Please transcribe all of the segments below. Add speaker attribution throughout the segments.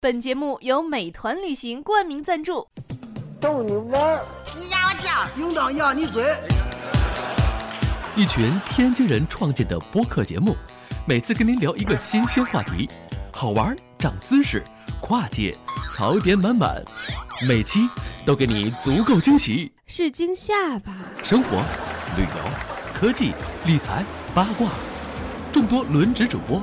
Speaker 1: 本节目由美团旅行冠名赞助。
Speaker 2: 逗你玩儿，
Speaker 3: 你压我脚，
Speaker 2: 应当压你嘴。
Speaker 4: 一群天津人创建的播客节目，每次跟您聊一个新鲜话题，好玩、长姿势、跨界、槽点满满，每期都给你足够惊喜。
Speaker 5: 是惊吓吧？
Speaker 4: 生活、旅游、科技、理财、八卦，众多轮值主播，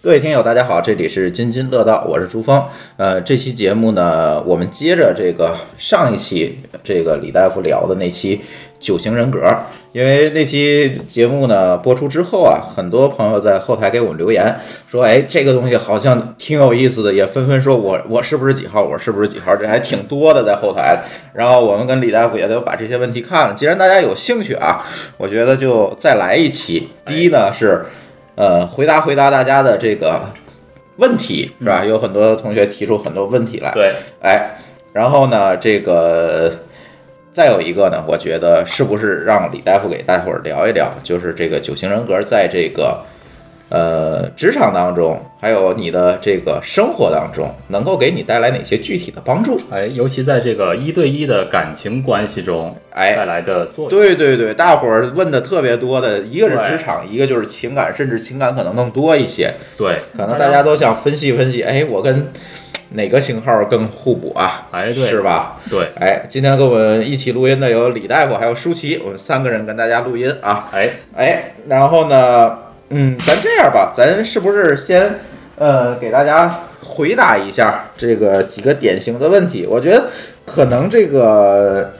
Speaker 6: 各位听友，大家好，这里是津津乐道，我是朱峰。呃，这期节目呢，我们接着这个上一期这个李大夫聊的那期九型人格，因为那期节目呢播出之后啊，很多朋友在后台给我们留言说，哎，这个东西好像挺有意思的，也纷纷说我我是不是几号，我是不是几号，这还挺多的在后台。然后我们跟李大夫也都把这些问题看了，既然大家有兴趣啊，我觉得就再来一期。第一呢是。呃，回答回答大家的这个问题是吧？有很多同学提出很多问题来，
Speaker 7: 对，
Speaker 6: 哎，然后呢，这个再有一个呢，我觉得是不是让李大夫给大伙儿聊一聊，就是这个九型人格在这个呃职场当中，还有你的这个生活当中，能够给你带来哪些具体的帮助？
Speaker 7: 哎，尤其在这个一对一的感情关系中
Speaker 6: 哎
Speaker 7: 带来的作用。
Speaker 6: 对对对，大伙儿问的特别多的，一个是
Speaker 7: 对嗯
Speaker 6: 职场，一个就是情感，甚至情感可能更多一些。
Speaker 7: 对，
Speaker 6: 可能大家都想分析分析，哎，我跟哪个型号更互补啊？
Speaker 7: 哎对
Speaker 6: 是吧？
Speaker 7: 对，
Speaker 6: 哎，今天跟我们一起录音的有李大夫，还有舒淇，我们三个人跟大家录音啊。
Speaker 7: 哎，
Speaker 6: 哎，然后呢，嗯，咱这样吧，咱是不是先呃给大家回答一下这个几个典型的问题？我觉得可能这个。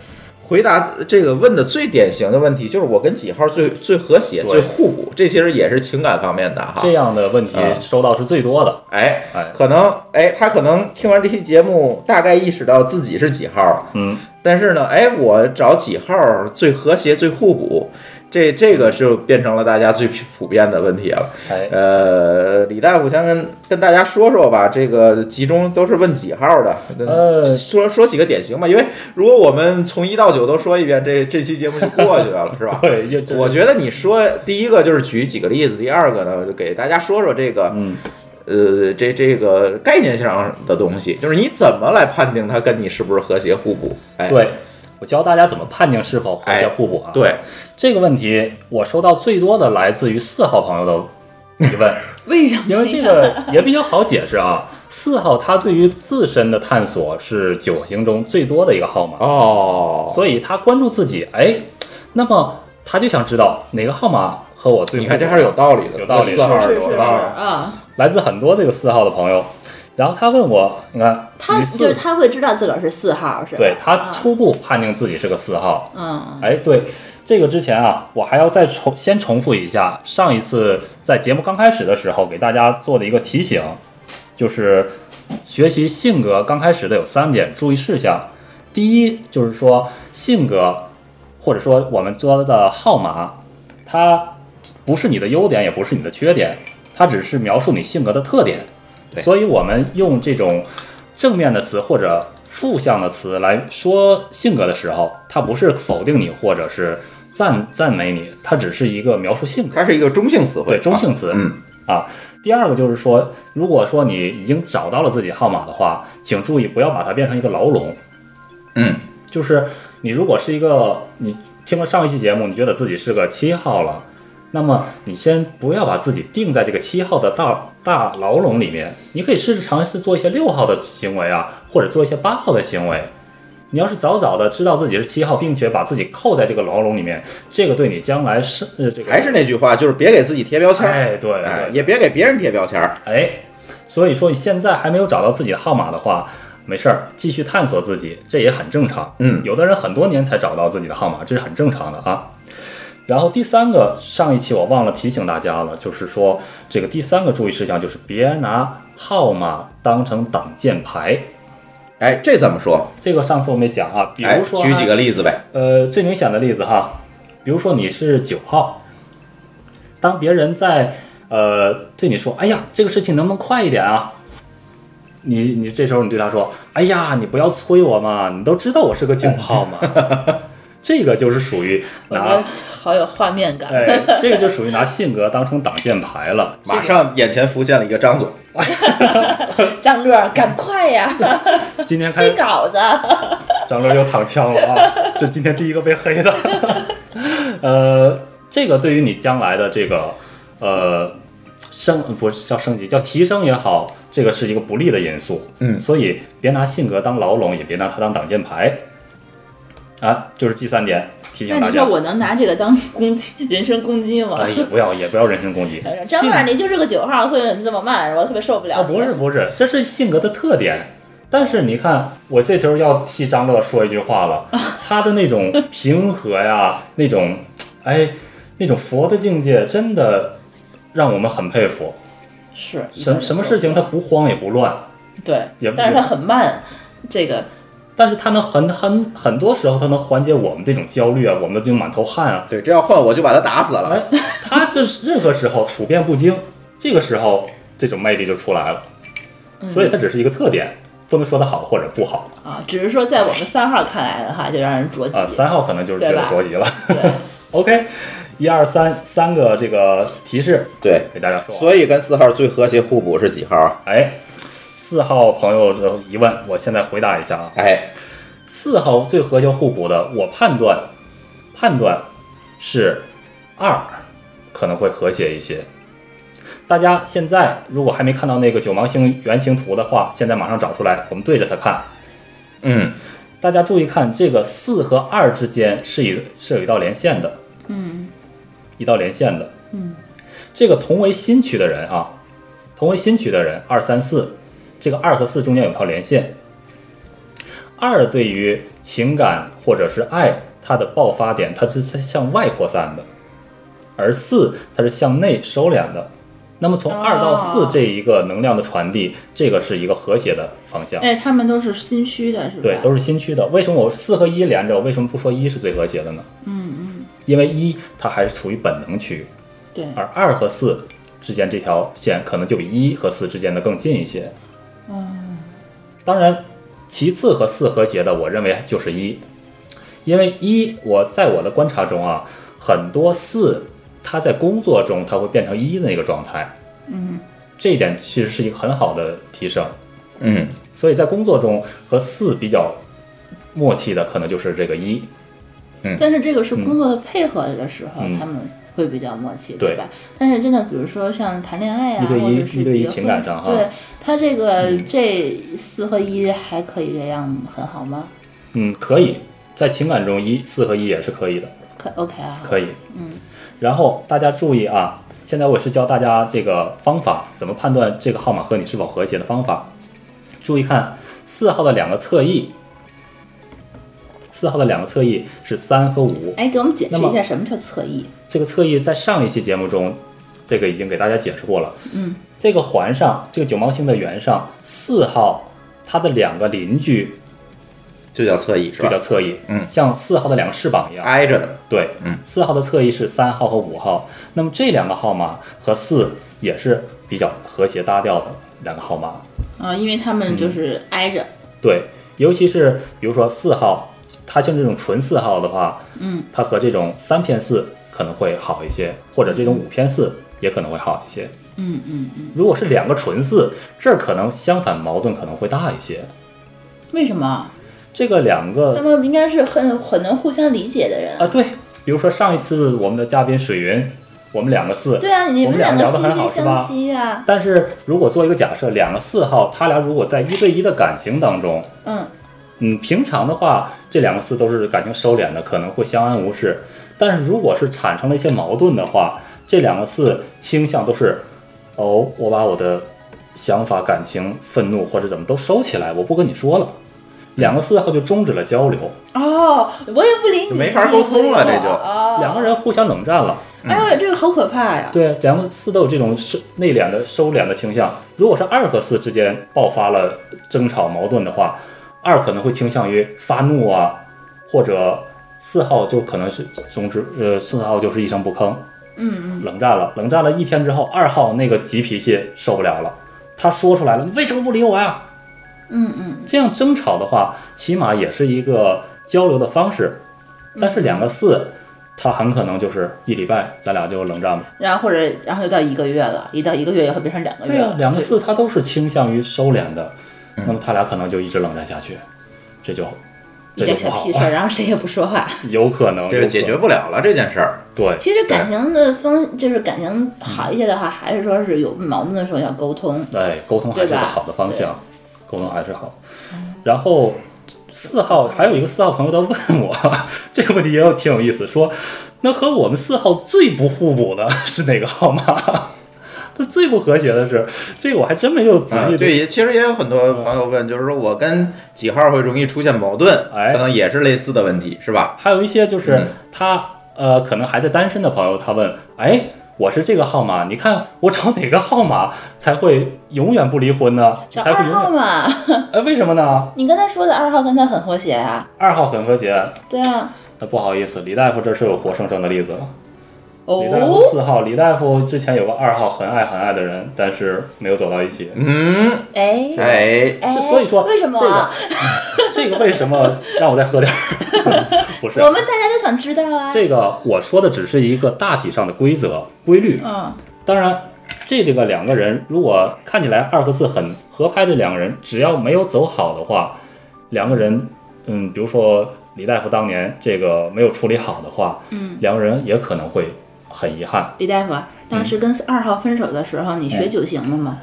Speaker 6: 回答这个问的最典型的问题就是我跟几号最最和谐、
Speaker 7: 对
Speaker 6: 最互补，这其实也是情感方面的哈。
Speaker 7: 这样的问题
Speaker 6: 啊
Speaker 7: 收到是最多的。
Speaker 6: 哎，
Speaker 7: 哎
Speaker 6: 可能哎，他可能听完这期节目，大概意识到自己是几号，
Speaker 7: 嗯，
Speaker 6: 但是呢，哎，我找几号最和谐、最互补，这这个就变成了大家最普遍的问题了。
Speaker 7: 哎，
Speaker 6: 呃，李大夫先跟跟大家说说吧，这个集中都是问几号的，
Speaker 7: 呃
Speaker 6: 说说几个典型吧，因为如果我们从一到九都说一遍，这这期节目就过去了，是吧？
Speaker 7: 对，就这
Speaker 6: 我觉得你说第一个就是举几个例子，第二个呢，就给大家说说这个，
Speaker 7: 嗯，
Speaker 6: 呃，这这个概念上的东西，就是你怎么来判定它跟你是不是和谐互补？哎，
Speaker 7: 对。我教大家怎么判定是否和谐互补啊？
Speaker 6: 对，
Speaker 7: 这个问题，我收到最多的来自于四号朋友的疑问，
Speaker 5: 为什么？
Speaker 7: 因为这个也比较好解释啊。四号他对于自身的探索是九型中最多的一个号码，
Speaker 6: 哦，
Speaker 7: 所以他关注自己，哎，那么他就想知道哪个号码和我最
Speaker 6: 你看
Speaker 7: 符
Speaker 6: 这
Speaker 7: 合
Speaker 6: 还是有道理的，
Speaker 7: 有道理
Speaker 6: 四号
Speaker 5: 是是
Speaker 6: 有
Speaker 5: 是
Speaker 6: 道理。
Speaker 5: 啊，
Speaker 7: 来自很多这个四号的朋友，然后他问我，你看，
Speaker 8: 他
Speaker 7: 于
Speaker 8: 就是
Speaker 7: 是
Speaker 8: 他会知道自个儿是四号，是吧？
Speaker 7: 对他
Speaker 8: 啊
Speaker 7: 初步判定自己是个四号。
Speaker 8: 嗯，
Speaker 7: 哎，对这个之前啊，我还要再重先重复一下上一次在节目刚开始的时候给大家做的一个提醒，就是学习性格刚开始的有三点注意事项。第一就是说性格，或者说我们说的号码，它不是你的优点，也不是你的缺点，它只是描述你性格的特点。所以我们用这种正面的词或者负向的词来说性格的时候，它不是否定你或者是赞赞美你，它只是一个描述性格。
Speaker 6: 它是一个中性词汇，
Speaker 7: 对中性词
Speaker 6: 啊嗯，
Speaker 7: 啊。第二个就是说，如果说你已经找到了自己号码的话，请注意不要把它变成一个牢笼。
Speaker 6: 嗯，
Speaker 7: 就是你如果是一个你听了上一期节目，你觉得自己是个七号了，那么你先不要把自己定在这个七号的大大牢笼里面，你可以试着尝试做一些六号的行为啊，或者做一些八号的行为。你要是早早的知道自己是七号，并且把自己扣在这个牢笼里面，这个对你将来是呃这个
Speaker 6: 还是那句话，就是别给自己贴标签儿，
Speaker 7: 哎对
Speaker 6: 哎
Speaker 7: 对
Speaker 6: 也别给别人贴标签儿。
Speaker 7: 哎，所以说你现在还没有找到自己的号码的话，没事儿，继续探索自己，这也很正常。
Speaker 6: 嗯
Speaker 7: 有的人很多年才找到自己的号码，这是很正常的啊。然后第三个，上一期我忘了提醒大家了，就是说这个第三个注意事项就是别拿号码当成挡箭牌。
Speaker 6: 哎，这怎么说？
Speaker 7: 这个上次我没讲啊，比
Speaker 6: 哎
Speaker 7: 如，说、
Speaker 6: 举几个例子呗。
Speaker 7: 呃，最明显的例子哈，比如说你是九号，当别人在呃对你说：“哎呀，这个事情能不能快一点啊？”你你这时候你对他说：“哎呀，你不要催我嘛，你都知道我是个九 号嘛。”这个就是属于
Speaker 3: 我觉
Speaker 7: 拿
Speaker 3: 得好有画面感。
Speaker 7: 哎，这个就属于拿性格当成挡箭牌了。
Speaker 6: 马上眼前浮现了一个张总，
Speaker 3: 张乐，赶快 呀，
Speaker 7: 今天开
Speaker 3: 催稿子。
Speaker 7: 张乐又躺枪了啊！这今天第一个被黑的。呃，这个对于你将来的这个呃升不是叫升级，叫提升也好，这个是一个不利的因素。
Speaker 6: 嗯
Speaker 7: 所以别拿性格当牢笼，也别拿它当挡箭牌。啊，就是第三点，提
Speaker 3: 那
Speaker 7: 醒大
Speaker 3: 你
Speaker 7: 家
Speaker 3: 说，我能拿这个当攻击 人身攻击吗？
Speaker 7: 哎，也不要也不要人身 攻击。
Speaker 3: 张乐，
Speaker 7: 性
Speaker 3: 你就是个九号，所以你就这么慢，我特别受不了。
Speaker 7: 啊，不是，不是，这是性格的特点。但是你看，我这时候要替张乐说一句话了，他的那种平和呀，那种，哎，那种佛的境界，真的让我们很佩服。
Speaker 3: 是
Speaker 7: 什什么事？情他不慌也不乱，
Speaker 3: 对
Speaker 7: 也，不
Speaker 3: 但是他很慢，这个
Speaker 7: 但是他能很很很多时候他能缓解我们这种焦虑啊，我们的这种满头汗啊。
Speaker 6: 对，这要换我就把他打死了。
Speaker 7: 哎，他这是任何时候处变不惊，这个时候这种魅力就出来了。所以它只是一个特点，不能说它好或者不好。
Speaker 3: 啊，只是说在我们三号看来的话，就让人着急。
Speaker 7: 啊，三号可能就是觉
Speaker 3: 对
Speaker 7: 得
Speaker 3: 吧
Speaker 7: 着急了。
Speaker 3: 对
Speaker 7: OK，一二三，三个这个提示
Speaker 6: 对，
Speaker 7: 给大家说完。啊
Speaker 6: 所以跟四号最和谐互补是几号啊？
Speaker 7: 哎，四号朋友的疑问，我现在回答一下啊。
Speaker 6: 哎，
Speaker 7: 四号最和谐互补的，我判断判断是二可能会和谐一些。大家现在如果还没看到那个九芒星原型图的话，现在马上找出来，我们对着它看。
Speaker 6: 嗯，
Speaker 7: 大家注意看，这个四和二之间是一是有一道连线的，嗯，一道连线的，嗯，这个同为新区的人啊，同为新区的人二三四，这个二和四中间有条连线，二对于情感或者是爱，它的爆发点它是在向外扩散的，而四它是向内收敛的。那么从二到四
Speaker 3: 哦
Speaker 7: 这一个能量的传递，这个是一个和谐的方向。
Speaker 3: 哎，他们都是心虚的，是吧？
Speaker 7: 对，都是新区的。为什么我四和一连着？我为什么不说一是最和谐的呢？嗯嗯，因为一它还是处于本能区，
Speaker 3: 对。
Speaker 7: 而二和四之间这条线可能就比一和四之间的更近一些。哦当然，其次和四和谐的，我认为就是一，因为一我在我的观察中啊，很多四它在工作中它会变成一的那个状态。嗯，这一点其实是一个很好的提升。
Speaker 6: 嗯，
Speaker 7: 所以在工作中和四比较默契的，可能就是这个一。
Speaker 3: 但是这个是工作的配合的时候，
Speaker 7: 嗯
Speaker 3: 他们会比较默契，
Speaker 7: 对
Speaker 3: 吧？但是真的，比如说像谈恋爱啊，
Speaker 7: 一对一
Speaker 3: 或者是
Speaker 7: 一对一
Speaker 3: 结婚
Speaker 7: 情感上哈嗯
Speaker 3: 对他这个、这四和一还可以这样很好吗？
Speaker 7: 嗯，可以在情感中一四和一也是可以的，
Speaker 3: 可 OK 啊，
Speaker 7: 可以。嗯，然后大家注意啊，现在我是教大家这个方法，怎么判断这个号码和你是否和谐的方法。注意看四号的两个侧翼，四号的两个侧翼是三和五。
Speaker 3: 哎，给我们解释
Speaker 7: 那么
Speaker 3: 一下什么叫侧翼？
Speaker 7: 这个侧翼在上一期节目中，这个已经给大家解释过了。嗯，这个环上，这个九芒星的圆上，四号它的两个邻居
Speaker 6: 就叫侧翼是
Speaker 7: 就
Speaker 6: 吧
Speaker 7: 叫？侧翼，
Speaker 6: 嗯
Speaker 7: 像四号的两个翅膀一样。
Speaker 6: 挨着的，
Speaker 7: 对，
Speaker 6: 嗯，
Speaker 7: 四号的侧翼是三号和五号，那么这两个号码和四也是比较和谐搭调的两个号码。
Speaker 3: 啊、因为他们就是挨着，
Speaker 7: 对，尤其是比如说四号，它像这种纯四号的话，
Speaker 3: 嗯，
Speaker 7: 它和这种三偏四可能会好一些，或者这种五偏四也可能会好一些。
Speaker 3: 嗯嗯嗯，
Speaker 7: 如果是两个纯四，这儿可能相反矛盾可能会大一些。
Speaker 3: 为什么？
Speaker 7: 这个两
Speaker 3: 他
Speaker 7: 个
Speaker 3: 们应该是很很能互相理解的人。
Speaker 7: 啊，对，比如说上一次我们的嘉宾水云，我们两个四，
Speaker 3: 对啊，你
Speaker 7: 我们
Speaker 3: 两
Speaker 7: 俩
Speaker 3: 个
Speaker 7: 聊得
Speaker 3: 惺
Speaker 7: 很好
Speaker 3: 惺
Speaker 7: 是吧
Speaker 3: 相？惜啊，
Speaker 7: 但是如果做一个假设，两个四号，他俩如果在一对一的感情当中，
Speaker 3: 嗯，
Speaker 7: 嗯，平常的话，这两个四都是感情收敛的，可能会相安无事。但是如果是产生了一些矛盾的话，这两个四倾向都是，哦，我把我的想法、感情、愤怒或者怎么都收起来，我不跟你说了。两个四号就终止了交流，
Speaker 3: 哦，我也不理你，
Speaker 6: 就没法沟通了
Speaker 3: 你也
Speaker 6: 这
Speaker 3: 不理
Speaker 6: 就
Speaker 3: 我哦、
Speaker 7: 两个人互相冷战了。
Speaker 3: 哎呦，这个好可怕呀！
Speaker 7: 对，两个四都有这种收内敛的收敛的倾向。如果是二和四之间爆发了争吵矛盾的话，二可能会倾向于发怒啊，或者四号就可能是总之呃四号就是一声不吭，
Speaker 3: 嗯
Speaker 7: 冷战了，冷战了一天之后，二号那个急脾气受不了了，他说出来了，你为什么不理我呀？
Speaker 3: 嗯嗯
Speaker 7: 这样争吵的话，起码也是一个交流的方式。但是两个四，他很可能就是一礼拜，咱俩就冷战吧
Speaker 3: 嗯。，然后或者然后又到一个月了，一到一个月也会变成两个
Speaker 7: 对
Speaker 3: 月
Speaker 7: 呀、
Speaker 3: 了。
Speaker 7: 两个四他都是倾向于收敛的，
Speaker 6: 嗯
Speaker 7: 那么他俩可能就一直冷战下去，这就
Speaker 3: 一
Speaker 7: 这就
Speaker 3: 点
Speaker 7: 不
Speaker 3: 小
Speaker 7: 好
Speaker 3: 屁事
Speaker 7: 了，
Speaker 3: 儿，然后谁也不说话。
Speaker 7: 有可能
Speaker 6: 这
Speaker 7: 有
Speaker 6: 个
Speaker 7: 可
Speaker 6: 解决
Speaker 7: 能
Speaker 6: 不了了这件事儿。
Speaker 7: 对
Speaker 3: 其实感情的风，就是感情好一些的话，还是说是有矛盾的时候要沟通。
Speaker 7: 哎，沟通还
Speaker 3: 对
Speaker 7: 是个
Speaker 3: 吧嗯
Speaker 7: 好的方向，沟通还是好。然后四号还有一个四号朋友他问我 这个问题也有挺有意思，说那和我们四号最不互补的是哪个号码？ 他最不和谐的是这个，我还真没有仔
Speaker 6: 啊
Speaker 7: 细、，
Speaker 6: 对，也其实也有很多朋友问，就是说我跟几号会容易出现矛盾，
Speaker 7: 哎
Speaker 6: 可能也是类似的问题，是吧？
Speaker 7: 还有一些就是
Speaker 6: 嗯
Speaker 7: 他、呃，可能还在单身的朋友，他问，哎，我是这个号码，你看我找哪个号码 才会永远不离婚呢？
Speaker 3: 找
Speaker 7: 才
Speaker 3: 二
Speaker 7: 会永
Speaker 3: 号
Speaker 7: 远
Speaker 3: 嘛，
Speaker 7: 哎，为什么呢？
Speaker 3: 你刚才说的二号跟他很和谐啊。
Speaker 7: 二号很和谐，
Speaker 3: 对啊，
Speaker 7: 那不好意思，李大夫这是有活生生的例子了。李大夫
Speaker 3: 哦，
Speaker 7: 四号，李大夫之前有个二号很爱很爱的人，但是没有走到一起。
Speaker 6: 嗯，
Speaker 3: 哎
Speaker 6: 哎，
Speaker 3: 哎
Speaker 7: 这，所以说
Speaker 3: 为什么啊？
Speaker 7: 这个为什么让我再喝点儿？ 不是
Speaker 3: 我们大家都想知道啊。
Speaker 7: 这个，我说的只是一个大体上的规则规律。
Speaker 3: 嗯
Speaker 7: 当然，这这个两个人如果看起来二和四很合拍的两个人，只要没有走好的话，两个人，嗯，比如说李大夫当年这个没有处理好的话，
Speaker 3: 嗯，
Speaker 7: 两个人也可能会很遗憾。
Speaker 3: 李大夫，啊当
Speaker 7: 嗯
Speaker 3: 时跟二号分手的时候，你学九型了吗？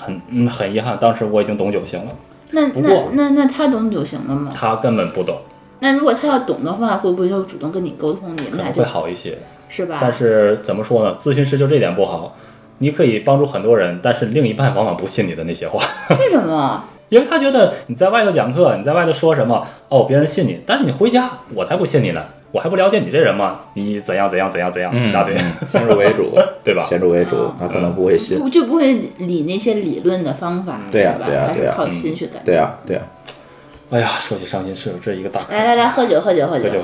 Speaker 7: 很嗯很遗憾，当时我已经懂酒型了，
Speaker 3: 那
Speaker 7: 不
Speaker 3: 那
Speaker 7: 过
Speaker 3: 那那他懂九型了吗？
Speaker 7: 他根本不懂，
Speaker 3: 那如果他要懂的话，会不会就主动跟你沟通？你们
Speaker 7: 可
Speaker 3: 俩
Speaker 7: 能
Speaker 3: 就
Speaker 7: 会好一些。
Speaker 3: 是吧？
Speaker 7: 但是怎么说呢？咨询师就这点不好，你可以帮助很多人，但是另一半往往不信你的那些话，
Speaker 3: 为什 么？
Speaker 7: 因为他觉得你在外头讲课，你在外头说什么，哦，别人信你，但是你回家，我才不信你呢，我还不了解你这人吗？你怎样怎样怎样怎样
Speaker 6: 嗯
Speaker 7: 一大堆，
Speaker 6: 先入为主，
Speaker 7: 对吧？啊
Speaker 6: 先入为主，他可能不会信。
Speaker 3: 不就不会理那些理论的方法？
Speaker 6: 对呀
Speaker 3: 是吧
Speaker 6: 对呀啊
Speaker 3: 还
Speaker 6: 对
Speaker 3: 是
Speaker 6: 呀
Speaker 3: 靠心去感。
Speaker 6: 对啊，对啊，
Speaker 7: 哎呀，说起伤心事，这一个大坑
Speaker 3: 来来来，喝酒喝酒喝
Speaker 7: 这
Speaker 3: 酒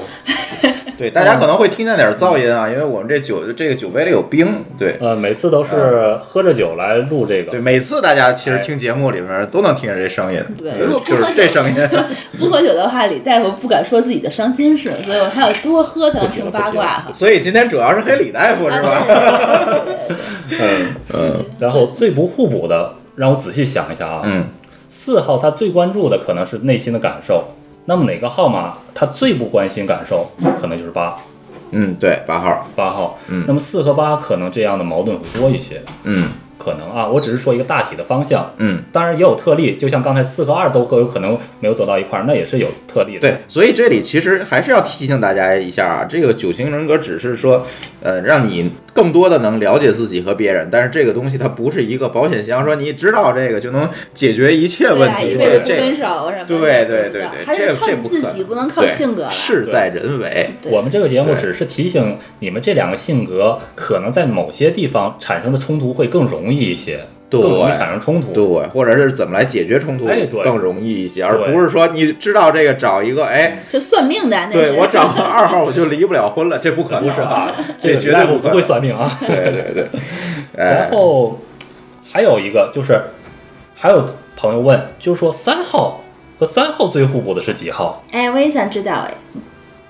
Speaker 7: 就。
Speaker 6: 对，大家可能会听见点噪音啊，因为我们这酒这个酒杯里有冰，对。
Speaker 7: 呃，每次都是喝着酒来录这
Speaker 6: 嗯
Speaker 7: 个
Speaker 6: 对，，每次大家
Speaker 7: 哎
Speaker 6: 其实听节目里面都能听见这声音，
Speaker 3: 对
Speaker 6: 就
Speaker 3: 如果
Speaker 6: 是
Speaker 3: 不
Speaker 6: 就是这声音，
Speaker 3: 不喝酒的话，李大夫不敢说自己的伤心事，所以我还要多喝才能
Speaker 7: 不提了
Speaker 3: 听八卦哈。
Speaker 6: 啊所以今天主要是黑李大夫是
Speaker 3: 啊
Speaker 6: 吧？
Speaker 7: 嗯嗯，然后最不互补的，让我仔细想一下啊，
Speaker 6: 嗯，
Speaker 7: 四号他最关注的可能是内心的感受，那么哪个号码他最不关心感受，可能就是八
Speaker 6: 嗯，对，八号，
Speaker 7: 八号。
Speaker 6: 嗯
Speaker 7: 那么四和八可能这样的矛盾会多一些，
Speaker 6: 嗯
Speaker 7: 可能啊，我只是说一个大体的方向。
Speaker 6: 嗯，
Speaker 7: 当然也有特例，就像刚才四和二都会有可能没有走到一块儿，那也是有特例的。
Speaker 6: 对，所以这里其实还是要提醒大家一下啊，这个九型人格只是说，呃，让你更多的能了解自己和别人，但是这个东西它不是一个保险箱，说你知道这个就能解决一切
Speaker 3: 对
Speaker 6: 问
Speaker 3: 啊，
Speaker 6: 题，
Speaker 3: 一
Speaker 6: 这
Speaker 3: 辈
Speaker 6: 个
Speaker 3: 子不
Speaker 6: 这
Speaker 3: 分手
Speaker 6: 个
Speaker 3: 什么的，
Speaker 6: 对对对对，
Speaker 3: 还
Speaker 6: 这
Speaker 3: 是
Speaker 6: 个
Speaker 3: 靠
Speaker 6: 这
Speaker 3: 你
Speaker 6: 不
Speaker 3: 自
Speaker 6: 可
Speaker 3: 己，不能靠
Speaker 6: 对
Speaker 3: 性格了。
Speaker 6: 事在人为，
Speaker 3: 对
Speaker 7: 我们这个节目
Speaker 6: 对
Speaker 7: 只是提醒你们，这两个性格可能在某些地方产生的冲突会更容易一些，
Speaker 6: 对
Speaker 7: 更容易产生冲突。
Speaker 6: 对，或者是怎么来解决冲突
Speaker 7: 哎对
Speaker 6: 更容易一些，而
Speaker 7: 对
Speaker 6: 不是说你知道这个找一个，哎，
Speaker 3: 这算命的啊，那
Speaker 6: 对
Speaker 3: 是
Speaker 6: 我找个二号我就离不了婚了，这不可能，
Speaker 7: 不是啊，
Speaker 6: 这
Speaker 7: 这
Speaker 6: 绝
Speaker 7: 绝
Speaker 6: 对
Speaker 7: 对
Speaker 6: 不
Speaker 7: 不
Speaker 6: 可
Speaker 7: 会
Speaker 6: 能，
Speaker 7: 算命啊。
Speaker 6: 对对对，哎
Speaker 7: 然，后还有一个就是，还有朋友问，就是说三号和三号最互补的是几号
Speaker 3: 哎，我也想知道哎。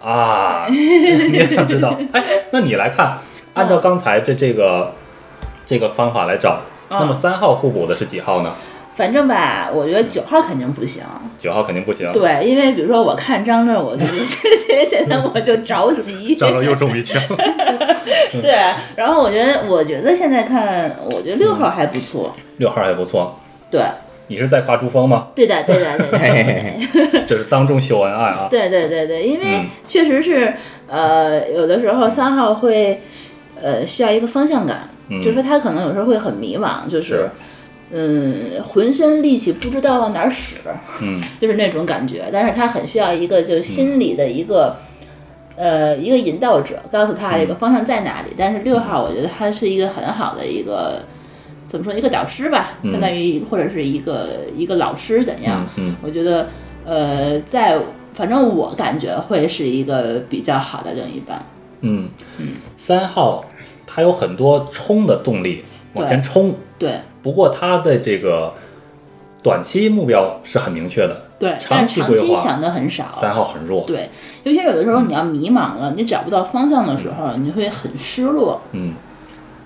Speaker 7: 啊？你也想知道？ 哎，那你来
Speaker 3: 哦
Speaker 7: 看，按照刚才这这个这个方法来找，
Speaker 3: 哦
Speaker 7: 那么三号互补的是几号呢？
Speaker 3: 反正吧，我觉得九号肯定不行。
Speaker 7: 九号肯定不行。
Speaker 3: 对，因为比如说我看张震，我就 现在我就着急。
Speaker 7: 张张又中一枪，
Speaker 3: 对，然后我觉得，我觉得现在看，我觉得六号还不错。
Speaker 7: 六号还不错。
Speaker 3: 对，
Speaker 7: 你是在夸朱峰吗？
Speaker 3: 对的，对的，对的，
Speaker 6: 哎嘿嘿 嘿。
Speaker 7: 这是当众秀恩爱啊！
Speaker 3: 对对对对，因为
Speaker 7: 嗯
Speaker 3: 确实是，呃，有的时候三号会，呃，需要一个方向感，
Speaker 7: 嗯
Speaker 3: 就是说他可能有时候会很迷茫，就是是，嗯，浑身力气不知道往哪儿使，
Speaker 7: 嗯，
Speaker 3: 就是那种感觉。但是他很需要一个就是心理的一个，呃，一个引
Speaker 7: 嗯
Speaker 3: 导者，告诉他一个方向在哪里。但是六号，我觉得他是一个很好的一个怎么说一个导师吧，
Speaker 7: 嗯
Speaker 3: 相当于或者是一个一个老师怎样
Speaker 7: 嗯？嗯
Speaker 3: 我觉得呃，在反正我感觉会是一个比较好的另一半。
Speaker 7: 嗯，三号他有很多冲的动力，往前冲。
Speaker 3: 对
Speaker 7: 不过他的这个短期目标是很明确的，
Speaker 3: 对，
Speaker 7: 长
Speaker 3: 但
Speaker 7: 期
Speaker 3: 是
Speaker 7: 规划
Speaker 3: 长期想的很少。
Speaker 7: 三号很弱。
Speaker 3: 对，尤其有的时候你要迷茫了，你找不到方向的时候，你会很失落。
Speaker 7: 嗯，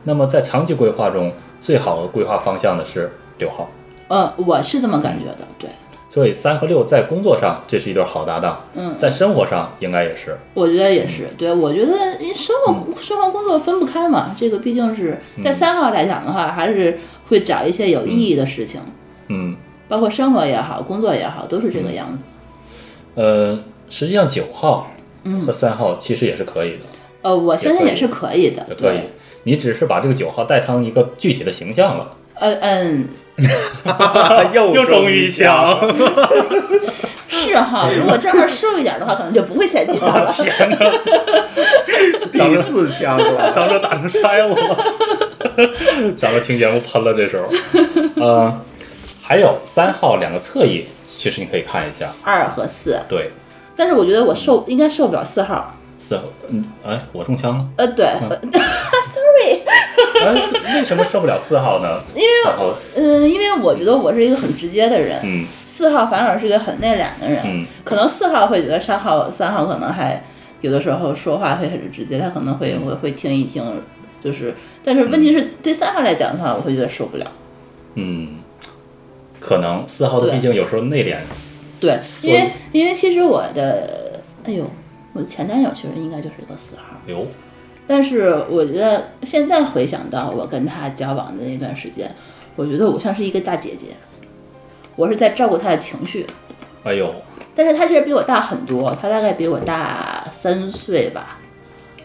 Speaker 7: 那么在长期规划中，最好的规划方向的是六号。
Speaker 3: 呃，我是这么感觉的。对，
Speaker 7: 所以三和六在工作上这是一对好搭档，
Speaker 3: 嗯，
Speaker 7: 在生活上应该也是。
Speaker 3: 我觉得也是。对，我觉得因为生
Speaker 7: 嗯
Speaker 3: 活生活工作分不开嘛，这个毕竟是在三号来讲的话，还是会找一些有意义的事情，
Speaker 7: 嗯，
Speaker 3: 包括生活也好，工作也好，都是这个样子。
Speaker 7: 呃，实际上九号和三号其实也是可以的，
Speaker 3: 呃，我相信
Speaker 7: 也可以
Speaker 3: 也是可以的
Speaker 7: 也。可以
Speaker 3: 对，。
Speaker 7: 你只是把这个九号带成一个具体的形象了。
Speaker 3: 呃嗯，
Speaker 6: 又
Speaker 7: 又中
Speaker 6: 于
Speaker 7: 于强，
Speaker 3: 是 哈。如果正好瘦一点的话，可能就不会下地了。
Speaker 7: 天哪，
Speaker 6: 第四啊枪了。
Speaker 7: 张哲打成筛了。张哲听节目喷了， 这时候， 呃，还有三号两个侧翼，其实你可以看一下。
Speaker 3: 二和四，
Speaker 7: 对，
Speaker 3: 但是我觉得我受应该受不了四号。
Speaker 7: 四号，嗯，哎，我中枪了。
Speaker 3: 呃，对，呃
Speaker 7: 嗯
Speaker 3: ，sorry，
Speaker 7: 哎，四为什么受不了四号呢？因为，
Speaker 3: 嗯，因为我觉得我是一个很直接的人，
Speaker 7: 嗯
Speaker 3: 四号反而是一个很内敛的人，
Speaker 7: 嗯
Speaker 3: 可能四号会觉得三号三号可能还有的时候说话会很直接，他可能会会会听一听，就是，但是问题是对三号来讲的话，我会觉得受不了，
Speaker 7: 嗯，可能四号的
Speaker 3: 对
Speaker 7: 毕竟有时候内敛，
Speaker 3: 对，因
Speaker 7: 所
Speaker 3: 为
Speaker 7: 以
Speaker 3: 因为其实我的，哎呦，我的前男友其实应该就是一个四号，
Speaker 7: 有
Speaker 3: 但是我觉得现在回想到我跟他交往的那段时间，我觉得我像是一个大姐姐，我是在照顾他的情绪。
Speaker 7: 哎呦，
Speaker 3: 但是他其实比我大很多，他大概比我大三岁吧。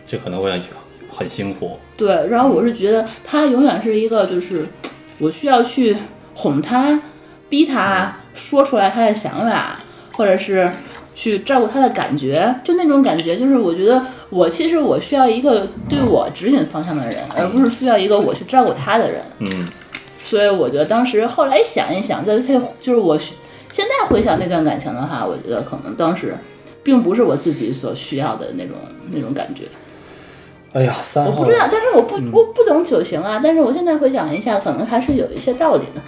Speaker 7: 这可能会很很辛苦。
Speaker 3: 对，然后我是觉得他永远是一个，就是我需要去哄他、逼他说出来他的想法，或者是去照顾他的感觉，就那种感觉，就是我觉得我其实我需要一个对我指引方向的人，而不是需要一个我去照顾他的人。
Speaker 7: 嗯
Speaker 3: 所以我觉得当时后来想一想，再再就是我需现在回想那段感情的话，我觉得可能当时并不是我自己所需要的那种那种感觉。
Speaker 7: 哎呀，三
Speaker 3: 我
Speaker 7: 号
Speaker 3: 不知道，但是我不
Speaker 6: 嗯
Speaker 3: 我不懂九型啊，但是我现在回想一下，可能还是有一些道理的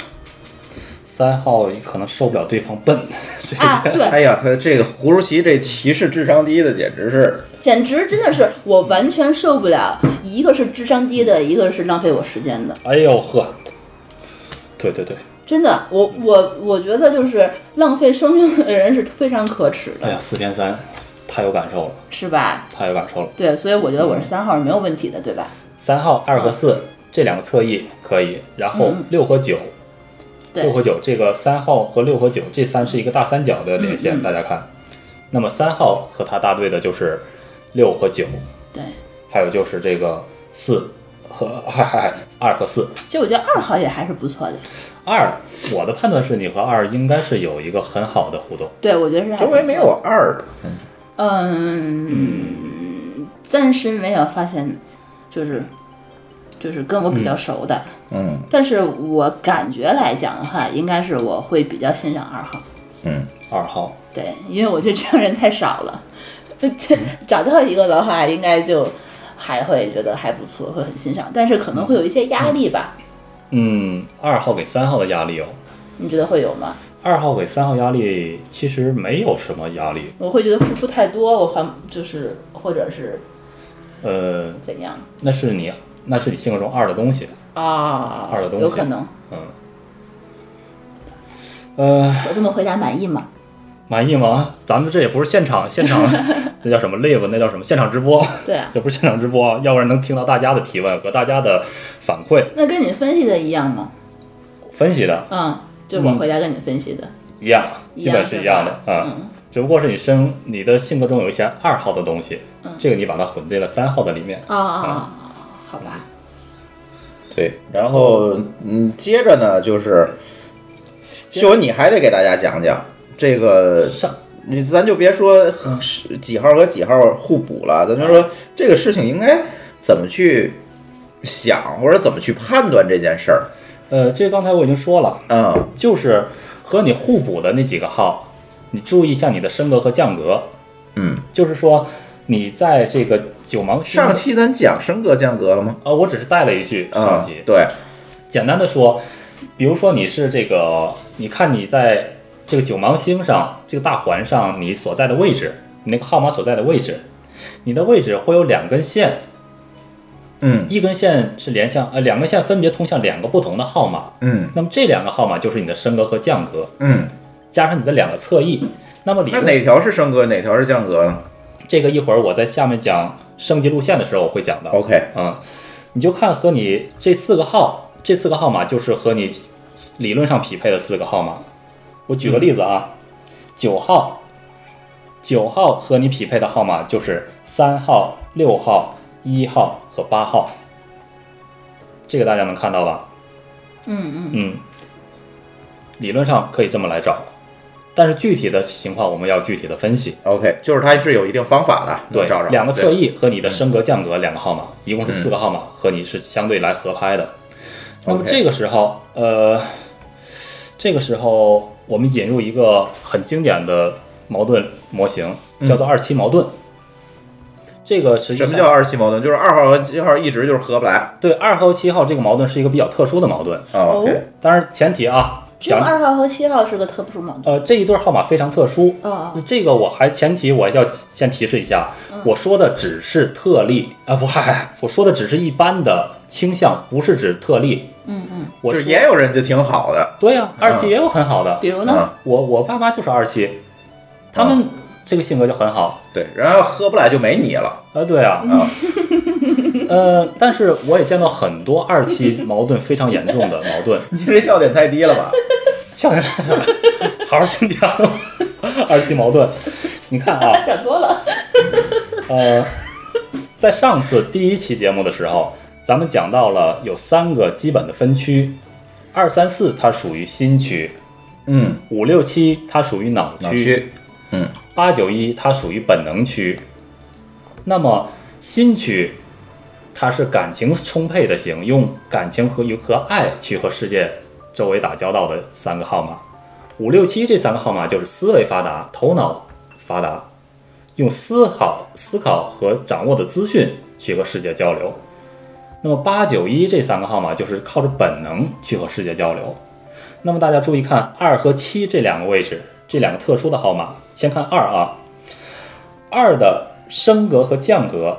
Speaker 7: 三号可能受不了对方笨，这
Speaker 3: 啊。对，
Speaker 6: 哎呀，他这个胡如奇这歧视智商低的，简直是
Speaker 3: 简直真的是我完全受不了，一个是智商低的，一个是浪费我时间的。
Speaker 7: 哎呦呵，对对对，
Speaker 3: 真的，我我我觉得就是浪费生命的人是非常可耻
Speaker 7: 哎
Speaker 3: 的，
Speaker 7: 呀，四偏三，太有感受了，
Speaker 3: 是吧？
Speaker 7: 太有感受了。
Speaker 3: 对，所以我觉得我是三号是没有问题的，对吧？
Speaker 7: 三号二和四这两个侧翼可以，然后六和九，
Speaker 3: 对
Speaker 7: 六和九这个三号和六和九这三是一个大三角的连线，大家看。那么三号和他搭对的就是六和九，
Speaker 3: 对，
Speaker 7: 还有就是这个四和二和四。
Speaker 3: 其实我觉得二号也还是不错的。
Speaker 7: 二，我的判断是你和二应该是有一个很好的互动。
Speaker 3: 对，我觉得是还
Speaker 6: 周
Speaker 3: 不
Speaker 6: 围
Speaker 3: 错
Speaker 6: 没有。二的。
Speaker 3: 嗯，暂时没有发现，就是就是跟我比较熟的，
Speaker 6: 嗯
Speaker 3: 但是我感觉来讲的话，应该是我会比较欣赏二号。
Speaker 6: 嗯，
Speaker 7: 二号，
Speaker 3: 对，因为我觉得这样人太少了，这
Speaker 7: 嗯
Speaker 3: 找到一个的话，应该就还会觉得还不错，会很欣赏，但是可能会有一些压力吧？
Speaker 7: 嗯，二号给三号的压力有、
Speaker 3: 你觉得会有吗？
Speaker 7: 二号给三号压力其实没有什么压力，
Speaker 3: 我会觉得付出太多，我还就是或者是
Speaker 7: 呃，
Speaker 3: 怎样
Speaker 7: 那是你，那是你性格中二的东西，
Speaker 3: 啊？
Speaker 7: 二的东西
Speaker 3: 有可能。
Speaker 7: 嗯，呃，
Speaker 3: 我这么回答满意 吗？
Speaker 7: 满意吗？咱们这也不是现场，现场那叫什么 live，那叫什么现场直播，
Speaker 3: 对啊，
Speaker 7: 也不是现场直播，要不然能听到大家的提问和大家的反馈
Speaker 3: 那跟你分析的一样吗？
Speaker 7: 分析的
Speaker 3: 嗯，就我回答跟你分析的。
Speaker 7: 一样，
Speaker 3: 一
Speaker 7: 基
Speaker 3: 样
Speaker 7: 本是一样的
Speaker 3: 是，吧
Speaker 7: 嗯，只不过是你生你的性格中有一些二号的东西，
Speaker 3: 嗯
Speaker 7: 这个你把它混进了三号的里面，
Speaker 3: 啊啊啊！好吧，
Speaker 6: 对。然后嗯，接着呢就是，秀文你还得给大家讲讲这个
Speaker 7: 上
Speaker 6: 你咱就别说是几号和几号互补了，咱就说这个事情应该怎么去想，或者怎么去判断这件事儿。
Speaker 7: 呃，这个刚才我已经说了，
Speaker 6: 嗯，
Speaker 7: 就是和你互补的那几个号，你注意一下你的升格和降格。
Speaker 6: 嗯，
Speaker 7: 就是说你在这个九芒星
Speaker 6: 上期咱讲升格降格了吗？
Speaker 7: 呃，我只是带了一句上
Speaker 6: 啊
Speaker 7: 级，，
Speaker 6: 对，
Speaker 7: 简单的说，比如说你是这个，你看你在这个九芒星上这个大环上你所在的位置，你那个号码所在的位置，你的位置会有两根线，
Speaker 6: 嗯
Speaker 7: 一根线是连向呃两根线分别通向两个不同的号码，
Speaker 6: 嗯
Speaker 7: 那么这两个号码就是你的升格和降格，
Speaker 6: 嗯，
Speaker 7: 加上你的两个侧翼，那么理
Speaker 6: 那
Speaker 7: 论
Speaker 6: 哪条是升格，哪条是降格呢
Speaker 7: 这个一会儿我在下面讲升级路线的时候我会讲到。
Speaker 6: ？OK，
Speaker 7: 嗯，你就看和你这四个号，这四个号码就是和你理论上匹配的四个号码。我举个例子啊，九、号，九号和你匹配的号码就是三号、六号、一号和八号，这个大家能看到吧？
Speaker 3: 嗯嗯，
Speaker 7: 嗯，理论上可以这么来找，但是具体的情况我们要具体的分析。
Speaker 6: OK，就是它是有一定方法的，
Speaker 7: 对
Speaker 6: 能找着，
Speaker 7: 两个侧
Speaker 6: 对，嗯
Speaker 7: 翼和你的升格降格两个号码，一共是四个号码，和你是相对来合拍的。那么
Speaker 6: OK
Speaker 7: 这个时候，呃，这个时候我们引入一个很经典的矛盾模型，叫做二七矛盾。这个实际
Speaker 6: 嗯什
Speaker 7: 上
Speaker 6: 么叫二七矛盾？就是二号和七号一直就是合不来。
Speaker 7: 对二号七号这个矛盾是一个比较特殊的矛盾，
Speaker 6: 啊
Speaker 3: 哦
Speaker 6: OK，
Speaker 7: 当然前提啊，
Speaker 3: 只有
Speaker 7: 讲
Speaker 3: 二号和七号是个特殊矛盾。
Speaker 7: 呃，这一对号码非常特殊。
Speaker 3: 哦哦
Speaker 7: 这个我还前提我要先提示一下，
Speaker 3: 嗯
Speaker 7: 我说的只是特例啊，不， 嗨，我说的只是一般的倾向，不是指特例。
Speaker 3: 嗯嗯，
Speaker 7: 我
Speaker 6: 就是
Speaker 7: 说
Speaker 6: 也有嗯人就挺好的，
Speaker 7: 对呀、二期也有很好的，
Speaker 3: 比如呢？
Speaker 6: 啊，
Speaker 7: 我我爸妈就是二期，
Speaker 6: 嗯
Speaker 7: 他们这个性格就很好。
Speaker 6: 对，然后合不来就没你了
Speaker 7: 呃，对啊，
Speaker 6: 啊。
Speaker 7: 呃，但是我也见到很多二期矛盾非常严重的矛盾，
Speaker 6: 你这笑点太低了 吧？
Speaker 7: 笑点来了，好好听讲 二期矛盾。你看啊，
Speaker 3: 闪多了。
Speaker 7: 呃，在上次第一期节目的时候，咱们讲到了有三个基本的分区，二三四它属于新区，
Speaker 6: 嗯，
Speaker 7: 五六七它属于脑
Speaker 6: 脑
Speaker 7: 区，
Speaker 6: 区，嗯，
Speaker 7: 八九一它属于本能区。那么新区，它是感情充沛的型，用感情和和爱去和世界周围打交道的三个号码。五六七这三个号码就是思维发达、头脑发达，用思考、思考和掌握的资讯去和世界交流。那么八九一这三个号码就是靠着本能去和世界交流。那么大家注意看二和七这两个位置，这两个特殊的号码。先看二啊，二的升格和降格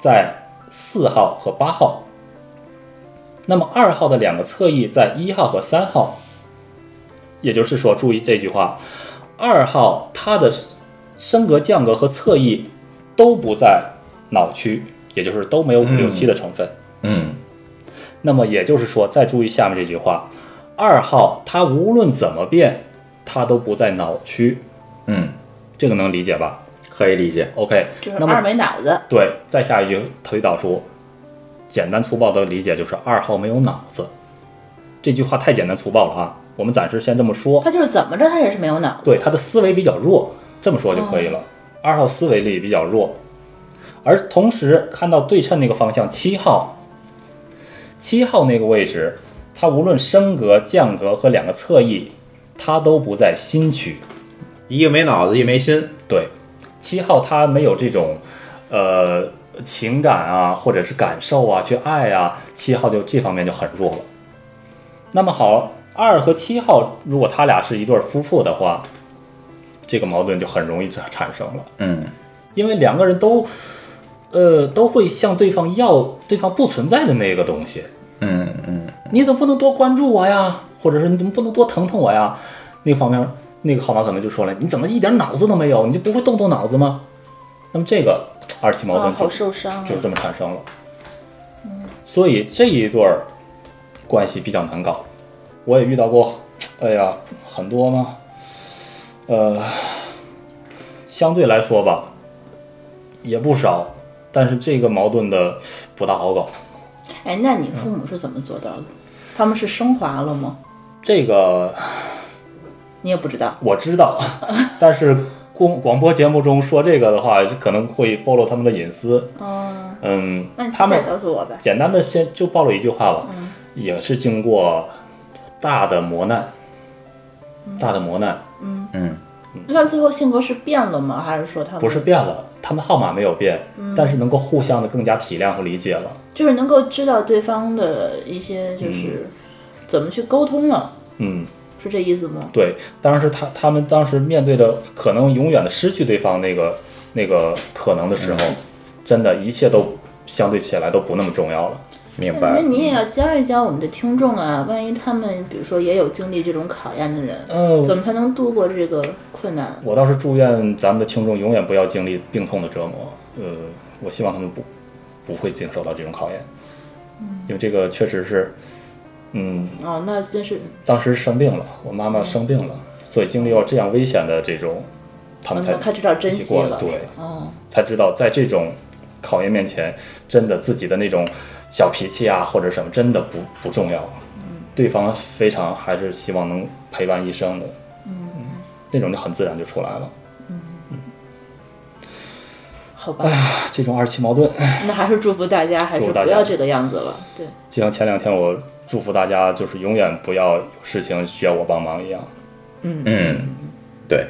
Speaker 7: 在四号和八号。那么二号的两个侧翼在一号和三号，也就是说，注意这句话，二号它的升格、降格和侧翼都不在脑区，也就是都没有五六七的成分。
Speaker 6: 嗯
Speaker 7: 那么也就是说，再注意下面这句话，二号它无论怎么变，它都不在脑区，
Speaker 6: 嗯，
Speaker 7: 这个能理解吧
Speaker 6: 可以理解。
Speaker 7: ？OK，
Speaker 3: 就是
Speaker 7: 那
Speaker 3: 二
Speaker 7: 么
Speaker 3: 没脑子。
Speaker 7: 对，再下一句推导出，简单粗暴的理解就是二号没有脑子，这句话太简单粗暴了啊，我们暂时先这么说。
Speaker 3: 他就是怎么着，他也是没有脑子。
Speaker 7: 对，他的思维比较弱，这么说就可以了。二号思维力比较弱，而同时看到对称那个方向，七号，七号那个位置，它无论升格、降格和两个侧翼，它都不在新区。
Speaker 6: 一个没脑子，一个没心，
Speaker 7: 对，七号他没有这种，呃，情感啊，或者是感受啊，去爱啊，七号就这方面就很弱了。那么好，二和七号如果他俩是一对夫妇的话，这个矛盾就很容易产产生了，
Speaker 6: 嗯
Speaker 7: 因为两个人都，呃，都会向对方要对方不存在的那个东西。
Speaker 6: 嗯嗯，
Speaker 7: 你怎么不能多关注我呀？或者是你怎么不能多疼疼我呀？那个方面，那个号码可能就说了，你怎么一点脑子都没有？你就不会动动脑子吗？那么这个二七矛
Speaker 3: 啊，
Speaker 7: 盾
Speaker 3: 好
Speaker 7: 就、
Speaker 3: 受伤啊
Speaker 7: 就！这么产生了。所以这一对儿关系比较难搞，我也遇到过，哎呀，很多嘛，呃，相对来说吧，也不少，但是这个矛盾的不大好搞。
Speaker 3: 哎，那你父母是怎么做到的？他们是升华了吗？
Speaker 7: 这个
Speaker 3: 你也不知道。
Speaker 7: 我知道， 但是公广播节目中说这个的话，可能会暴露他们的隐私。
Speaker 3: 嗯，
Speaker 7: 嗯
Speaker 3: 那，你
Speaker 7: 他
Speaker 3: 现
Speaker 7: 们
Speaker 3: 在告诉我吧。
Speaker 7: 简单的先就暴露一句话吧。也是经过大的磨难，大的磨难，
Speaker 6: 嗯，
Speaker 3: 那他最后性格是变了吗？还是说他们
Speaker 7: 不是变了，他们号码没有变，但是能够互相的更加体谅和理解了。
Speaker 3: 就是能够知道对方的一些就是怎么去沟通了，
Speaker 7: 嗯，
Speaker 3: 是这意思吗？
Speaker 7: 对，当时他他们当时面对着可能永远的失去对方那个那个可能的时候，真的一切都相对起来都不那么重要了。
Speaker 6: 明
Speaker 3: 哎那
Speaker 6: 白。
Speaker 3: 你也要教一教我们的听众啊，万一他们比如说也有经历这种考验的人，
Speaker 7: 嗯
Speaker 3: 怎么才能度过这个困难？
Speaker 7: 我倒是祝愿咱们的听众永远不要经历病痛的折磨。呃，我希望他们不不会经受到这种考验，
Speaker 3: 嗯
Speaker 7: 因为这个确实是，嗯，
Speaker 3: 哦，那真是
Speaker 7: 当时生病了，我妈妈
Speaker 3: 嗯
Speaker 7: 生病了，所以经历了这样危险的这种，他们才
Speaker 3: 嗯才知道珍惜
Speaker 7: 一起过
Speaker 3: 了
Speaker 7: 对，
Speaker 3: 哦，
Speaker 7: 才知道在这种考验面前，真的自己的那种小脾气啊或者什么，真的不不重要。
Speaker 3: 嗯
Speaker 7: 对方非常还是希望能陪伴一生的，嗯，那种就很自然就出来了。
Speaker 3: 好吧，
Speaker 7: 这种二七矛盾，
Speaker 3: 那还是祝福大家，还
Speaker 7: 祝
Speaker 3: 是
Speaker 7: 福大家
Speaker 3: 不要这个样子了。对，
Speaker 7: 就像前两天我祝福大家，就是永远不要有事情需要我帮忙一样。
Speaker 6: 嗯，对，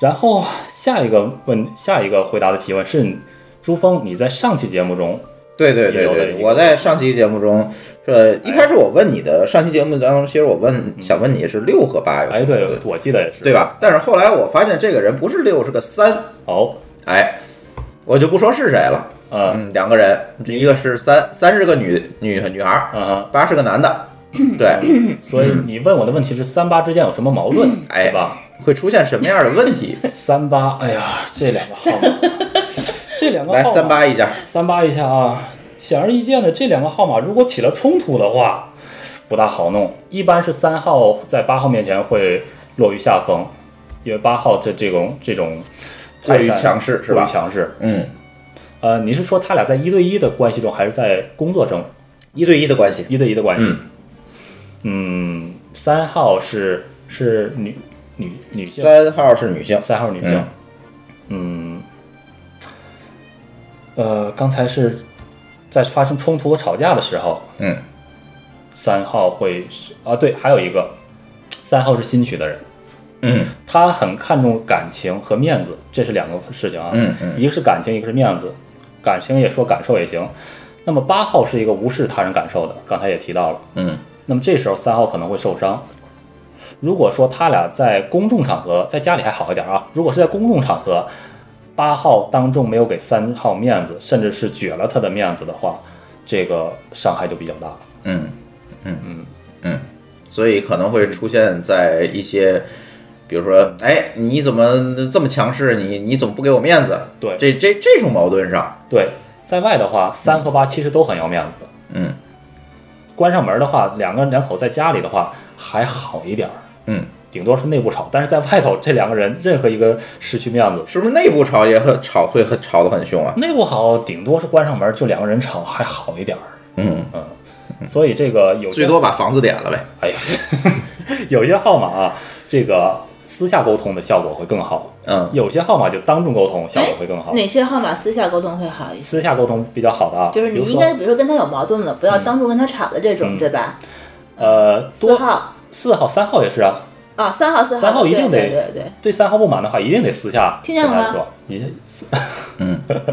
Speaker 7: 然后下一个问，下一个回答的提问是，朱峰，你在上期节目中，
Speaker 6: 对对对
Speaker 7: 有的
Speaker 6: 对，
Speaker 7: 有的
Speaker 6: 我在上期节目中说，一开始我问你的，上期节目当中，其实我问想问你是六和八有什
Speaker 7: 嗯哎，
Speaker 6: 么
Speaker 7: 对
Speaker 6: 区别，，
Speaker 7: 我记得也是，
Speaker 6: 对？吧？但是后来我发现这个人不是六，是个三，
Speaker 7: 哦，
Speaker 6: 哎，我就不说是谁了。
Speaker 7: 嗯
Speaker 6: 嗯，两个人，一个是三，三是个女女女孩儿，
Speaker 7: 嗯哼，
Speaker 6: 八是个男的，对，
Speaker 7: 所以你问我的问题是三八之间有什么矛盾，
Speaker 6: 哎
Speaker 7: 对吧？
Speaker 6: 会出现什么样的问 题？
Speaker 7: 三八，哎呀，这两个号 码，这两个号
Speaker 6: 来
Speaker 7: 码，
Speaker 6: 三八一下，
Speaker 7: 三八一下啊，显而易见的，这两个号码如果起了冲突的话，不大好弄。一般是三号在八号面前会落于下风，因为八号这这种这种
Speaker 6: 过于
Speaker 7: 泰山
Speaker 6: 强势是
Speaker 7: 过
Speaker 6: 吧？
Speaker 7: 于强势。
Speaker 6: 嗯，
Speaker 7: 呃，你是说他俩在一对一的关系中，还是在工作中
Speaker 6: 一对一的关系，
Speaker 7: 一对一的关系？
Speaker 6: 嗯
Speaker 7: 嗯三号是是女女女性，
Speaker 6: 三号是女性，
Speaker 7: 三号女性。嗯呃，刚才是在发生冲突和吵架的时候，
Speaker 6: 嗯，
Speaker 7: 三号会是啊，对，还有一个，三号是新娶的人，
Speaker 6: 嗯
Speaker 7: 他很看重感情和面子，这是两个事情啊，
Speaker 6: 嗯嗯
Speaker 7: 一个是感情，一个是面子，感情也说感受也行。那么八号是一个无视他人感受的，刚才也提到了。
Speaker 6: 嗯
Speaker 7: 那么这时候三号可能会受伤。如果说他俩在公众场合，在家里还好一点啊，如果是在公众场合，八号当众没有给三号面子，甚至是撅了他的面子的话，这个伤害就比较大了。
Speaker 6: 嗯嗯嗯嗯，所以可能会出现在一些，比如说，哎，你怎么这么强势？你你总不给我面子？
Speaker 7: 对
Speaker 6: 这这这种矛盾上，
Speaker 7: 对，在外的话，三和八其实都很要面子。
Speaker 6: 嗯
Speaker 7: 关上门的话，两个人两口在家里的话还好一点儿，
Speaker 6: 嗯，
Speaker 7: 顶多是内部吵。但是在外头，这两个人任何一个失去面子，
Speaker 6: 是不是内部吵也很吵会很吵得很凶啊？
Speaker 7: 内部好，顶多是关上门就两个人吵还好一点儿。
Speaker 6: 嗯，
Speaker 7: 所以这个有些
Speaker 6: 最多把房子点了呗。
Speaker 7: 哎呀， 有些号码啊，这个私下沟通的效果会更好，
Speaker 6: 嗯
Speaker 7: 有些号码就当众沟通效果会更好。
Speaker 3: 哪些号码私下沟通会好一些？
Speaker 7: 私下沟通比较好的啊，
Speaker 3: 哎就是你
Speaker 7: 比如
Speaker 3: 应
Speaker 7: 说
Speaker 3: 该，比如说跟他有矛盾了，不要当众跟他吵的这种，对吧？
Speaker 7: 呃，
Speaker 3: 四
Speaker 7: 多
Speaker 3: 号
Speaker 7: 四号、三号也是啊，
Speaker 3: 啊，三号、四号，
Speaker 7: 三号一
Speaker 3: 对
Speaker 7: 定
Speaker 3: 对
Speaker 7: 得
Speaker 3: 对对，
Speaker 7: 对三号不满的话，一定得私下
Speaker 3: 听见了吗
Speaker 7: 跟他说，一定私
Speaker 6: 嗯，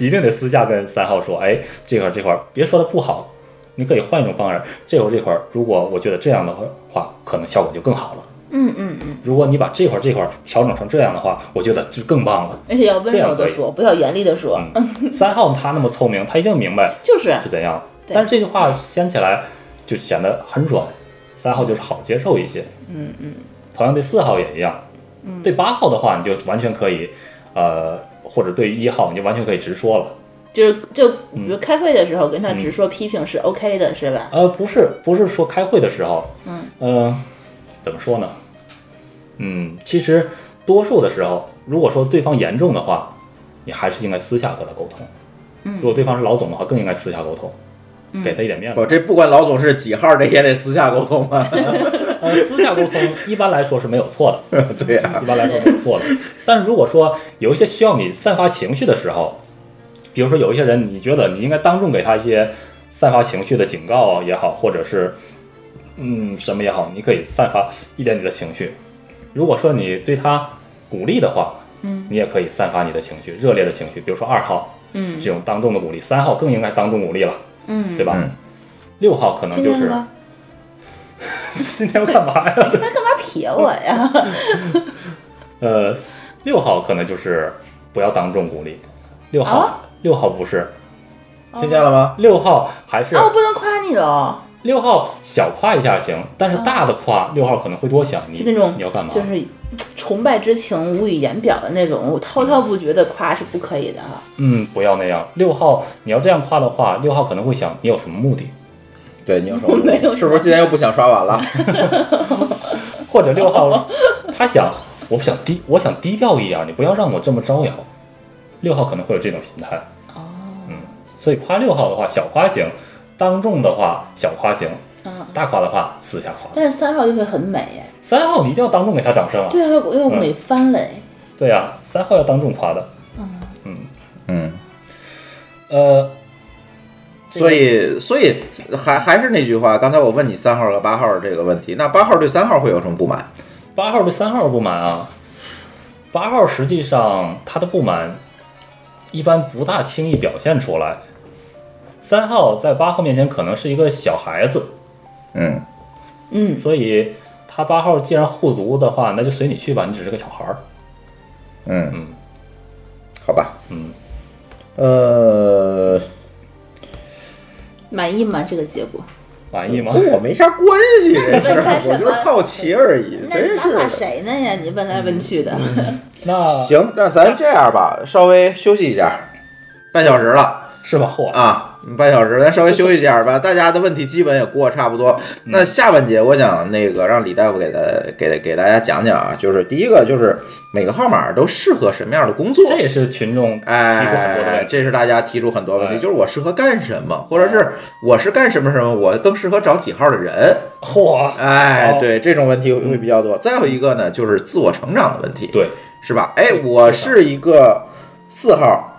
Speaker 7: 一定得私下跟三号说，哎，这块儿这块儿别说的不好，你可以换一种方式，这块儿这块儿，如果我觉得这样的话，可能效果就更好了。
Speaker 3: 嗯嗯嗯，
Speaker 7: 如果你把这块儿这块儿调整成这样的话，我觉得就更棒了。
Speaker 3: 而且要温柔
Speaker 7: 这样可
Speaker 3: 的
Speaker 7: 以
Speaker 3: 说，不要严厉的说，
Speaker 7: 三号他那么聪明，他一定明白
Speaker 3: 就是
Speaker 7: 是怎样。
Speaker 3: 对
Speaker 7: 但是这句话掀起来就显得很软，三号就是好接受一些。嗯嗯，同样对四号也一样。嗯，对八号的话，你就完全可以，呃，或者对一号，你就完全可以直说了。
Speaker 3: 就是就
Speaker 7: 嗯
Speaker 3: 比如开会的时候跟他直说批评是 OK 的，是吧？
Speaker 7: 呃，不是，不是说开会的时候，嗯，呃，怎么说呢？嗯，其实多数的时候，如果说对方严重的话，你还是应该私下和他沟通。嗯，如嗯果对方是老总的话，更应该私下沟通，给他一点面子。
Speaker 6: 我这不管老总是几号，这也得私下沟通啊。
Speaker 7: 呃，私下沟通一般来说是没有错的，
Speaker 6: 对呀、
Speaker 7: 一般来说是没有错的。但是如果说有一些需要你散发情绪的时候，比如说有一些人，你觉得你应该当众给他一些散发情绪的警告也好，或者是嗯什么也好，你可以散发一点你的情绪。如果说你对他鼓励的话，嗯，你也可以散发你的情绪，热烈的情绪，比如说二号，嗯，这种当众的鼓励，三号更应该当众鼓励了，嗯，对吧
Speaker 6: 嗯？
Speaker 7: 六号可能啊就
Speaker 3: 今天干嘛
Speaker 7: 是 今天要干嘛呀？
Speaker 3: 他干嘛撇我呀？
Speaker 7: 嗯呃，六号可能就是不要当众鼓励，六号、
Speaker 3: 啊
Speaker 7: 六号不是
Speaker 6: 听见了吗？
Speaker 7: 六号还是
Speaker 3: 啊，我不能夸你的哦，
Speaker 7: 六号小夸一下行，但是大的夸六号可能会多想，你
Speaker 3: 就那种
Speaker 7: 你要干嘛？
Speaker 3: 就是崇拜之情无以言表的那种，我滔滔不绝的夸是不可以的啊哈。
Speaker 7: 嗯，不要那样。六号你要这样夸的话，六号可能会想你有什么目的，
Speaker 6: 对你有什么？
Speaker 3: 没有
Speaker 6: 是不是今天又不想刷碗了？
Speaker 7: 或者六 号他想我想低我想低调一点，你不要让我这么招摇。六号可能会有这种心态。哦，嗯，所以夸六号的话小夸行，当众的话小夸行，
Speaker 3: 嗯，
Speaker 7: 大夸的话私下夸。
Speaker 3: 但是三号就会很美
Speaker 7: 啊
Speaker 3: 耶，
Speaker 7: 三号你一定要当众给他掌声啊！
Speaker 3: 对啊，又又美翻了哎耶。
Speaker 7: 对呀、三号要当众夸的。
Speaker 6: 嗯，
Speaker 7: 呃，
Speaker 6: 所以所以还还是那句话，刚才我问你三号和八号这个问题，那八号对三号会有什么不满？
Speaker 7: 八号对三号不满啊，八号实际上他的不满一般不大轻易表现出来。三号在八号面前可能是一个小孩子，
Speaker 6: 嗯，
Speaker 3: 嗯，
Speaker 7: 所以他八号既然护犊的话，那就随你去吧，你只是个小孩儿。
Speaker 6: 嗯，好吧，
Speaker 7: 嗯，
Speaker 6: 呃，
Speaker 3: 满意吗？这个结果？
Speaker 7: 满意吗？
Speaker 6: 跟我没啥关系，这事
Speaker 3: 问
Speaker 6: 儿
Speaker 3: 他什
Speaker 6: 我
Speaker 3: 么
Speaker 6: 就是好奇而已，
Speaker 3: 那你
Speaker 6: 真
Speaker 3: 哪
Speaker 6: 是
Speaker 3: 怕
Speaker 6: 的。
Speaker 3: 谁呢呀？你问来问去的，
Speaker 7: 嗯那
Speaker 6: 行，那咱这样吧，稍微休息一下，半小时了。
Speaker 7: 是吧？嚯，
Speaker 6: 啊，半小时，咱稍微休息一下吧。大家的问题基本也过差不多。
Speaker 7: 嗯
Speaker 6: 那下半节，我想那个让李大夫给大给给大家讲讲啊，就是第一个就是每个号码都适合什么样的工作。
Speaker 7: 这也是群众提出很多的
Speaker 6: 哎
Speaker 7: 问，题。
Speaker 6: 这是大家提出很多问题，
Speaker 7: 哎
Speaker 6: 就是我适合干什么，或者是我是干什么什么，我更适合找几号的人。
Speaker 7: 嚯，
Speaker 6: 哎
Speaker 7: 好，
Speaker 6: 对，这种问题会会比较多。再有一个呢，就是自我成长的问题。
Speaker 7: 嗯对，
Speaker 6: 是吧？哎，我是一个四号，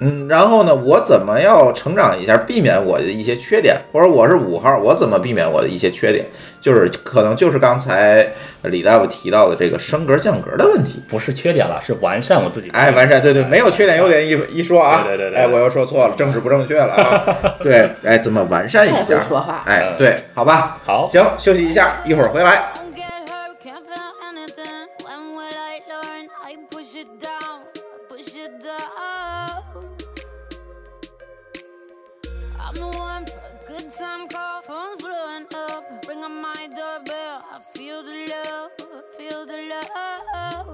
Speaker 6: 嗯，然后呢，我怎么要成长一下，避免我的一些缺点，或者我是五号，我怎么避免我的一些缺点？就是可能就是刚才李大夫提到的这个升格降格的问题。
Speaker 7: 不是缺点了，是完善我自己的。
Speaker 6: 哎，完善，对对，没有缺点优点一一说啊，
Speaker 7: 对对对对
Speaker 6: 哎，我又说错了，政治不正确了 啊，对，哎，怎么完善
Speaker 3: 太
Speaker 6: 一
Speaker 3: 会
Speaker 6: 下？
Speaker 3: 说话。
Speaker 6: 哎，对，好吧，
Speaker 7: 嗯好
Speaker 6: 行，休息一下，一会儿回来。
Speaker 9: Don't get hurt, can't feel anything. When will I learn? I push it down, push it down. I'm the one for a good time call, phone's blowing up. Ring on my doorbell, I feel the love, feel the love.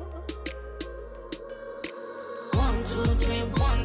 Speaker 9: One, two, three, one,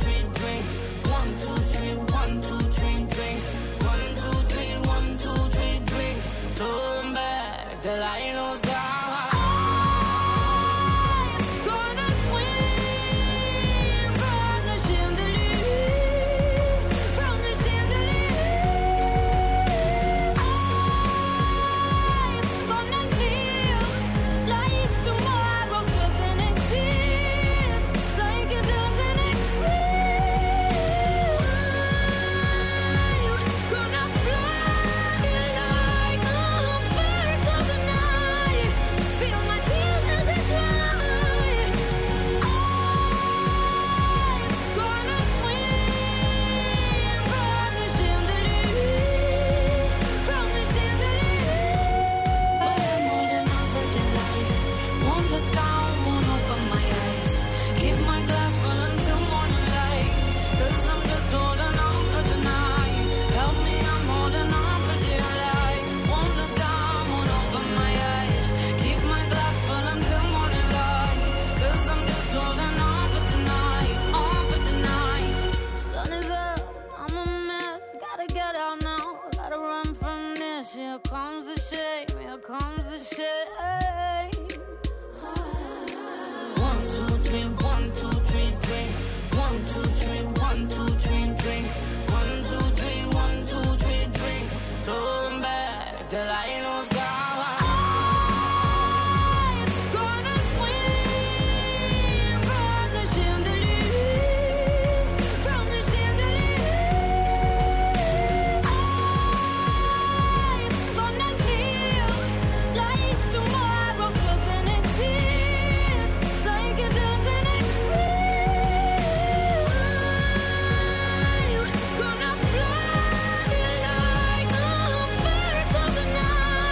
Speaker 9: three, drink. One, two, three, one, two, three, drink. One, two, three, one, two, three, drink. Turn back till I lose count. I'm gonna swing from the chandelier, from the chandelier. Oh.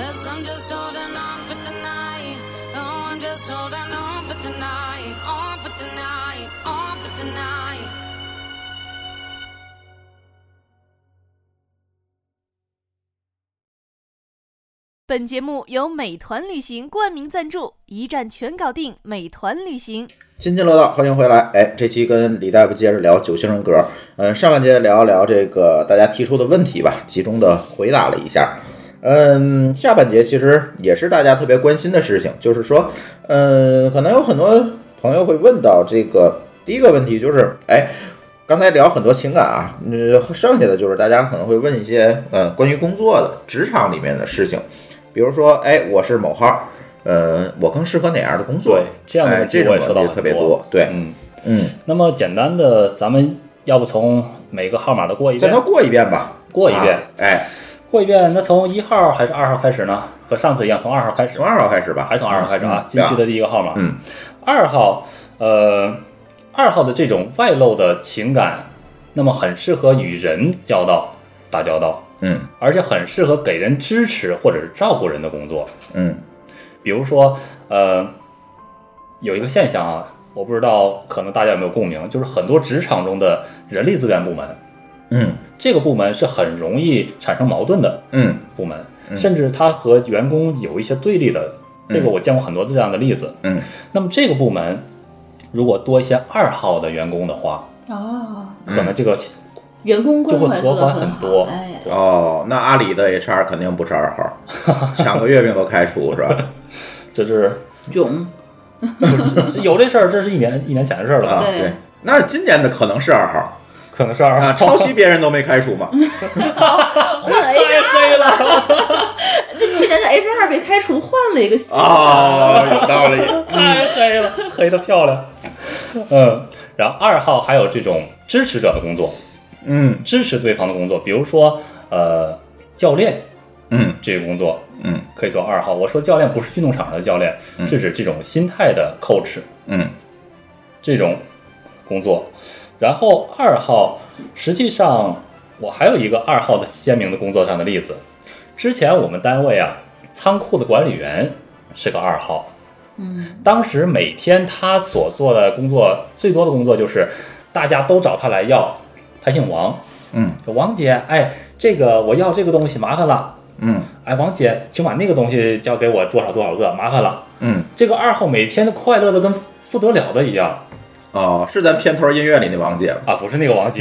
Speaker 10: Cause I'm just holding on for tonight. Oh, I'm just holding on for tonight. On for tonight. On for tonight.
Speaker 1: “本节目由美团旅行冠名赞助，一站全搞定。美团旅行，
Speaker 6: 津津乐道，欢迎回来。哎，这期跟李大夫接着聊九型人格。嗯，上半节聊一聊这个大家提出的问题吧，集中的回答了一下。嗯，下半节其实也是大家特别关心的事情，就是说，嗯，可能有很多朋友会问到这个第一个问题，就是哎，刚才聊很多情感啊，嗯，剩下的就是大家可能会问一些嗯关于工作的、职场里面的事情，比如说，哎，我是某号，呃，我更适合哪样的工作
Speaker 7: 对？这样的
Speaker 6: 哎
Speaker 7: 问题
Speaker 6: 这种
Speaker 7: 我也收到
Speaker 6: 问题
Speaker 7: 很
Speaker 6: 特别
Speaker 7: 多
Speaker 6: 对，
Speaker 7: 嗯，
Speaker 6: 嗯，
Speaker 7: 那么简单的，咱们要不从每个号码都过一
Speaker 6: 咱
Speaker 7: 遍
Speaker 6: 都，过一遍吧，
Speaker 7: 过一遍
Speaker 6: 啊，哎，
Speaker 7: 过一遍。那从一号还是二号开始呢？和上次一样，从二号开始
Speaker 6: 从，二号开始吧，
Speaker 7: 还是从二号开始啊？
Speaker 6: 嗯
Speaker 7: 新区的第一个号码，
Speaker 6: 嗯，
Speaker 7: 二号，呃，二号的这种外露的情感，那么很适合与人交道、打交道，
Speaker 6: 嗯
Speaker 7: 而且很适合给人支持或者是照顾人的工作。
Speaker 6: 嗯
Speaker 7: 比如说，呃，有一个现象啊，我不知道可能大家有没有共鸣，就是很多职场中的人力资源部门，
Speaker 6: 嗯
Speaker 7: 这个部门是很容易产生矛盾的
Speaker 6: 嗯
Speaker 7: 部门，甚至它和员工有一些对立的。这个我见过很多这样的例子。
Speaker 6: 嗯，
Speaker 7: 那么这个部门如果多一些二号的员工的话，
Speaker 3: 哦，
Speaker 7: 可能这个
Speaker 6: 嗯
Speaker 3: 员工
Speaker 7: 就
Speaker 3: 关
Speaker 7: 会
Speaker 3: 怀
Speaker 7: 和
Speaker 3: 做
Speaker 7: 缓
Speaker 3: 的
Speaker 7: 很多。
Speaker 3: 哎，
Speaker 6: 哦，那阿里的 HR 肯定不是二 号，抢个月饼都开除是吧？
Speaker 7: 这是
Speaker 3: 囧，
Speaker 7: 这有这事儿，这是一年一年前的事儿了
Speaker 6: 啊，
Speaker 7: 吧？
Speaker 3: 对
Speaker 6: 对，那今年的可能是二号
Speaker 7: 可能是二
Speaker 6: 啊，
Speaker 7: 号。
Speaker 6: 抄袭别人都没开除 嘛，
Speaker 3: 换了
Speaker 7: 太
Speaker 3: HR，
Speaker 7: 黑了。
Speaker 3: 那去年的 HR 被开除，换了一个新的
Speaker 7: 啊
Speaker 6: 哦，有道理，
Speaker 7: 太黑了， 黑的漂亮。嗯，然后二号还有这种支持者的工作，
Speaker 6: 嗯
Speaker 7: 支持对方的工作，比如说呃教练
Speaker 6: 嗯
Speaker 7: 这个工作
Speaker 6: 嗯
Speaker 7: 可以做二号。我说教练不是运动场上的教练，是指这种心态的 coach
Speaker 6: 嗯
Speaker 7: 这种工作。然后二号，实际上我还有一个二号的鲜明的工作上的例子，之前我们单位啊仓库的管理员是个二号。
Speaker 3: 嗯，
Speaker 7: 当时每天他所做的工作最多的工作就是，大家都找他来要，他姓王，
Speaker 6: 嗯
Speaker 7: 王姐，哎，这个我要这个东西麻烦了，
Speaker 6: 嗯
Speaker 7: 哎，王姐，请把那个东西交给我多少多少个，麻烦了。
Speaker 6: 嗯，
Speaker 7: 这个二号每天都快乐的跟不得了的一样
Speaker 6: 哦，是咱片头音乐里那王姐吗？
Speaker 7: 啊，不是那个王姐，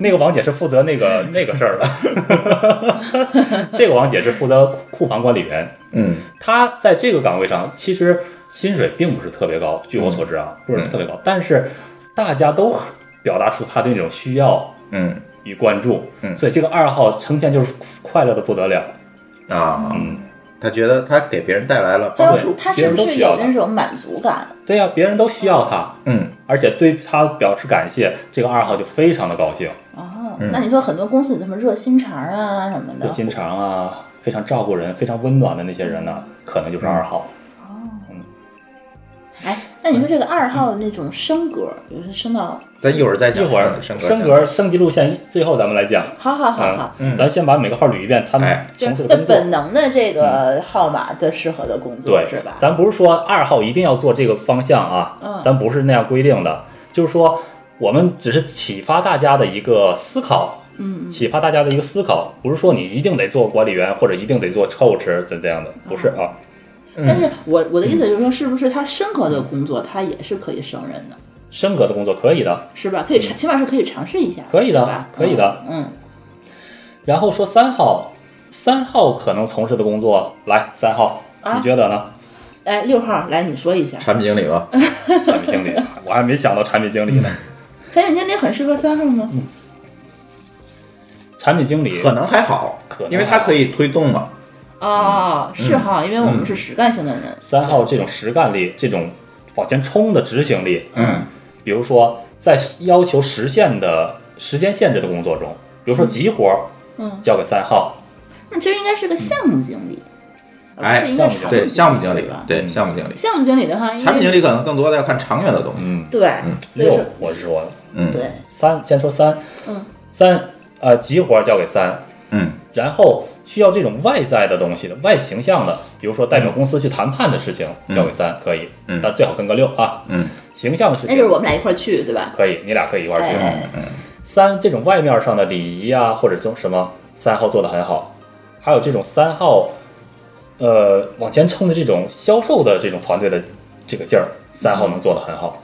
Speaker 7: 那个王姐是负责那个那个事儿的， 这个王姐是负责库房管理员，
Speaker 6: 嗯
Speaker 7: 他在这个岗位上其实薪水并不是特别高，据我所知啊，不是特别高，但是大家都表达出他对那种需要
Speaker 6: 嗯
Speaker 7: 与关注，
Speaker 6: 嗯
Speaker 7: 所以这个二号成天就是快乐的不得了。
Speaker 6: 啊，
Speaker 7: 嗯，
Speaker 6: 他觉得他给别人带来了帮
Speaker 3: 他
Speaker 6: 助，
Speaker 3: 他
Speaker 7: 别
Speaker 3: 是
Speaker 7: 人
Speaker 3: 不
Speaker 7: 都
Speaker 3: 是
Speaker 7: 需要
Speaker 3: 有
Speaker 7: 的
Speaker 3: 那种满足感？
Speaker 7: 对呀、别人都需要他，
Speaker 6: 嗯
Speaker 7: 而且对他表示感谢，这个二号就非常的高兴，
Speaker 3: 哦，那你说很多公司有什么热心肠啊什么的
Speaker 7: 热，心肠啊，非常照顾人，非常温暖的那些人呢、可能就是二号。
Speaker 3: 哎，那你说这个二号那种升格，比如说升到，
Speaker 6: 咱一会儿再
Speaker 7: 一
Speaker 6: 讲
Speaker 7: 会儿
Speaker 6: 升
Speaker 7: 升格升级路线，最后咱们来讲。
Speaker 3: 好好好好，
Speaker 7: 嗯，咱先把每个号捋一遍，他们
Speaker 6: 哎
Speaker 3: 就
Speaker 7: 从事
Speaker 3: 是
Speaker 7: 的
Speaker 3: 本
Speaker 7: 工作。
Speaker 3: 本能的这个号码的适合的工作
Speaker 7: 对，
Speaker 3: 是吧？
Speaker 7: 咱不是说二号一定要做这个方向啊，
Speaker 3: 嗯
Speaker 7: 咱不是那样规定的，就是说我们只是启发大家的一个思考，嗯，启发大家的一个思考，不是说你一定得做管理员或者一定得做 coach 怎这样的，不是
Speaker 3: 哦
Speaker 7: 啊，
Speaker 3: 但是我我的意思就是说，是不是他升格的工作，他也是可以胜任的，
Speaker 7: 升格的工作可以的。
Speaker 3: 是吧？可以尝，起码是可以尝试一下，
Speaker 7: 可以的
Speaker 3: 对吧？
Speaker 7: 可以的
Speaker 3: 嗯，
Speaker 7: 然后说三号，三号可能从事的工作，来三号，
Speaker 3: 啊
Speaker 7: 你觉得呢？
Speaker 3: 嗯。哎，六号，来你说一下，
Speaker 6: 产品经理吗？
Speaker 7: 嗯产品经理，我还没想到产品经理呢，
Speaker 3: 产品经理很适合三号吗？
Speaker 7: 产品经理
Speaker 6: 可能还好
Speaker 7: 可，能
Speaker 6: 因为他可以推动嘛。
Speaker 3: 哦，是哈，因为我们是实干性的人，
Speaker 7: 三号这种实干力，这种往前冲的执行力，
Speaker 6: 嗯
Speaker 7: 比如说在要求实现的时间限制的工作中，比如说急活儿，
Speaker 3: 嗯
Speaker 7: 交给三号，
Speaker 3: 那其实应该是个项目经理，而
Speaker 6: 哎
Speaker 3: 不哦是应该产品
Speaker 6: 对项目经理
Speaker 3: 对吧，？嗯
Speaker 6: 对项目经理，
Speaker 3: 项目经理的话，应该
Speaker 6: 产品经理可能更多的要看长远的东西。
Speaker 7: 嗯，
Speaker 3: 对，所以
Speaker 7: 六
Speaker 3: 说
Speaker 7: 我是说
Speaker 6: 嗯，
Speaker 3: 对，
Speaker 7: 三，先说三，
Speaker 3: 嗯，
Speaker 7: 三呃急活儿交给三，
Speaker 6: 嗯
Speaker 7: 然后需要这种外在的东西的外形象的，比如说代表公司去谈判的事情，交给三可以，
Speaker 6: 嗯
Speaker 7: 但最好跟个六啊。
Speaker 6: 嗯，
Speaker 7: 形象的事
Speaker 3: 那
Speaker 7: 情
Speaker 3: 就是我们俩一块儿去，对吧？
Speaker 7: 可以，你俩可以一块儿去。
Speaker 3: 哎，
Speaker 6: 嗯
Speaker 7: 三这种外面上的礼仪啊，或者这种什么三号做的很好，还有这种三号，呃，往前冲的这种销售的这种团队的这个劲儿，
Speaker 3: 嗯
Speaker 7: 三号能做的很好。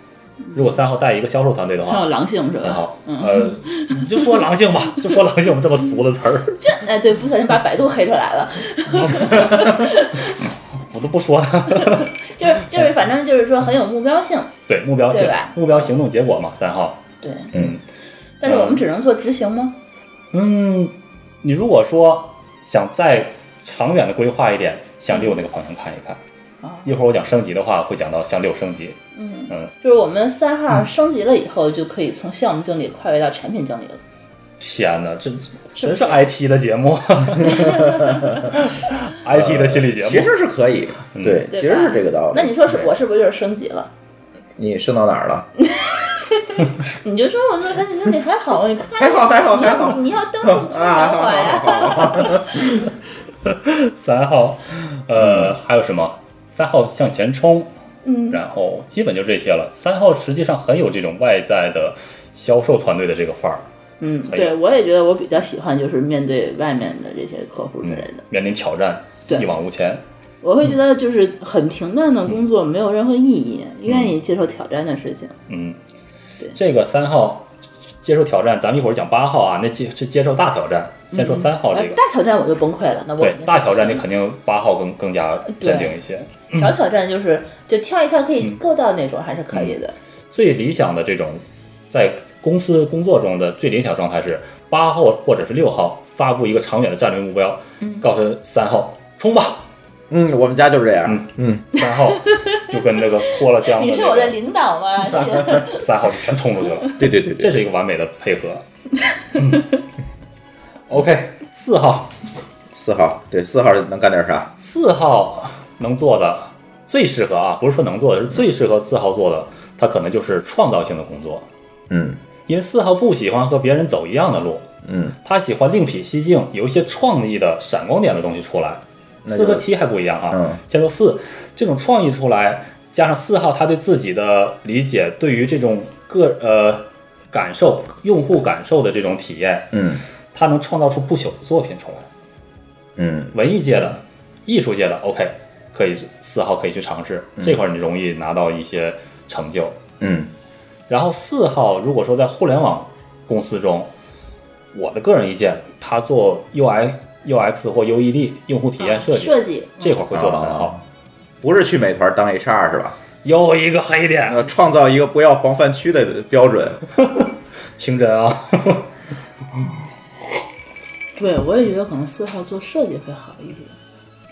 Speaker 7: 如果三号带一个销售团队的
Speaker 3: 很有
Speaker 7: 话，
Speaker 3: 狼性是
Speaker 7: 很
Speaker 3: 吧？
Speaker 7: 好。呃，你就说狼性吧，就说狼性，我们这么俗的词儿，
Speaker 3: 这 哎，对，不小心把百度黑出来了。
Speaker 7: 我都不说了。
Speaker 3: 就是就是，反正就是说很有目标性，
Speaker 7: 对，目标性
Speaker 3: 对吧，
Speaker 7: 目标行动结果嘛，三号。
Speaker 3: 对。
Speaker 7: 嗯
Speaker 3: 但是我们只能做执行吗？
Speaker 7: 嗯，你如果说想再长远的规划一点，向六那个方向看一看。
Speaker 3: 啊，
Speaker 7: 一会儿我讲升级的话，会讲到向六升级。
Speaker 3: 嗯，
Speaker 7: 嗯，
Speaker 3: 就是我们三号
Speaker 6: 嗯
Speaker 3: 升级了以后，就可以从项目经理跨越到产品经理了。
Speaker 7: 天哪，这
Speaker 3: 是
Speaker 7: 真是 IT 的 节目，IT 的心理节目。
Speaker 6: 呃
Speaker 7: 嗯
Speaker 6: 其实是可以，对，
Speaker 3: 对吧
Speaker 6: 其实是这个道理。
Speaker 3: 那你说是
Speaker 6: 对
Speaker 3: 我是不是就是升级了？
Speaker 6: 你升到哪儿了？
Speaker 3: 你就说我做产品经理还好，你跨
Speaker 6: 还好，还好，
Speaker 3: 你
Speaker 6: 还
Speaker 3: 要
Speaker 6: 好
Speaker 3: 你要登录多
Speaker 6: 啊，
Speaker 3: 少
Speaker 6: 好
Speaker 3: 我
Speaker 6: 好
Speaker 3: 呀？
Speaker 6: 好好，
Speaker 7: 三号，呃，
Speaker 6: 嗯
Speaker 7: 还有什么？三号向前冲，
Speaker 3: 嗯，
Speaker 7: 然后基本就这些了。三号实际上很有这种外在的销售团队的这个范儿，
Speaker 3: 嗯，
Speaker 6: 哎
Speaker 7: 可以
Speaker 3: 对，我也觉得我比较喜欢就是面对外面的这些客户之类的，
Speaker 7: 面临挑战，
Speaker 3: 对
Speaker 7: 一往无前。
Speaker 3: 我会觉得就是很平淡的工作没有任何意义，愿意接受挑战的事情。
Speaker 7: 嗯
Speaker 3: 对，
Speaker 7: 这个三号接受挑战，咱们一会儿讲八号啊，那接是接受大挑战。先说三号哦这
Speaker 3: 哎
Speaker 7: 个，
Speaker 3: 大挑战我就崩溃了，那我
Speaker 7: 对
Speaker 3: 肯定
Speaker 7: 嗯呃大
Speaker 3: 是
Speaker 7: 挑战，你肯定八号更更加镇定一些。
Speaker 3: 小挑战就是就跳一跳可以够到那种还是可以的。
Speaker 7: 最理想的这种在公司工作中的最理想状态是八号或者是六号发布一个长远的战略目标，告诉三号冲 吧，
Speaker 6: 嗯，我们家就是这样
Speaker 7: 嗯，
Speaker 6: 嗯，
Speaker 7: 三号就跟那个脱了缰的、那个，
Speaker 3: 你是我的领导 吗？是
Speaker 7: 三号就全冲出 去了，
Speaker 6: 对对对
Speaker 7: 这
Speaker 6: 对，
Speaker 7: 是一个完美的配合。OK，四号，
Speaker 6: 四号，对，四号能干点啥？
Speaker 7: 四号能做的最适合啊，不是说能做的，是最适合四号做的，它可能就是创造性的工作，
Speaker 6: 嗯
Speaker 7: 因为四号不喜欢和别人走一样的路，
Speaker 6: 嗯，
Speaker 7: 他喜欢另辟蹊径，有一些创意的闪光点的东西出来。
Speaker 6: 那
Speaker 7: 四
Speaker 6: 就
Speaker 7: 和七还不一样啊，
Speaker 6: 嗯
Speaker 7: 先说四，这种创意出来，加上四号他对自己的理解，对于这种个呃感受、用户感受的这种体验，
Speaker 6: 嗯
Speaker 7: 他能创造出不朽的作品出来。
Speaker 6: 嗯
Speaker 7: 文艺界的、艺术界的，OK，可以四号可以去尝试，这块儿你容易拿到一些成就。
Speaker 6: 嗯
Speaker 7: 然后四号，如果说在互联网公司中，我的个人意见，他做 UI、UX 或 UED 用户体验啊设计、
Speaker 3: 设计，嗯
Speaker 7: 这块儿会做得很
Speaker 6: 哦
Speaker 7: 好。
Speaker 6: 不是去美团当 HR 是吧？
Speaker 7: 又一个黑点，啊
Speaker 6: 呃，创造一个不要黄饭区的标准，
Speaker 7: 清真啊，
Speaker 3: 对我也觉得可能四号做设计会好一些。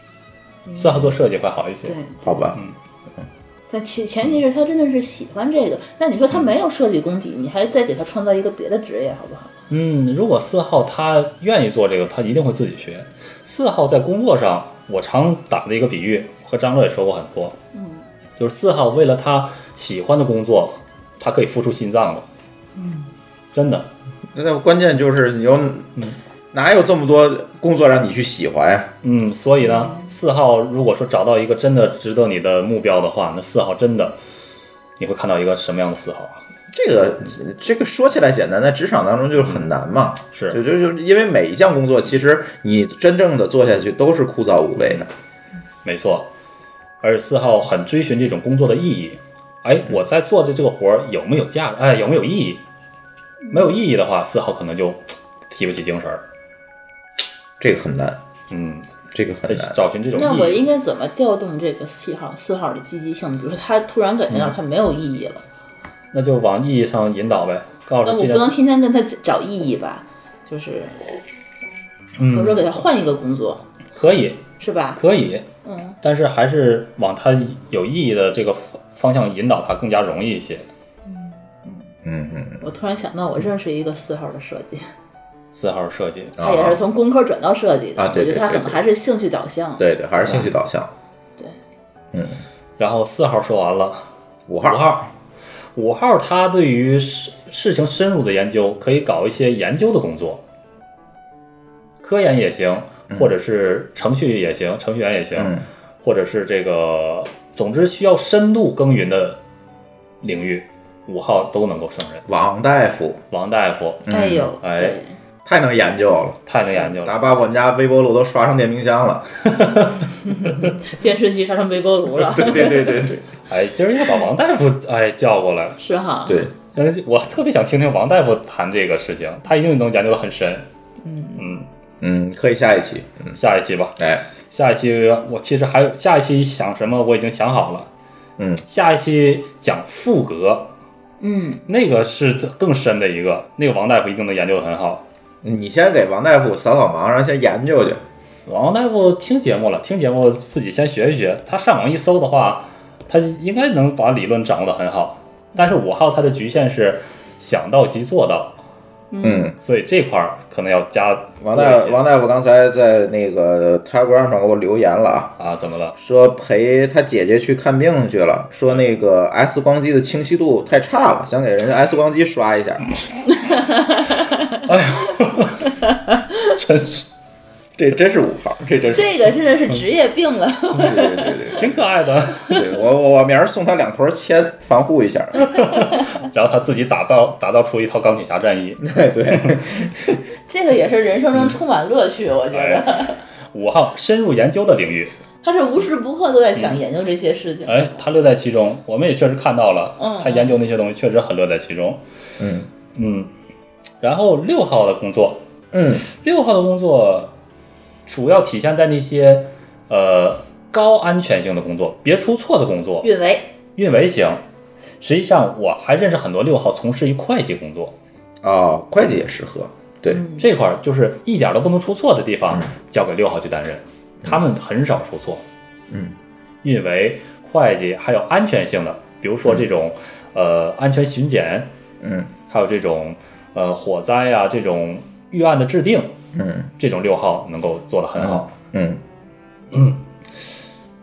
Speaker 7: 四号做设计会好一些
Speaker 3: 对。，
Speaker 6: 好吧？
Speaker 3: 但前前提是他真的是喜欢这个。那你说他没有设计功底，你还再给他创造一个别的职业，好不好？
Speaker 7: 嗯，如果四号他愿意做这个，他一定会自己学。四号在工作上，我常打的一个比喻，和张乐也说过很多，嗯，就是四号为了他喜欢的工作，他可以付出心脏的，嗯，真的，
Speaker 6: 那关键就是你有哪有这么多工作让你去喜欢呀？
Speaker 7: 嗯，所以呢，四号如果说找到一个真的值得你的目标的话，那四号真的你会看到一个什么样的四号啊？
Speaker 6: 这个这个说起来简单，在职场当中就是很难嘛。
Speaker 7: 是
Speaker 6: 就就就因为每一项工作，其实你真正的做下去都是枯燥无味的。
Speaker 7: 没错，而且四号很追寻这种工作的意义。哎，我在做的这个活儿有没有价值？哎，有没有意义？没有意义的话，四号可能就嘖提不起精神儿。
Speaker 6: 这个很难，
Speaker 7: 嗯，
Speaker 6: 这个很
Speaker 7: 得
Speaker 6: 难。
Speaker 7: 找寻这种
Speaker 3: 那
Speaker 7: 意
Speaker 3: 我
Speaker 7: 义。
Speaker 3: 应该怎么调动这个四号四号的积极性？比如说他突然感觉
Speaker 7: 嗯
Speaker 3: 到他没有意义了，
Speaker 7: 那就往意义上引导呗，告诉
Speaker 3: 那
Speaker 7: 他
Speaker 3: 我
Speaker 7: 这
Speaker 3: 不
Speaker 7: 件
Speaker 3: 能天天跟他找意义吧？就是或者说
Speaker 7: 嗯，
Speaker 3: 给他换一个工作，
Speaker 7: 可以，
Speaker 3: 是吧？
Speaker 7: 可以，
Speaker 3: 嗯，
Speaker 7: 但是还是往他有意义的这个方方向引导他更加容易一些。
Speaker 6: 嗯嗯，
Speaker 3: 我突然想到，我认识一个四号的设计，
Speaker 7: 四号设计，
Speaker 6: 啊
Speaker 3: 他也是从工科转到设计的，
Speaker 6: 啊对
Speaker 3: 我觉
Speaker 6: 对
Speaker 3: 得他
Speaker 6: 对
Speaker 3: 可能
Speaker 6: 对
Speaker 3: 还是兴趣导向。
Speaker 6: 对对，还是兴趣导向。
Speaker 3: 对
Speaker 6: 嗯，
Speaker 7: 然后四号说完了，
Speaker 6: 五
Speaker 7: 五
Speaker 6: 号，
Speaker 7: 号，五号他对于事事情深入的研究，可以搞一些研究的工作，科研也行，或者是程序也行，程序员也行，
Speaker 6: 嗯
Speaker 7: 或者是这个，总之需要深度耕耘的领域，五号都能够胜任。
Speaker 6: 王大夫
Speaker 7: 王大夫
Speaker 6: 嗯
Speaker 3: 哎呦，
Speaker 7: 哎
Speaker 3: 对，
Speaker 6: 太能研究了，
Speaker 7: 太能研究
Speaker 6: 打
Speaker 7: 了，
Speaker 6: 把我们家微波炉都刷成电冰箱 了。
Speaker 3: 电视剧刷成微波炉了，
Speaker 6: 对对对对对
Speaker 7: 哎，今儿要把王大夫 哎叫过来，
Speaker 3: 是哈？
Speaker 6: 对，
Speaker 7: 但是我特别想听听王大夫谈这个事情，他一定能研究的很深。嗯
Speaker 6: 嗯，可以下一期，嗯，
Speaker 7: 下一期吧，
Speaker 6: 哎，
Speaker 7: 下一期我其实还有下一期想什么我已经想好了，
Speaker 6: 嗯，
Speaker 7: 下一期讲赋格，
Speaker 3: 嗯，
Speaker 7: 那个是更深的一个，那个王大夫一定能研究的很好。
Speaker 6: 你先给王大夫扫扫盲，让他先研究去。
Speaker 7: 王大夫听节目了，听节目自己先学一学，他上网一搜的话，他应该能把理论掌握的很好。但是五号他的局限是想到即做到，
Speaker 6: 嗯，
Speaker 7: 所以这块儿可能要加
Speaker 6: 王
Speaker 7: 多一
Speaker 6: 大
Speaker 7: 些
Speaker 6: 王大夫刚才在那个 Telegram 上给我留言了啊，
Speaker 7: 啊，怎么了？
Speaker 6: 说陪他姐姐去看病去了，说那个 X 光机的清晰度太差了，想给人家 X 光机刷一下。
Speaker 7: 真是
Speaker 6: 这真是五号，这真是
Speaker 3: 这个真的是职业病了，
Speaker 6: 对对对
Speaker 7: 挺可爱的。
Speaker 6: 对对，我我我明儿送他两坨铅防护一下。
Speaker 7: 然后他自己打造打造出一套钢铁侠战衣。
Speaker 6: 对对，
Speaker 3: 这个也是人生
Speaker 6: 嗯
Speaker 3: 中充满乐趣，我觉得
Speaker 7: 哎， 五号深入研究的领域，
Speaker 3: 他是无时不刻都在
Speaker 6: 嗯
Speaker 3: 想研究这些事情。
Speaker 7: 哎，他乐在其中，我们也确实看到了，
Speaker 3: 嗯
Speaker 7: 他研究那些东西确实很乐在其中。
Speaker 6: 嗯
Speaker 7: 嗯，然后六号的工作，
Speaker 6: 嗯
Speaker 7: 六号的工作主要体现在那些呃高安全性的工作，别出错的工作，
Speaker 3: 运维，
Speaker 7: 运维型。实际上，我还认识很多六号从事于会计工作，
Speaker 6: 哦，会计也适合。对，
Speaker 7: 这块儿就是一点儿都不能出错的地方，交给六号去担任，他们很少出错。
Speaker 6: 嗯，
Speaker 7: 运维、会计还有安全性的，比如说这种、呃安全巡检，
Speaker 6: 嗯
Speaker 7: 还有这种呃火灾啊这种预案的制定，
Speaker 6: 嗯
Speaker 7: 这种六号能够做得很好。
Speaker 6: 嗯，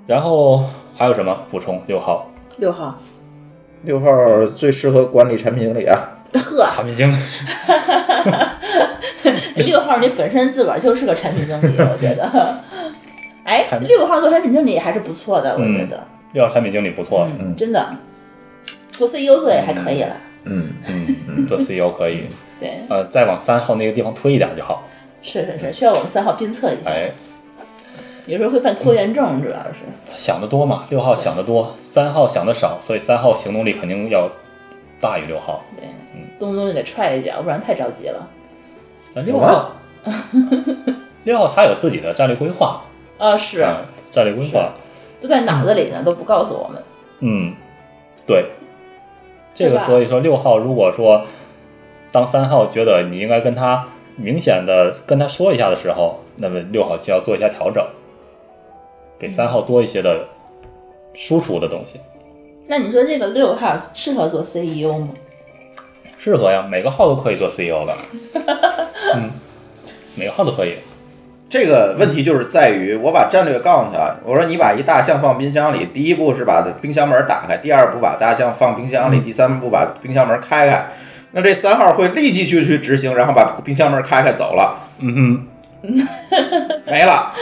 Speaker 7: 然后还有什么补充？六号
Speaker 3: 六号，
Speaker 6: 六号最适合管理产品经理啊。
Speaker 3: 呵，
Speaker 7: 产品经理，
Speaker 3: 六号你本身自个儿就是个产品经理，我觉得。哎
Speaker 7: 还，没
Speaker 3: 六号做产品经理还是不错的，我
Speaker 7: 嗯
Speaker 3: 觉得，
Speaker 7: 六号产品经理不错，
Speaker 3: 嗯，真的，做 CEO 做也还可以了。
Speaker 6: 嗯，
Speaker 7: 嗯，做 CEO 可以。
Speaker 3: 对，
Speaker 7: 呃，再往三号那个地方推一点就好。
Speaker 3: 是是是，需要我们三号鞭策一下，
Speaker 7: 哎，
Speaker 3: 有时候会犯拖延症，主要是。
Speaker 7: 他想的多嘛，六号想的多，三号想的少，所以三号行动力肯定要大于六号。
Speaker 3: 对，动不动就得踹一脚，不然太着急了。
Speaker 7: 那六
Speaker 3: 啊
Speaker 7: 号， 六号他有自己的战略规划，
Speaker 3: 啊，是，
Speaker 7: 嗯战略规划，
Speaker 3: 都在脑子里呢，都不告诉我们。
Speaker 7: 嗯，对，这
Speaker 3: 对
Speaker 7: 个
Speaker 3: 吧
Speaker 7: 所以说六号如果说当三号觉得你应该跟他明显的跟他说一下的时候，那么六号就要做一下调整，给三
Speaker 3: 嗯
Speaker 7: 号多一些的输出的东西，
Speaker 3: 那你说这个六号适合做 CEO 吗？
Speaker 7: 适合呀，每个号都可以做 CEO 的，嗯，每个号都可以。
Speaker 6: 这个问题就是在于，我把战略告诉他，我说你把一大象放冰箱里，第一步是把冰箱门打开，第二步把大象放冰箱里，
Speaker 7: 嗯
Speaker 6: 第三步把冰箱门开开。那这三号会立即去去执行，然后把冰箱门开开走了，
Speaker 7: 嗯哼。
Speaker 6: 没了，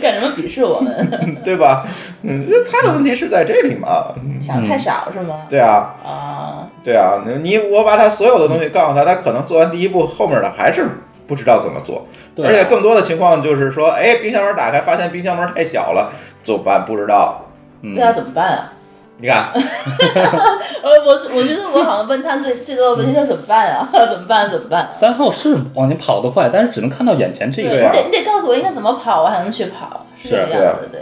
Speaker 3: 干什么鄙视我们？
Speaker 6: 对吧？嗯，他的问题是在这里嘛？嗯
Speaker 3: 想得太少是吗？
Speaker 6: 对啊，
Speaker 3: 啊，
Speaker 6: 对啊，你我把他所有的东西告诉他，他可能做完第一步，后面的还是不知道怎么做。
Speaker 7: 对啊
Speaker 6: 而且更多的情况就是说，哎，冰箱门打开，发现冰箱门太小了，怎么办？不知道。
Speaker 3: 对啊，怎么办啊？
Speaker 6: 你 看，
Speaker 3: 呃，我是我觉得我好像问他最最多的问题是怎 么办啊？ 怎么办？怎么办？
Speaker 7: 三号是往前跑得快，但是只能看到眼前这一
Speaker 6: 对
Speaker 7: 块。
Speaker 6: 啊
Speaker 3: 你得你得告诉我应该怎么跑，我还能去跑，是这
Speaker 7: 是
Speaker 3: 个
Speaker 6: 对啊
Speaker 3: 样子的，对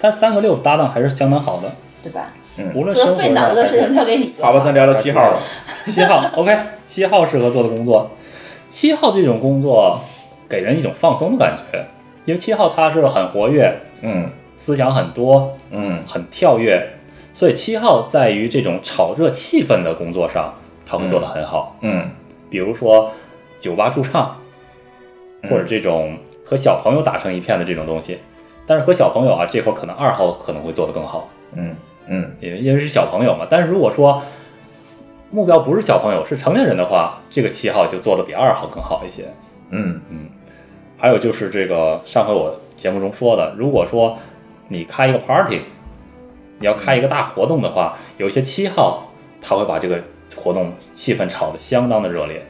Speaker 7: 但是三个六搭档还是相当好的，
Speaker 3: 对吧？
Speaker 6: 嗯
Speaker 7: 无论
Speaker 3: 这
Speaker 7: 生
Speaker 3: 个
Speaker 7: 活
Speaker 3: 费脑子的事情
Speaker 7: 情。
Speaker 3: 交给你。
Speaker 6: 好吧，咱聊聊七号 吧。
Speaker 7: 七号 OK，七号适合做的工作，七号这种工作给人一种放松的感觉，因为七号他是很活跃，
Speaker 6: 嗯
Speaker 7: 思想很多，
Speaker 6: 嗯
Speaker 7: 很跳跃，所以七号在于这种炒热气氛的工作上，他会做得很好。
Speaker 6: 嗯
Speaker 7: 比如说酒吧驻唱，或者这种和小朋友打成一片的这种东西。但是和小朋友啊，这会儿可能二号可能会做得更好，
Speaker 6: 嗯嗯
Speaker 7: 因为因为是小朋友嘛。但是如果说目标不是小朋友，是成年人的话，这个七号就做得比二号更好一些。
Speaker 6: 嗯，
Speaker 7: 还有就是这个上回我节目中说的，如果说你开一个 party，你要开一个大活动的话，有一些七号他会把这个活动气氛炒得相当的热烈。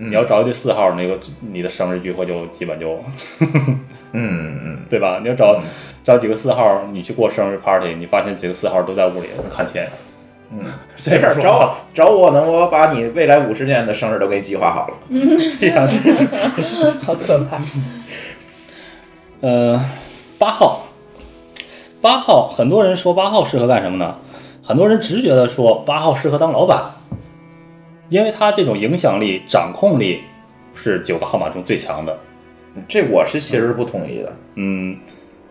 Speaker 6: 你
Speaker 7: 你要找一对四号，那个你的生日聚会就基本就，
Speaker 6: 嗯嗯
Speaker 7: 对吧？你要找找几个四号，你去过生日 party，你发现几个四号都在屋里看天，
Speaker 6: 嗯，
Speaker 7: 谁
Speaker 6: 没
Speaker 7: 也
Speaker 6: 事
Speaker 7: 不
Speaker 6: 儿，
Speaker 7: 说
Speaker 6: 找
Speaker 7: 话
Speaker 6: 我找我呢，我把你未来五十年的生日都给你计划好了。
Speaker 7: 这样的。
Speaker 3: 好可怕。
Speaker 7: 呃，八号，八号，很多人说八号适合干什么呢？很多人直觉的说八号适合当老板，因为他这种影响力、掌控力是九个号码中最强的。
Speaker 6: 这我是其实不同意的。
Speaker 7: 嗯，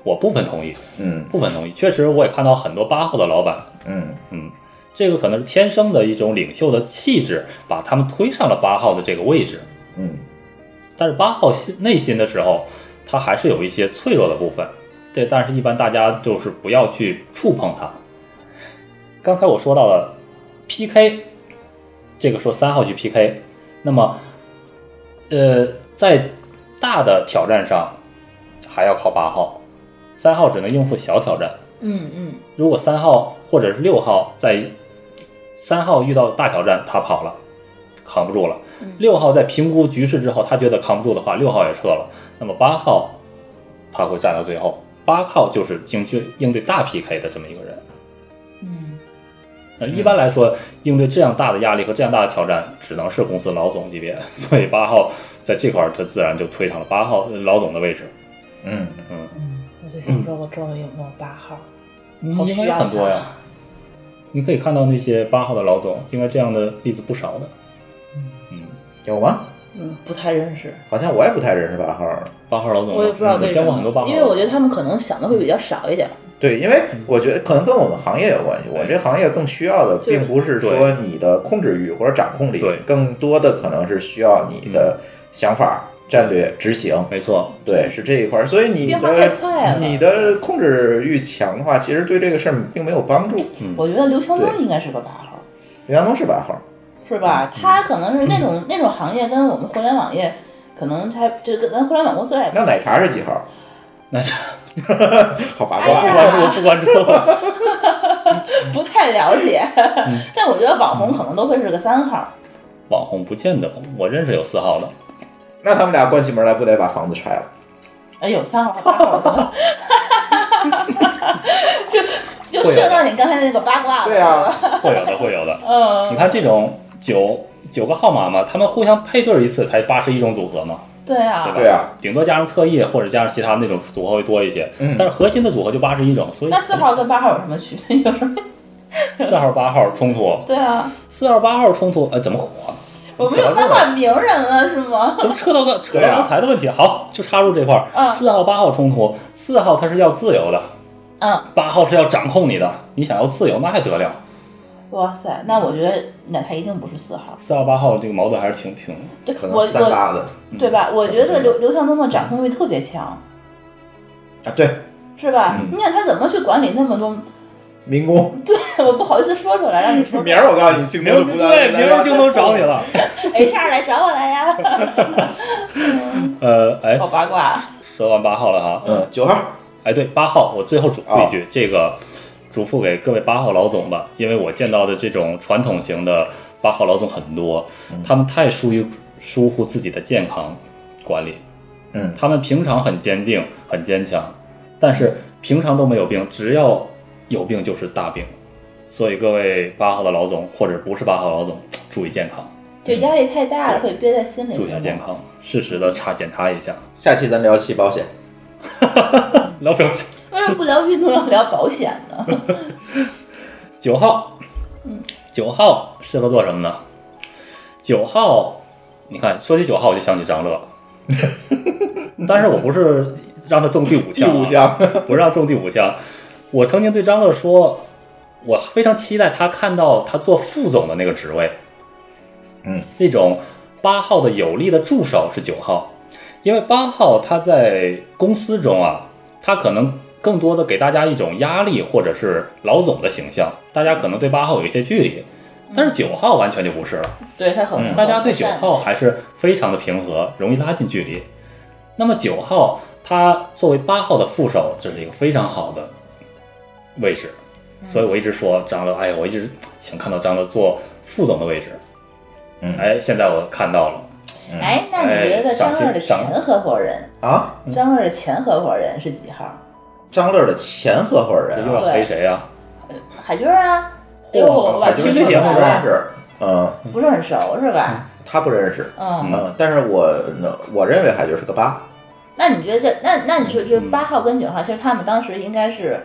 Speaker 7: 我部分同意，
Speaker 6: 嗯
Speaker 7: 部分同意。确实，我也看到很多八号的老板，
Speaker 6: 嗯
Speaker 7: 嗯，这个可能是天生的一种领袖的气质，把他们推上了八号的这个位置。
Speaker 6: 嗯
Speaker 7: 但是八号心内心的时候，他还是有一些脆弱的部分。对，但是一般大家就是不要去触碰它。刚才我说到了 PK，这个说三号去 PK，那么，呃，在大的挑战上还要靠八号，三号只能应付小挑战。
Speaker 3: 嗯嗯，
Speaker 7: 如果三号或者是六号在三号遇到大挑战，他跑了，扛不住了。六号在评估局势之后，他觉得扛不住的话，六号也撤了。那么八号他会站到最后，八号就是应对应对大 PK 的这么一个人。
Speaker 3: 嗯，
Speaker 7: 那一般来说，应对这样大的压力和这样大的挑战，只能是公司老总级别。所以八号在这块儿，他自然就推上了八号呃老总的位置。
Speaker 6: 嗯，
Speaker 7: 嗯，
Speaker 3: 我在想说，我周围有没有八号？好啊
Speaker 7: 应
Speaker 3: 需
Speaker 7: 该有
Speaker 3: 要
Speaker 7: 很多呀。
Speaker 3: 他。
Speaker 7: 你可以看到那些八号的老总，应该这样的例子不少的。嗯，
Speaker 6: 有吗？
Speaker 3: 嗯，不太认识，
Speaker 6: 好像我也不太认识八号儿。
Speaker 7: 八号老
Speaker 6: 嗯
Speaker 7: 总，
Speaker 3: 我也不知道为
Speaker 7: 我
Speaker 3: 什
Speaker 7: 见过
Speaker 3: 么。
Speaker 7: 很多八号，
Speaker 3: 因为我觉得他们可能想的会比较少一点。
Speaker 6: 对，因为
Speaker 7: 嗯
Speaker 6: 我觉得可能跟我们行业有关系。我
Speaker 7: 哎
Speaker 6: 这行业更需要的，
Speaker 3: 对
Speaker 6: 并不是说你的控制欲或者掌控力
Speaker 7: 对，嗯
Speaker 6: 更多的可能是需要你的想法、战略、执行。
Speaker 7: 没错，
Speaker 6: 对，是这一块儿。所以你
Speaker 3: 变化太快
Speaker 6: 的
Speaker 3: 了
Speaker 6: 你的控制欲强的话，其实对这个事儿并没有帮助。
Speaker 7: 嗯
Speaker 3: 我觉得刘强
Speaker 6: 对
Speaker 3: 东应该是个八号，
Speaker 6: 刘强东是八号儿，
Speaker 3: 是吧？
Speaker 6: 嗯
Speaker 3: 他可能是那种那种行业，跟我们互联网业，可能他这跟咱互联网公司也
Speaker 6: 那奶茶是几号儿？
Speaker 7: 那就
Speaker 6: 好八
Speaker 3: 哎
Speaker 6: 卦
Speaker 3: 呀
Speaker 6: 啊。
Speaker 7: 不关注。
Speaker 3: 不太了解。
Speaker 6: 嗯
Speaker 3: 但我觉得网红可能都会是个三号。
Speaker 7: 网红不见得，我认识有四号的，
Speaker 6: 那他们俩关起门来，不得把房子拆了？
Speaker 3: 哎呦，三号和八号 可能， 就就涉到你刚才那个八卦了。
Speaker 6: 对啊，
Speaker 7: 会有的，会有的。
Speaker 3: 嗯，
Speaker 7: 你看这种九九个号码嘛，他们互相配对一次才八十一种组合嘛，
Speaker 3: 对啊，
Speaker 7: 吧？
Speaker 6: 对啊
Speaker 7: 顶多加上侧翼或者加上其他那种组合会多一些，
Speaker 6: 嗯
Speaker 7: 但是核心的组合就八十一种，所以
Speaker 3: 那四号跟八号有什么区别？ 有什么？
Speaker 7: 四号八号冲突，
Speaker 3: 对啊，
Speaker 7: 四号八号冲突，呃，怎么火呢？
Speaker 3: 我们有八卦名人了是吗？
Speaker 7: 这不扯到个扯
Speaker 6: 对
Speaker 7: 到
Speaker 6: 啊
Speaker 7: 刚才的问题，好，就插入这块儿。
Speaker 3: 嗯
Speaker 7: 四号八号冲突，四号他是要自由的，
Speaker 3: 嗯，
Speaker 7: 八号是要掌控你的，你想要自由那还得了？
Speaker 3: 哇塞，那我觉得奶茶一定不是四号，
Speaker 7: 四号八号这个矛盾还是挺挺，
Speaker 3: 对
Speaker 6: 可
Speaker 3: 我
Speaker 6: 能三
Speaker 3: 我
Speaker 6: 八嗯的
Speaker 3: 对吧？我觉得刘刘强东的掌控欲特别强，
Speaker 6: 啊，对，
Speaker 3: 是吧？
Speaker 6: 嗯
Speaker 3: 你想他怎么去管理那么多？
Speaker 6: 民工。
Speaker 3: 我不好意思说出来，让你 说
Speaker 6: 明儿我告诉你，京东就不让
Speaker 7: 对，
Speaker 6: 你
Speaker 7: 明
Speaker 6: 来
Speaker 7: 儿
Speaker 6: 了
Speaker 7: 京东找你 了。
Speaker 3: HR 哎来找我来呀，
Speaker 7: 呃，哎
Speaker 3: 好，八卦。啊
Speaker 7: 说完八号了哈，呃
Speaker 6: 嗯，九号，
Speaker 7: 哎，对，八号，我最后嘱咐一句，这个嘱咐给各位八号老总吧，因为我见到的这种传统型的八号老总很多，他们太疏于疏忽自己的健康管理，
Speaker 6: 嗯
Speaker 7: 他们平常很坚定、很坚强，但是平常都没有病，只要有病就是大病，所以各位八号的老总或者不是八号老总，注意健康，
Speaker 3: 就压力太大了，会憋在心里。
Speaker 7: 注意一下健康，适时的查检查一下，
Speaker 6: 下期咱聊期保险。
Speaker 7: 老表情。
Speaker 3: 为什么不聊运动，要聊保险呢？
Speaker 7: 九号，九号适合做什么呢？九号，你看，说起九号我就想起 张乐，但是我不是让他中第五
Speaker 6: 第
Speaker 7: 枪、啊，
Speaker 6: 五项，
Speaker 7: 不让中第五枪。我曾经对张乐说，我非常期待他看到他做副总的那个职位，
Speaker 6: 嗯，
Speaker 7: 那种八号的有力的助手是九号，因为八号他在公司中啊，他可能更多的给大家一种压力或者是老总的形象，大家可能对八号有一些距离。但是九号完全就不是了，
Speaker 11: 对他
Speaker 6: 嗯
Speaker 11: 很
Speaker 7: 大
Speaker 3: 哦
Speaker 7: 家对九号还是非常的平和，容易拉近距离。那么九号它作为八号的副手，这是一个非常好的位置，
Speaker 3: 嗯
Speaker 7: 所以我一直说张乐，哎呀，我一直想看到张乐坐副总的位置。
Speaker 6: 嗯
Speaker 7: 哎，现在我看到了，
Speaker 3: 哎，那你觉得张乐的前合伙人，
Speaker 6: 啊，
Speaker 3: 张乐的前合伙人是几号？
Speaker 6: 张乐的前合伙人
Speaker 7: 这又
Speaker 6: 啊，
Speaker 7: 要黑谁呀、
Speaker 3: 海军啊，
Speaker 6: 哦
Speaker 3: 哎呦，我
Speaker 7: 嚯，
Speaker 3: 把
Speaker 7: 海
Speaker 6: 就是
Speaker 7: 军这节目
Speaker 6: 不
Speaker 3: 说
Speaker 6: 认
Speaker 3: 了
Speaker 6: 识，嗯，
Speaker 3: 不是很熟是吧？
Speaker 6: 他不认识，
Speaker 3: 嗯，
Speaker 6: 嗯，但是我我认为海军是个八，
Speaker 3: 那你觉得这那那你说
Speaker 6: 嗯
Speaker 3: 这八号跟九号，其实他们当时应该是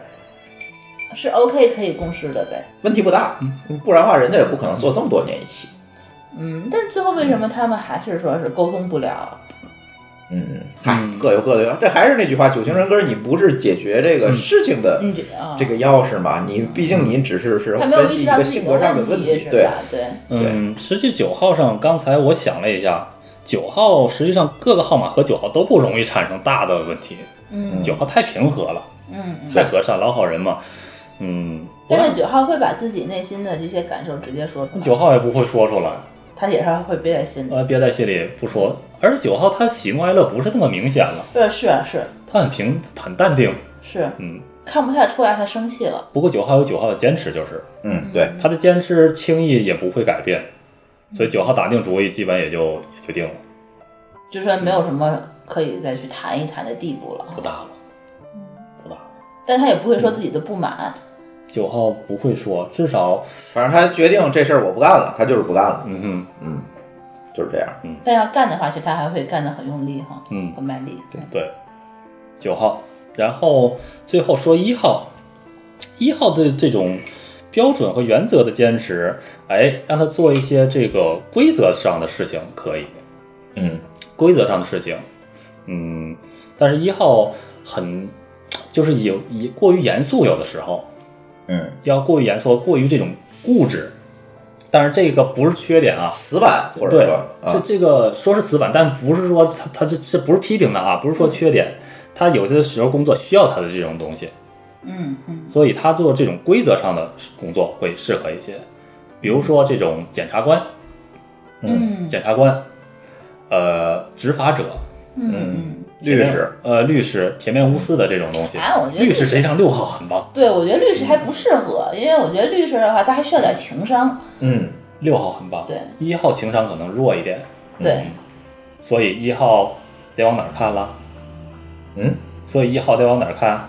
Speaker 3: 是 OK 可以共事的呗？
Speaker 6: 问题不大，不然的话人家也不可能做这么多年一起，
Speaker 3: 嗯，但最后为什么他们还是说是沟通不了？
Speaker 6: 嗯，嗨，各有各的，这还是那句话，九型人格你不是解决这个事情的
Speaker 3: 你觉得啊？
Speaker 6: 这个钥匙嘛，你毕竟你只是是
Speaker 3: 他没有
Speaker 6: 分
Speaker 3: 意识
Speaker 6: 析一
Speaker 3: 到
Speaker 6: 个
Speaker 3: 自己
Speaker 6: 性
Speaker 3: 的
Speaker 6: 格上的
Speaker 3: 问
Speaker 6: 题，
Speaker 3: 是
Speaker 6: 对
Speaker 3: 吧，？对，
Speaker 7: 嗯，实际九号上，刚才我想了一下，九号实际上各个号码和九号都不容易产生大的问题。
Speaker 3: 嗯
Speaker 7: 九号太平和了，
Speaker 3: 嗯嗯。
Speaker 7: 太和善，老好人嘛。嗯，不
Speaker 3: 但
Speaker 7: 让
Speaker 3: 是九号会把自己内心的这些感受直接说 出来，
Speaker 7: 九号也不会说出来，
Speaker 3: 他也是会憋在心里。
Speaker 7: 呃，憋在心里不说。而九号他喜怒哀乐不是那么明显了，
Speaker 3: 对，是啊是
Speaker 7: 他很平，很淡定。
Speaker 3: 是，
Speaker 7: 嗯，
Speaker 3: 看不太出来他生气了。
Speaker 7: 不过九号有九号的坚持，就是
Speaker 6: 嗯，对，
Speaker 7: 他的坚持轻易也不会改变，所以九号打定主意，基本也就也就定了，
Speaker 3: 就说没有什么可以再去谈一谈的地步了，
Speaker 7: 不大了，不大了。
Speaker 3: 但他也不会说自己的不满。
Speaker 7: 九号不会说，至少，
Speaker 6: 反正他决定这事儿我不干了，他就是不干了，
Speaker 7: 嗯哼，
Speaker 6: 就是这样。
Speaker 3: 但要干的话，其实他还会干得很用力哈，
Speaker 7: 嗯
Speaker 3: 很卖力。对，
Speaker 7: 对，九号，然后最后说一号，一号对这种标准和原则的坚持，哎，让他做一些这个规则上的事情可以，
Speaker 6: 嗯，
Speaker 7: 规则上的事情，嗯，但是一号很就是有也过于严肃，有的时候
Speaker 6: 嗯，
Speaker 7: 要过于严肃，过于这种固执，但是这个不是缺点啊，
Speaker 6: 死板或者
Speaker 7: 对
Speaker 6: 说，
Speaker 7: 这
Speaker 6: 啊，
Speaker 7: 这个说是死板，但不是说他他这这不是批评他啊，不
Speaker 6: 嗯
Speaker 7: 是说缺点，他有的时候工作需要他的这种东西，
Speaker 3: 嗯嗯
Speaker 7: 所以他做这种规则上的工作会适合一些，比如说这种检察官、
Speaker 3: 嗯
Speaker 7: 检察官，呃，执法者，
Speaker 3: 嗯
Speaker 6: 律师，
Speaker 7: 呃，律师，铁面无私的这种东西。
Speaker 3: 哎我觉得
Speaker 7: 律师实际上六号很棒，
Speaker 3: 对，我觉得律师还不适合，因为我觉得律师的话，他还需要点情商。
Speaker 6: 嗯，
Speaker 7: 六号很棒，
Speaker 3: 对
Speaker 7: 一号情商可能弱一点，
Speaker 3: 对，
Speaker 7: 所以一号得往哪儿看了？
Speaker 6: 嗯，
Speaker 7: 所以一号得往哪儿看？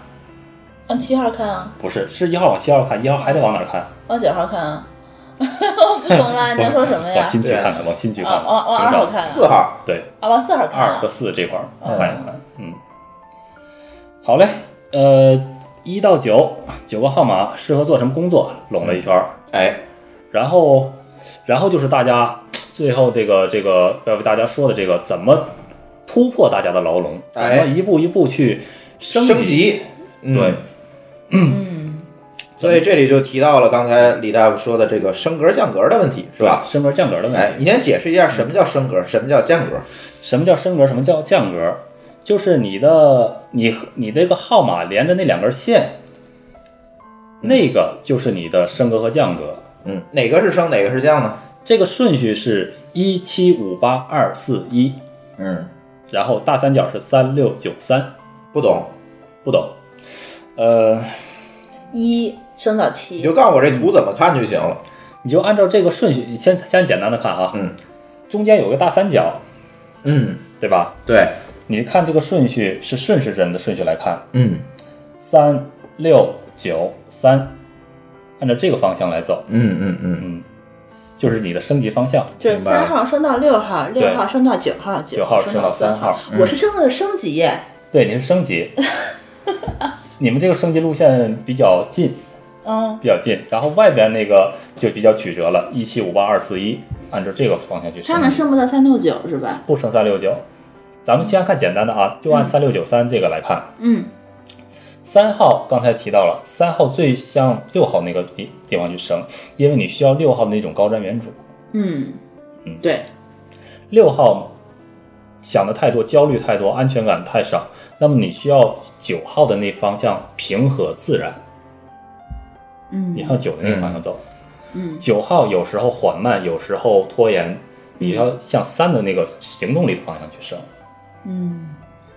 Speaker 3: 往七号看啊，
Speaker 7: 不是，是一号往七号看，一号还得往哪儿看？
Speaker 3: 往九号看啊， 我不懂啊了，你要说什么哎呀
Speaker 7: 往？新区看看，往新区
Speaker 3: 啊，
Speaker 7: 看看，
Speaker 3: 往往
Speaker 7: 行
Speaker 3: 二号
Speaker 7: 长
Speaker 3: 看啊，
Speaker 6: 四号，
Speaker 7: 对
Speaker 3: 啊，往四号看
Speaker 7: 二
Speaker 3: 啊
Speaker 7: 和。四这块儿看一看，嗯，好嘞，呃，一到九九个号码适合做什么工作，拢了一圈儿，
Speaker 6: 哎，
Speaker 7: 然后然后就是大家最后这个这个要为大家说的这个怎么突破大家的牢笼，怎
Speaker 6: 哎
Speaker 7: 么一步一步去升
Speaker 6: 升级，嗯
Speaker 7: 对。
Speaker 6: 所以这里就提到了刚才李大夫说的这个升格降格的问题，是吧？
Speaker 7: 升格降格的问题。
Speaker 6: 哎，你先解释一下什么叫升格，什么叫降格？
Speaker 7: 什么叫升格？什么叫降格？就是你的你和你那个号码连着那两根线，那个就是你的升格和降格。
Speaker 6: 嗯，哪个是升，哪个是降呢？
Speaker 7: 这个顺序是一七五八二四一，
Speaker 6: 嗯，
Speaker 7: 然后大三角是三六九三，
Speaker 6: 不懂，
Speaker 7: 不懂？呃，
Speaker 3: 一升到
Speaker 6: 你
Speaker 3: 七
Speaker 6: 就，告诉我这图怎么看就行了。
Speaker 7: 你就按照这个顺序，先先简单的看啊，
Speaker 6: 嗯，
Speaker 7: 中间有个大三角，
Speaker 6: 嗯，
Speaker 7: 对吧？
Speaker 6: 对，
Speaker 7: 你看这个顺序是顺时针的顺序来看，
Speaker 6: 嗯
Speaker 7: 三六九三，按照这个方向来走，
Speaker 6: 嗯嗯嗯，
Speaker 7: 嗯，就是你的升级方向。
Speaker 3: 就是
Speaker 6: 明白了
Speaker 3: 三号升到六号，六号升到九号，
Speaker 7: 九号升
Speaker 3: 到
Speaker 7: 到三号，嗯
Speaker 3: 我是升了升级耶，
Speaker 7: 对，您是升级。你们这个升级路线比较近，
Speaker 3: 嗯，
Speaker 7: 比较近，然后外边那个就比较曲折了，一七五八二四一，按照这个方向去
Speaker 3: 他们
Speaker 7: 升级，
Speaker 3: 升不到三六九是吧？
Speaker 7: 不升三六九。咱们先看简单的啊，就按三六九三这个来看。
Speaker 3: 嗯
Speaker 7: 三号刚才提到了，三号最向六号那个地地方去升，因为你需要六号的那种高瞻远瞩。
Speaker 3: 嗯
Speaker 7: 嗯
Speaker 3: 对，
Speaker 7: 六号想的太多，焦虑太多，安全感太少，那么你需要九号的那方向平和自然，
Speaker 3: 嗯
Speaker 7: 嗯你向九的那个方向走。
Speaker 12: 嗯
Speaker 7: 九号有时候缓慢，有时候拖延，你要向三的那个行动力的方向去升。
Speaker 12: 嗯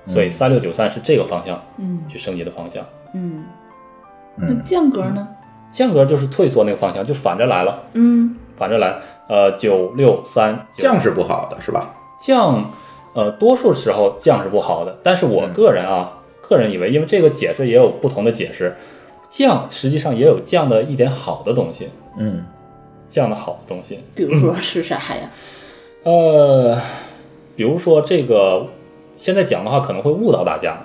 Speaker 7: 所以三六九三是这个方向
Speaker 12: 嗯
Speaker 7: 去升级的方向。
Speaker 12: 嗯
Speaker 3: 那降格呢？
Speaker 7: 间隔就是退缩那个方向，就反着来了，
Speaker 3: 嗯
Speaker 7: 反着来。呃，九六三
Speaker 6: 降是不好的，是吧？
Speaker 7: 降，呃，多数时候降是不好的。但是我个人
Speaker 12: 嗯
Speaker 7: 啊，个人以为，因为这个解释也有不同的解释，降实际上也有降的一点好的东西，
Speaker 6: 嗯，
Speaker 7: 降的好的东西。
Speaker 3: 比如说是啥呀？
Speaker 7: 呃，比如说这个，现在讲的话可能会误导大家，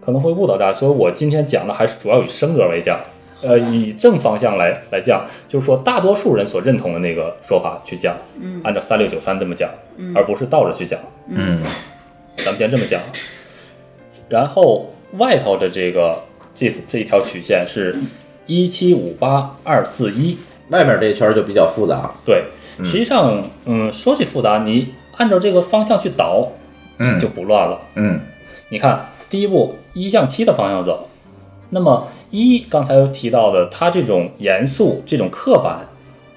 Speaker 7: 可能会误导大家，所以我今天讲的还是主要以升格为降，呃，
Speaker 12: 啊
Speaker 7: 以正方向来来降，就是说大多数人所认同的那个说法去降，
Speaker 12: 嗯
Speaker 7: 按照三六九三这么讲，
Speaker 12: 嗯
Speaker 7: 而不是倒着去讲，
Speaker 6: 嗯
Speaker 7: 咱们先这么讲。啊然后外头的这个这这一条曲线是一七五八二四一，
Speaker 6: 外面这一圈儿就比较复杂。
Speaker 7: 对，实际上，嗯，说起复杂，你按照这个方向去导，
Speaker 6: 嗯
Speaker 7: 就不乱了。
Speaker 6: 嗯
Speaker 7: 你看，第一步一向七的方向走，那么一刚才提到的，它这种严肃、这种刻板、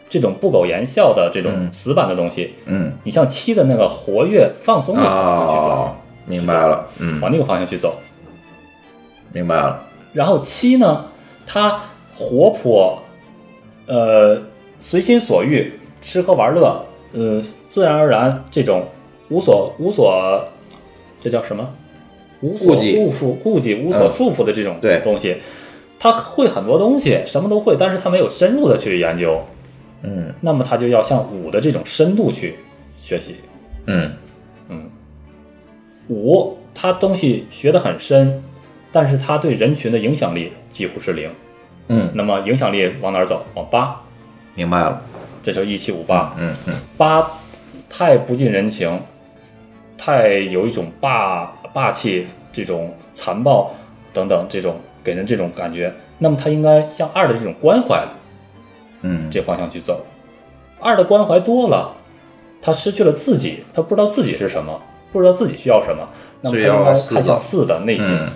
Speaker 7: 这种不苟言笑的这种
Speaker 6: 嗯
Speaker 7: 死板的东西，
Speaker 6: 嗯
Speaker 7: 你像七的那个活跃、放松的方向去走，
Speaker 6: 哦，明白了，嗯，
Speaker 7: 往那个方向去走。
Speaker 6: 明白了，
Speaker 7: 然后七呢，它活泼，呃，随心所欲，吃喝玩乐，呃，自然而然这种无所无所，这叫什么？无所
Speaker 6: 顾忌嗯
Speaker 7: 束缚、顾忌、无所束缚的这种
Speaker 6: 对
Speaker 7: 东西，他会很多东西，什么都会，但是他没有深入的去研究，
Speaker 6: 嗯
Speaker 7: 那么他就要向五的这种深度去学习。
Speaker 6: 嗯
Speaker 7: 五，他东西学得很深，但是他对人群的影响力几乎是零。
Speaker 6: 嗯，
Speaker 7: 那么影响力往哪儿走？往八，
Speaker 6: 明白了，
Speaker 7: 这就是一七五八。
Speaker 6: 嗯嗯
Speaker 7: 八太不近人情，太有一种霸霸气、这种残暴等等这种给人这种感觉。那么他应该向二的这种关怀
Speaker 6: 嗯，
Speaker 7: 这方向去走。二的关怀多了，他失去了自己，他不知道自己是什么，不知道自己需要什么。那么
Speaker 6: 所
Speaker 7: 他
Speaker 6: 以要
Speaker 7: 应该
Speaker 6: 四
Speaker 7: 看
Speaker 6: 走
Speaker 7: 向四的内心。
Speaker 6: 嗯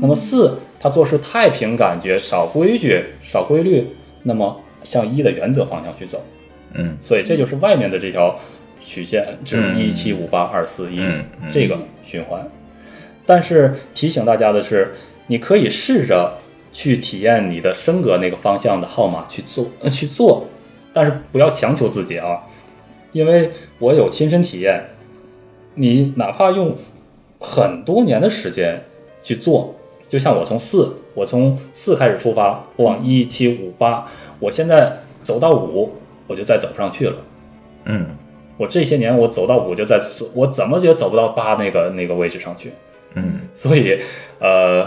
Speaker 7: 那么四，他做事太凭感觉，少规矩，少规律，那么向一的原则方向去走。
Speaker 6: 嗯
Speaker 7: 所以这就是外面的这条曲线，就是
Speaker 6: 嗯
Speaker 7: 一七五八二四一
Speaker 6: 嗯嗯
Speaker 7: 这个循环。但是提醒大家的是，你可以试着去体验你的升格那个方向的号码去做、呃去做，但是不要强求自己啊，因为我有亲身体验，你哪怕用很多年的时间去做，就像我从四，我从四开始出发，我往一七五八，我现在走到五，我就再走不上去了。
Speaker 6: 嗯
Speaker 7: 我这些年我走到五，就在我怎么也走不到八那个那个位置上去。
Speaker 6: 嗯，
Speaker 7: 所以，呃，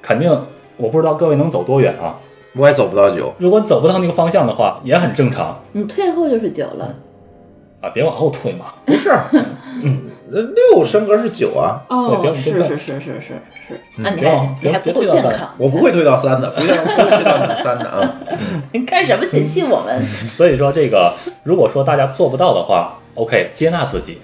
Speaker 7: 肯定我不知道各位能走多远啊。
Speaker 6: 我也走不到九，
Speaker 7: 如果走不到那个方向的话，也很正常
Speaker 12: 你退后就是九了。
Speaker 7: 啊，别往后退嘛。
Speaker 6: 不是，呃六升格是九啊，
Speaker 7: 对别
Speaker 12: 哦，
Speaker 7: 往
Speaker 12: 是
Speaker 7: 别
Speaker 12: 是是是是是，那你
Speaker 7: 别往
Speaker 12: 还你还
Speaker 7: 别
Speaker 12: 不够
Speaker 7: 别退
Speaker 12: 健
Speaker 7: 到三
Speaker 12: 康，
Speaker 6: 我不会推到三的，不会不会推到你们三的啊，
Speaker 12: 你干什么
Speaker 7: 嗯
Speaker 12: 嫌弃我们？
Speaker 7: 所以说，这个如果说大家做不到的话，OK，接纳自己。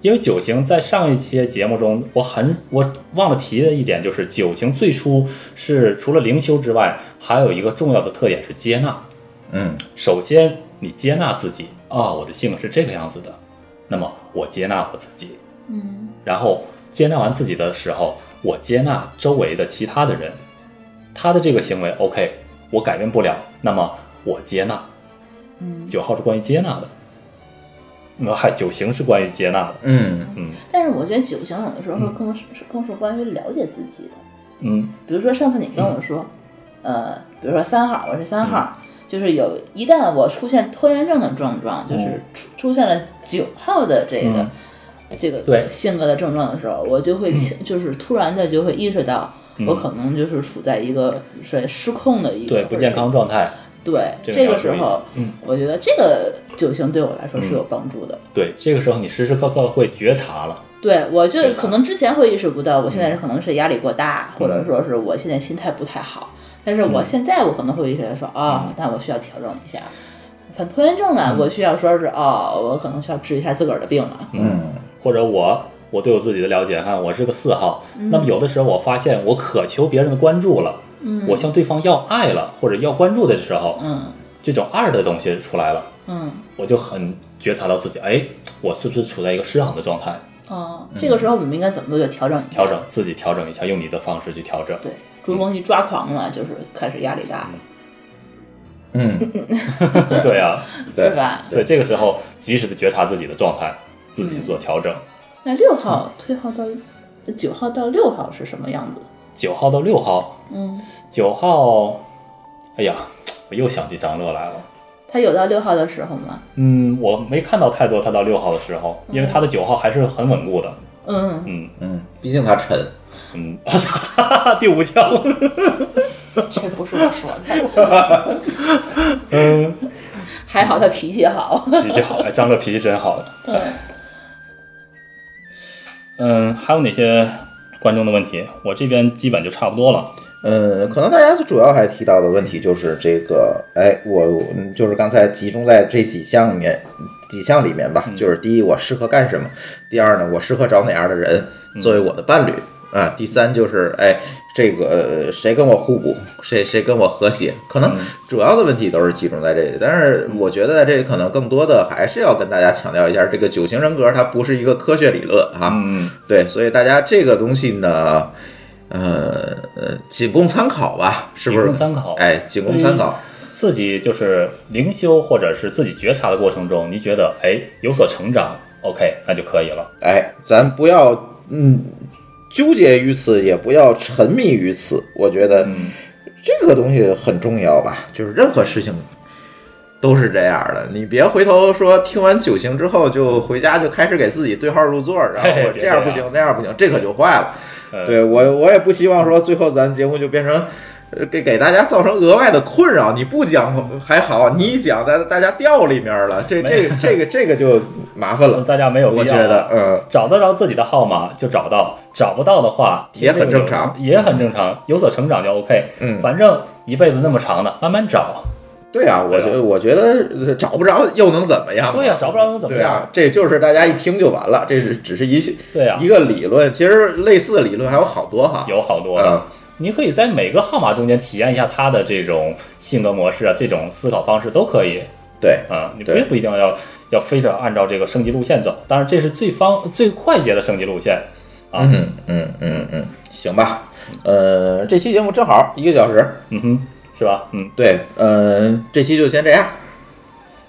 Speaker 7: 因为九型在上一期节目中，我很我忘了提的一点就是，九型最初是除了灵修之外，还有一个重要的特点是接纳。
Speaker 6: 嗯
Speaker 7: 首先，你接纳自己啊，我的性格是这个样子的，那么我接纳我自己。嗯，然后接纳完自己的时候，我接纳周围的其他的人，他的这个行为 OK，我改变不了，那么我接纳。嗯，九号是关于接纳的，那还九型是关于接纳的。
Speaker 6: 嗯
Speaker 7: 嗯
Speaker 12: 但是我觉得九型有的时候会更是是更是关于了解自己的。
Speaker 7: 嗯
Speaker 12: 比如说上次你跟我说，呃，比如说三号，我是三号，
Speaker 7: 嗯
Speaker 12: 就是有一旦我出现拖延症的症状，就是出出现了九号的这个、
Speaker 7: 嗯
Speaker 12: 这个
Speaker 7: 对嗯
Speaker 12: 性格的症状的时候，我就会起、就是突然的就会意识到。我可能就是处在一个是失控的一个
Speaker 7: 对，不健康状态，
Speaker 12: 对
Speaker 7: 这个
Speaker 12: 这
Speaker 7: 要
Speaker 12: 个
Speaker 7: 注
Speaker 12: 时
Speaker 7: 意
Speaker 12: 候，
Speaker 7: 嗯，
Speaker 12: 我觉得这个九型对我来说是有帮助的。
Speaker 7: 对，这个时候你时时刻刻会觉察了。
Speaker 12: 对，我就
Speaker 7: 对吧嗯
Speaker 12: 可能之前会意识不到，我现在是可能是压力过大，或者说是我现在心态不太好。但是
Speaker 7: 嗯
Speaker 12: 我现在我可能会意识到说，啊，那我需要调整一下。反拖延症呢，
Speaker 7: 嗯
Speaker 12: 我需要说是哦，我可能需要治一下自个儿的病了。
Speaker 6: 嗯
Speaker 7: 或者我我对我自己的了解，看我是个四号，那么有的时候我发现我渴求别人的关注了，我向对方要爱了或者要关注的时候，
Speaker 12: 嗯
Speaker 7: 这种二的东西出来了，
Speaker 12: 嗯，
Speaker 7: 我就很觉察到自己，哎，我是不是处在一个失衡的状态？
Speaker 12: 哦，这个时候我们应该怎么做？就调整一下
Speaker 7: 嗯调整自己，调整一下，用你的方式去调整。
Speaker 12: 对，朱峰一抓狂了，就是开始压力大了，
Speaker 6: 嗯，
Speaker 7: 对啊，
Speaker 6: 对
Speaker 12: 是吧？
Speaker 7: 所以这个时候及时的觉察自己的状态，自己做调整。
Speaker 12: 那六号推号到九号到六号是什么样子？
Speaker 7: 九号到六号，
Speaker 12: 嗯，
Speaker 7: 九号，哎呀，我又想起张乐来了。
Speaker 12: 他有到六号的时候吗？
Speaker 7: 嗯，我没看到太多他到六号的时候，因为他的九号还是很稳固的。
Speaker 12: 嗯，
Speaker 7: 嗯
Speaker 6: 嗯，毕竟它沉，
Speaker 7: 嗯，第五枪，
Speaker 12: 这不是我说的，
Speaker 7: 嗯，
Speaker 12: 还好他脾气好。
Speaker 7: 脾气好，哎，张乐脾气真好。嗯，还有哪些观众的问题？我这边基本就差不多了。
Speaker 6: 嗯，可能大家最主要还提到的问题就是这个，哎，我嗯就是刚才集中在这几项里面，几项里面吧，就是第一，我适合干什么；第二呢，我适合找哪样的人作为我的伴侣啊；第三就是，哎，这个呃谁跟我互补，谁谁跟我和谐，可能主要的问题都是集中在这里。但是我觉得在这里可能更多的还是要跟大家强调一下，这个九型人格它不是一个科学理论啊，
Speaker 7: 嗯，
Speaker 6: 对，所以大家这个东西呢，呃呃，仅供参考吧，是不
Speaker 7: 仅
Speaker 6: 是
Speaker 7: 供？参考嗯
Speaker 6: 哎，仅供参考。
Speaker 7: 自己就是灵修或者是自己觉察的过程中，你觉得哎有所成长，OK，那就可以了。
Speaker 6: 哎，咱不要嗯纠结于此，也不要沉迷于此。我觉得
Speaker 7: 嗯
Speaker 6: 这个东西很重要吧，就是任何事情都是这样的，你别回头说听完九型之后就回家就开始给自己对号入座，然后
Speaker 7: 嘿
Speaker 6: 我
Speaker 7: 别
Speaker 6: 这样
Speaker 7: 这
Speaker 6: 不
Speaker 7: 样
Speaker 6: 行那样不行，这可就坏了。
Speaker 7: 呃，
Speaker 6: 对我我也不希望说最后咱节目就变成。呃给给大家造成额外的困扰，你不讲还好，你一讲，大大家掉里面了，这这个这个这个就麻烦 了。
Speaker 7: 大家没有必要
Speaker 6: 我
Speaker 7: 啊
Speaker 6: 觉得，嗯，
Speaker 7: 找得着自己的号码就找到，找不到的话
Speaker 6: 也很正常
Speaker 7: 也很正常，有所成长就 OK。
Speaker 6: 嗯
Speaker 7: 反正一辈子那么长的，慢慢找。
Speaker 6: 对啊，我
Speaker 7: 对啊
Speaker 6: 觉得我觉得呃找不着又能怎么样？
Speaker 7: 对呀、找不着能怎么
Speaker 6: 对
Speaker 7: 样
Speaker 6: 啊？，这就是大家一听就完了，这是只是一
Speaker 7: 对呀、
Speaker 6: 一个理论，其实类似的理论还有好多哈。
Speaker 7: 有好多的
Speaker 6: 嗯。
Speaker 7: 你可以在每个号码中间体验一下他的这种性格模式啊，这种思考方式都可以
Speaker 6: 对，
Speaker 7: 啊、你不
Speaker 6: 对
Speaker 7: 不一定要要非得按照这个升级路线走，当然这是最方最快捷的升级路线啊。
Speaker 6: 嗯嗯嗯嗯，行吧，呃，这期节目正好一个小时，
Speaker 7: 嗯哼，是吧？嗯。
Speaker 6: 对，呃，这期就先这样。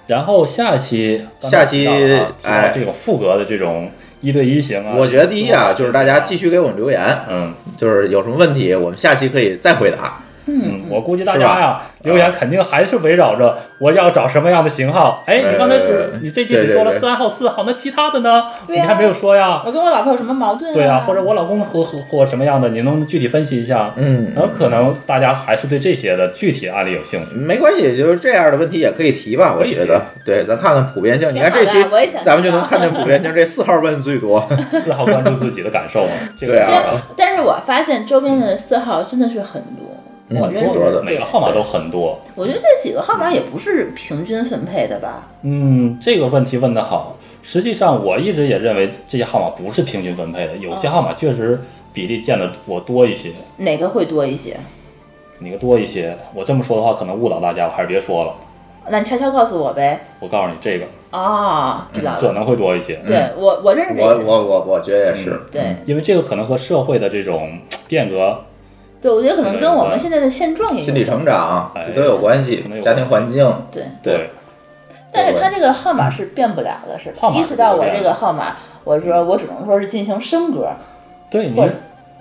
Speaker 7: 然后下期，
Speaker 6: 下期
Speaker 7: 刚才提到了啊提到
Speaker 6: 哎
Speaker 7: 这种副格的这种一对一型啊，
Speaker 6: 我觉得第一啊，就是大家继
Speaker 7: 续，
Speaker 6: 续给我们留言，
Speaker 7: 嗯
Speaker 6: 就是有什么问题，我们下期可以再回答。
Speaker 7: 嗯，我估计大
Speaker 6: 是
Speaker 7: 家
Speaker 6: 吧啊
Speaker 7: 呀、留言肯定还是围绕着我要找什么样的型号。哎，你刚才是、
Speaker 6: 呃
Speaker 7: 你这期只说了
Speaker 6: 对对对
Speaker 7: 三号、四号，那其他的呢？
Speaker 12: 对
Speaker 7: 你
Speaker 12: 呀
Speaker 7: 还没有说呀？
Speaker 3: 啊
Speaker 12: 我跟我老婆有什么矛盾、
Speaker 7: 对
Speaker 12: 啊
Speaker 7: 啊，或者我老公和和和什么样的，你能具体分析一下？
Speaker 6: 嗯
Speaker 7: 然后可能大家还是对这些的具体案例有兴趣。
Speaker 6: 没关系，就是这样的问题也可以提吧，我
Speaker 7: 可以提
Speaker 6: 觉得。对，咱看看普遍性。你看
Speaker 12: 好
Speaker 6: 这
Speaker 12: 的
Speaker 6: 期
Speaker 12: 我也想知道
Speaker 6: 咱们就能看见普遍性，这四号问 最多。
Speaker 7: 四号关注自己的感受嘛，这个
Speaker 6: 对
Speaker 7: 是
Speaker 6: 啊
Speaker 7: 吧
Speaker 12: 但是我发现周边的四号真的是很多，
Speaker 6: 嗯
Speaker 12: 我认
Speaker 6: 挺多的
Speaker 7: 每个号码都很多。
Speaker 12: 我觉得这几个号码也不是平均分配的吧？
Speaker 7: 嗯，这个问题问得好。实际上，我一直也认为这些号码不是平均分配的，有些号码确实比例占的我多一些，
Speaker 12: 哪个会多一些？
Speaker 7: 哪个多一些。我这么说的话，可能误导大家，我还是别说了。
Speaker 12: 那你悄悄告诉我呗。
Speaker 7: 我告诉你，这个
Speaker 12: 哦，知道
Speaker 7: 嗯可
Speaker 12: 了。
Speaker 7: 能会多一些，
Speaker 12: 对我，我认识这
Speaker 6: 我
Speaker 12: 个。
Speaker 6: 我我我觉得也是。
Speaker 12: 嗯对
Speaker 7: 因为这个可能和社会的这种变革，
Speaker 12: 对，我觉得可能跟我们现在的现状也有
Speaker 6: 嗯心理成长
Speaker 7: 哎
Speaker 6: 这都有关系
Speaker 7: 可能，有
Speaker 6: 家庭
Speaker 7: 关
Speaker 6: 环境，
Speaker 12: 对。
Speaker 7: 对，
Speaker 12: 但是它这个号码是变不了的，是
Speaker 7: 号
Speaker 12: 吧？
Speaker 7: 码是
Speaker 12: 意识到
Speaker 7: 不
Speaker 12: 我
Speaker 7: 变的
Speaker 12: 这个号码，我说我只能说是进行升格。
Speaker 7: 对，你
Speaker 12: 或者嗯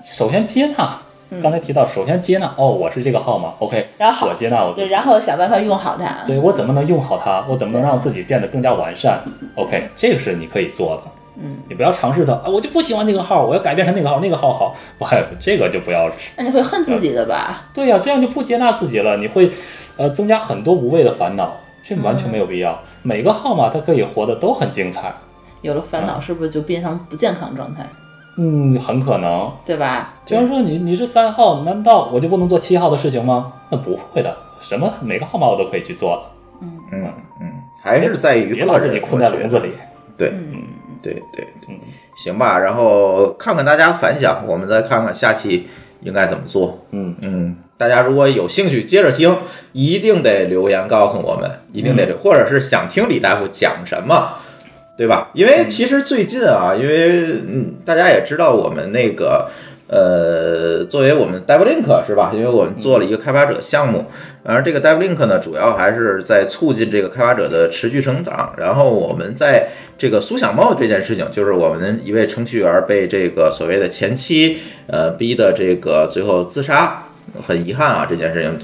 Speaker 7: 首先接纳。刚才提到，首先接纳，哦，我是这个号码，OK，
Speaker 12: 然后
Speaker 7: 我接纳我自
Speaker 12: 对，
Speaker 7: 己，
Speaker 12: 然后想办法用好它。
Speaker 7: 对我怎么能用好它？我怎么能让自己变得更加完善？OK，这个是你可以做的。嗯，你不要尝试的啊，我就不喜欢这个号，我要改变成那个号，那个号好。不，这个就不要。
Speaker 12: 那你会恨自己的吧？
Speaker 7: 对呀、这样就不接纳自己了，你会呃增加很多无谓的烦恼，这完全没有必要。每个号码它可以活得都很精彩，
Speaker 12: 有了烦恼，是不是就变成不健康状态？
Speaker 7: 嗯，很可能。
Speaker 12: 对吧？
Speaker 7: 就像说你你是三号，难道我就不能做七号的事情吗？那不会的，什么每个号码我都可以去做的，
Speaker 6: 嗯嗯，还是在于
Speaker 7: 别
Speaker 6: 个
Speaker 7: 把自
Speaker 6: 人
Speaker 7: 己困在
Speaker 6: 我觉
Speaker 7: 笼
Speaker 6: 得
Speaker 7: 子里。嗯
Speaker 6: 对，对对对，行吧，然后看看大家反响，我们再看看下期应该怎么做。
Speaker 7: 嗯
Speaker 6: 嗯，大家如果有兴趣接着听，一定得留言告诉我们，一定得
Speaker 7: 嗯
Speaker 6: 留，或者是想听李大夫讲什么，对吧？因
Speaker 7: 嗯
Speaker 6: 为其实最近啊，因为嗯，大家也知道我们那个。呃，作为我们 DevLink 是吧？因为我们做了一个开发者项目，而这个 DevLink 呢，主要还是在促进这个开发者的持续成长。然后我们在这个苏小茂这件事情，就是我们一位程序员被这个所谓的前妻呃逼的这个最后自杀，很遗憾啊，这件事情。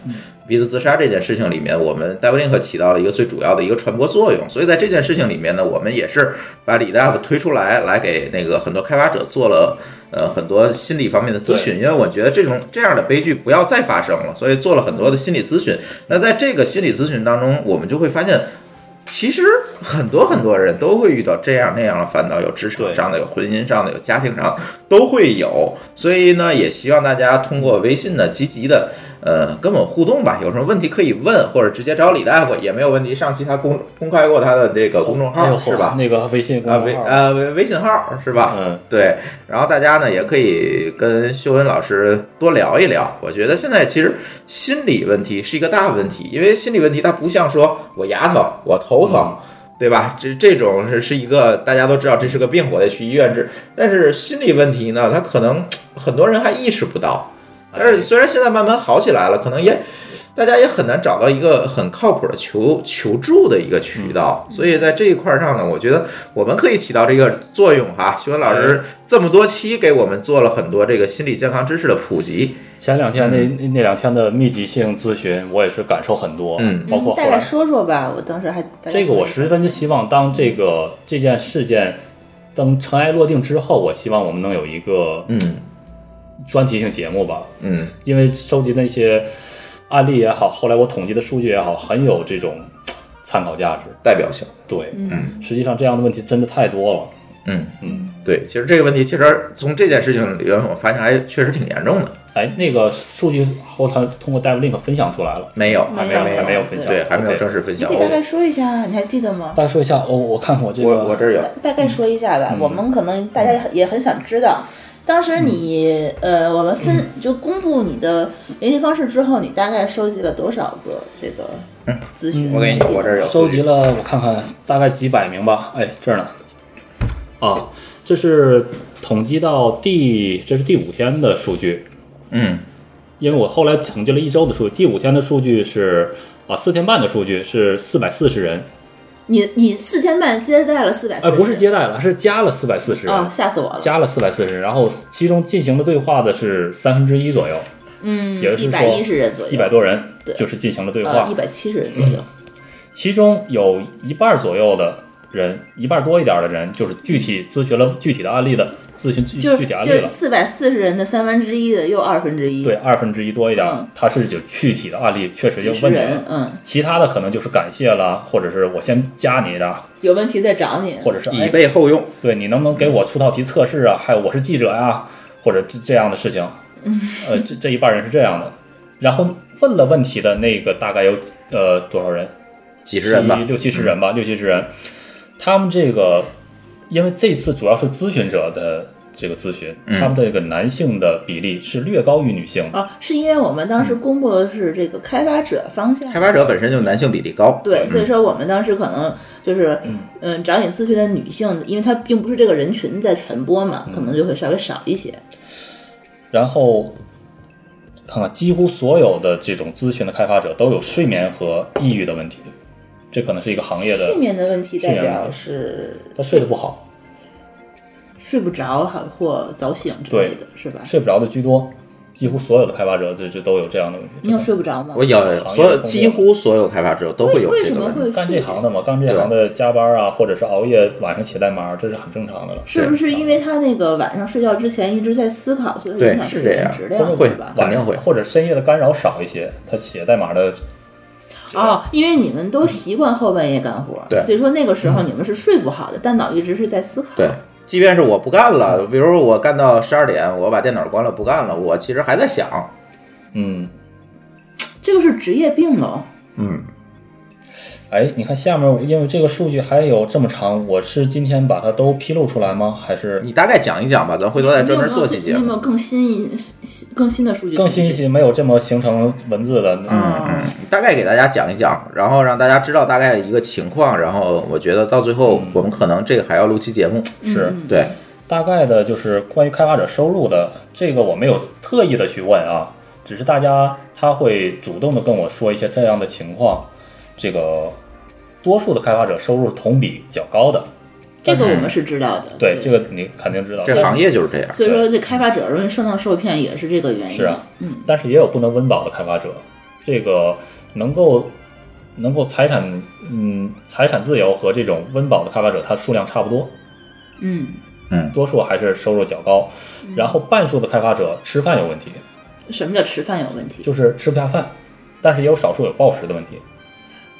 Speaker 6: 逼的自杀这件事情里面，我们 DevLink 起到了一个最主要的一个传播作用，所以在这件事情里面呢，我们也是把李大夫推出来，来给那个很多开发者做了呃很多心理方面的咨询，因为我觉得这种这样的悲剧不要再发生了，所以做了很多的心理咨询。那在这个心理咨询当中，我们就会发现。其实很多很多人都会遇到这样那样的烦恼，有职场上的，有婚姻上的，有家庭上的都会有。所以呢，也希望大家通过微信呢，积极的呃跟我们互动吧。有什么问题可以问，或者直接找李大夫也没有问题。上期他公公开过他的这个公众号、
Speaker 7: 哎呦
Speaker 6: 是吧？
Speaker 7: 那个微信公
Speaker 6: 啊
Speaker 7: 众
Speaker 6: 微
Speaker 7: 号
Speaker 6: 呃微微信号是吧？
Speaker 7: 嗯，
Speaker 6: 对。然后大家呢也可以跟秀恩老师多聊一聊。我觉得现在其实心理问题是一个大问题，因为心理问题它不像说我牙疼、我头疼，对吧？这这种是是一个大家都知道这是个病，我得去医院治。但是心理问题呢，它可能很多人还意识不到。但是虽然现在慢慢好起来了，可能也大家也很难找到一个很靠谱的求求助的一个渠道，所以在这一块儿上呢，我觉得我们可以起到这个作用哈。徐文老师这么多期给我们做了很多这个心理健康知识的普及，
Speaker 7: 前两天那、
Speaker 6: 嗯
Speaker 7: 那那两天的密集性咨询，我也是感受很多，
Speaker 6: 嗯
Speaker 7: 包括后
Speaker 3: 大概
Speaker 7: 来
Speaker 3: 说说吧，我当时还
Speaker 7: 这个我十分希望，当这个这件事件当尘埃落定之后，我希望我们能有一个
Speaker 6: 嗯
Speaker 7: 专题性节目吧，
Speaker 6: 嗯
Speaker 7: 因为收集那些案例也好，后来我统计的数据也好，很有这种参考价值。
Speaker 6: 代表性，
Speaker 7: 对，
Speaker 6: 嗯
Speaker 7: 实际上这样的问题真的太多了。
Speaker 6: 嗯，
Speaker 7: 嗯，
Speaker 6: 对，其实这个问题其实从这件事情里面我发现还确实挺严重的，
Speaker 7: 哎，那个数据后台通过 DevLink 分享出来了，
Speaker 6: 没有，
Speaker 7: 还没有，还没有分享，
Speaker 6: 对，还没有
Speaker 7: OK
Speaker 6: 正式分
Speaker 3: 你
Speaker 6: 享
Speaker 3: 可以，大概说一下，你还记得吗？
Speaker 7: 大家说一下，我、我看看我这
Speaker 6: 我
Speaker 7: 个，
Speaker 6: 我我这儿有，
Speaker 3: 大
Speaker 7: 嗯
Speaker 3: 概说一下吧，我们可能大家也很想知道，当时
Speaker 7: 嗯
Speaker 3: 你、呃，我们分就公布你的联系方式之后，你大概收集了多少个这个
Speaker 7: 嗯
Speaker 3: 咨询？
Speaker 6: 我给你，我这儿有
Speaker 7: 收集了，我看看，大概几百名吧。哎，这儿呢。啊，这是统计到第，这是第五天的数据，
Speaker 6: 嗯
Speaker 7: 因为我后来统计了一周的数据，第五天的数据是啊，四天半的数据是四百四十人，
Speaker 3: 你你四天半接待了四百，
Speaker 7: 哎，不是接待了，是加了四百四十人，
Speaker 3: 啊、吓死我了，
Speaker 7: 加了四百四十，然后其中进行的对话的是三分之一左右，
Speaker 3: 嗯，
Speaker 7: 也就是
Speaker 3: 一
Speaker 7: 说
Speaker 3: 百一十人左右，
Speaker 7: 一百多人
Speaker 3: 对
Speaker 7: 就是进行了对
Speaker 3: 呃
Speaker 7: 话嗯
Speaker 3: 一，百七十人左右，
Speaker 7: 其中有一半左右的人，一半多一点的人，就是具体咨询了具体的案例的，咨询具
Speaker 3: 就
Speaker 7: 具
Speaker 3: 是
Speaker 7: 体案
Speaker 3: 就
Speaker 7: 例
Speaker 3: 是
Speaker 7: 了。
Speaker 3: 四百四十人的三分之一的又二分之一，
Speaker 7: 对，，二分之一多一点
Speaker 3: 嗯，
Speaker 7: 他是就具体的案例确实
Speaker 3: 几
Speaker 7: 有
Speaker 3: 十
Speaker 7: 问题
Speaker 3: 人
Speaker 7: 了，。
Speaker 3: 嗯，
Speaker 7: 其他的可能就是感谢了，或者是我先加你的，
Speaker 3: 有问题再找你，
Speaker 7: 或者是
Speaker 6: 以
Speaker 7: 哎，
Speaker 6: 备后用，
Speaker 7: 对你能不能给我出道题测试啊？还有我是记者呀、或者这这样的事情。
Speaker 3: 嗯
Speaker 7: 呃，这这一半人是这样的，然后问了问题的那个大概有呃多少人？
Speaker 6: 几十人吧
Speaker 7: 七，六七十人吧，六七十人。他们这个，因为这次主要是咨询者的这个咨询，
Speaker 6: 嗯
Speaker 7: 他们这个男性的比例是略高于女性的。
Speaker 3: 啊，是因为我们
Speaker 7: 嗯
Speaker 3: 当时公布的是这个开发者方向，
Speaker 6: 开发者本身就男性比例高，嗯
Speaker 3: 对，
Speaker 7: 嗯
Speaker 3: 所以说我们当时可能就是，嗯，找你咨询的女性，因为她并不是这个人群在传播嘛，
Speaker 7: 嗯
Speaker 3: 可能就会稍微少一些。
Speaker 7: 然后看看，几乎所有的这种咨询的开发者都有睡眠和抑郁的问题，这可能是一个行业的
Speaker 3: 睡眠的问题
Speaker 7: 睡
Speaker 3: 代
Speaker 7: 眠
Speaker 3: 表
Speaker 7: 问题
Speaker 3: 是
Speaker 7: 他睡得不好，
Speaker 3: 睡不着哈或早醒之类的，是吧？
Speaker 7: 睡不着的居多，几乎所有的开发者这这都有这样的问题。
Speaker 3: 你有睡不着吗
Speaker 6: 我？有所有几乎所有开发者都会有
Speaker 3: 为
Speaker 6: 这
Speaker 3: 什
Speaker 6: 个
Speaker 3: 么
Speaker 6: 问题
Speaker 3: 会。
Speaker 7: 干这
Speaker 3: 睡不
Speaker 7: 行的嘛，干这行的加班啊，或者是熬夜晚上写代码，这是很正常的了。
Speaker 3: 是不是因为他那个晚上睡觉之前一直在思考，所以
Speaker 6: 对
Speaker 3: 影响
Speaker 6: 是
Speaker 3: 睡
Speaker 6: 这
Speaker 3: 眠
Speaker 6: 样
Speaker 3: 质量，
Speaker 6: 会
Speaker 3: 对吧？
Speaker 6: 肯定会
Speaker 7: 或者深夜的干扰少一些，他写代码的
Speaker 3: 哦，因为你们都习惯后半夜干活，
Speaker 6: 对
Speaker 3: 所以说那个时候你们是睡不好的，大脑一直是在思考。
Speaker 6: 对，即便是我不干了，比如我干到十二点，我把电脑关了不干了，我其实还在想，
Speaker 7: 嗯，
Speaker 3: 这个是职业病喽。
Speaker 6: 嗯，
Speaker 7: 哎，你看下面，因为这个数据还有这么长，我是今天把它都披露出来吗？还是
Speaker 6: 你大概讲一讲吧，咱回头再专门做期
Speaker 3: 你
Speaker 6: 节
Speaker 3: 有没
Speaker 6: 目。
Speaker 3: 有更新一新更新的数据？
Speaker 7: 更新一些没有这么形成文字的？
Speaker 3: 嗯，
Speaker 6: 你大概给大家讲一讲，然后让大家知道大概一个情况，然后我觉得到最后
Speaker 3: 嗯
Speaker 6: 我们可能这个还要录期节目。
Speaker 7: 是
Speaker 6: 对，
Speaker 7: 大概的就是关于开发者收入的这个，我没有特意的去问啊，只是大家他会主动的跟我说一些这样的情况。这个多数的开发者收入同比较高的，
Speaker 3: 这个我们是知道的。
Speaker 7: 对这个你肯定知道。
Speaker 6: 这行业就是这样。
Speaker 3: 所以说这开发者容易上当受骗也是这个原因。嗯
Speaker 7: 是啊，但是也有不能温饱的开发者，这个能够能够财产嗯财产自由和这种温饱的开发者，它数量差不多，
Speaker 3: 嗯，
Speaker 7: 多数还是收入较高，然后半数的开发者吃饭有问题，
Speaker 3: 什么叫吃饭有问题？
Speaker 7: 就是吃不下饭，但是也有少数有暴食的问题。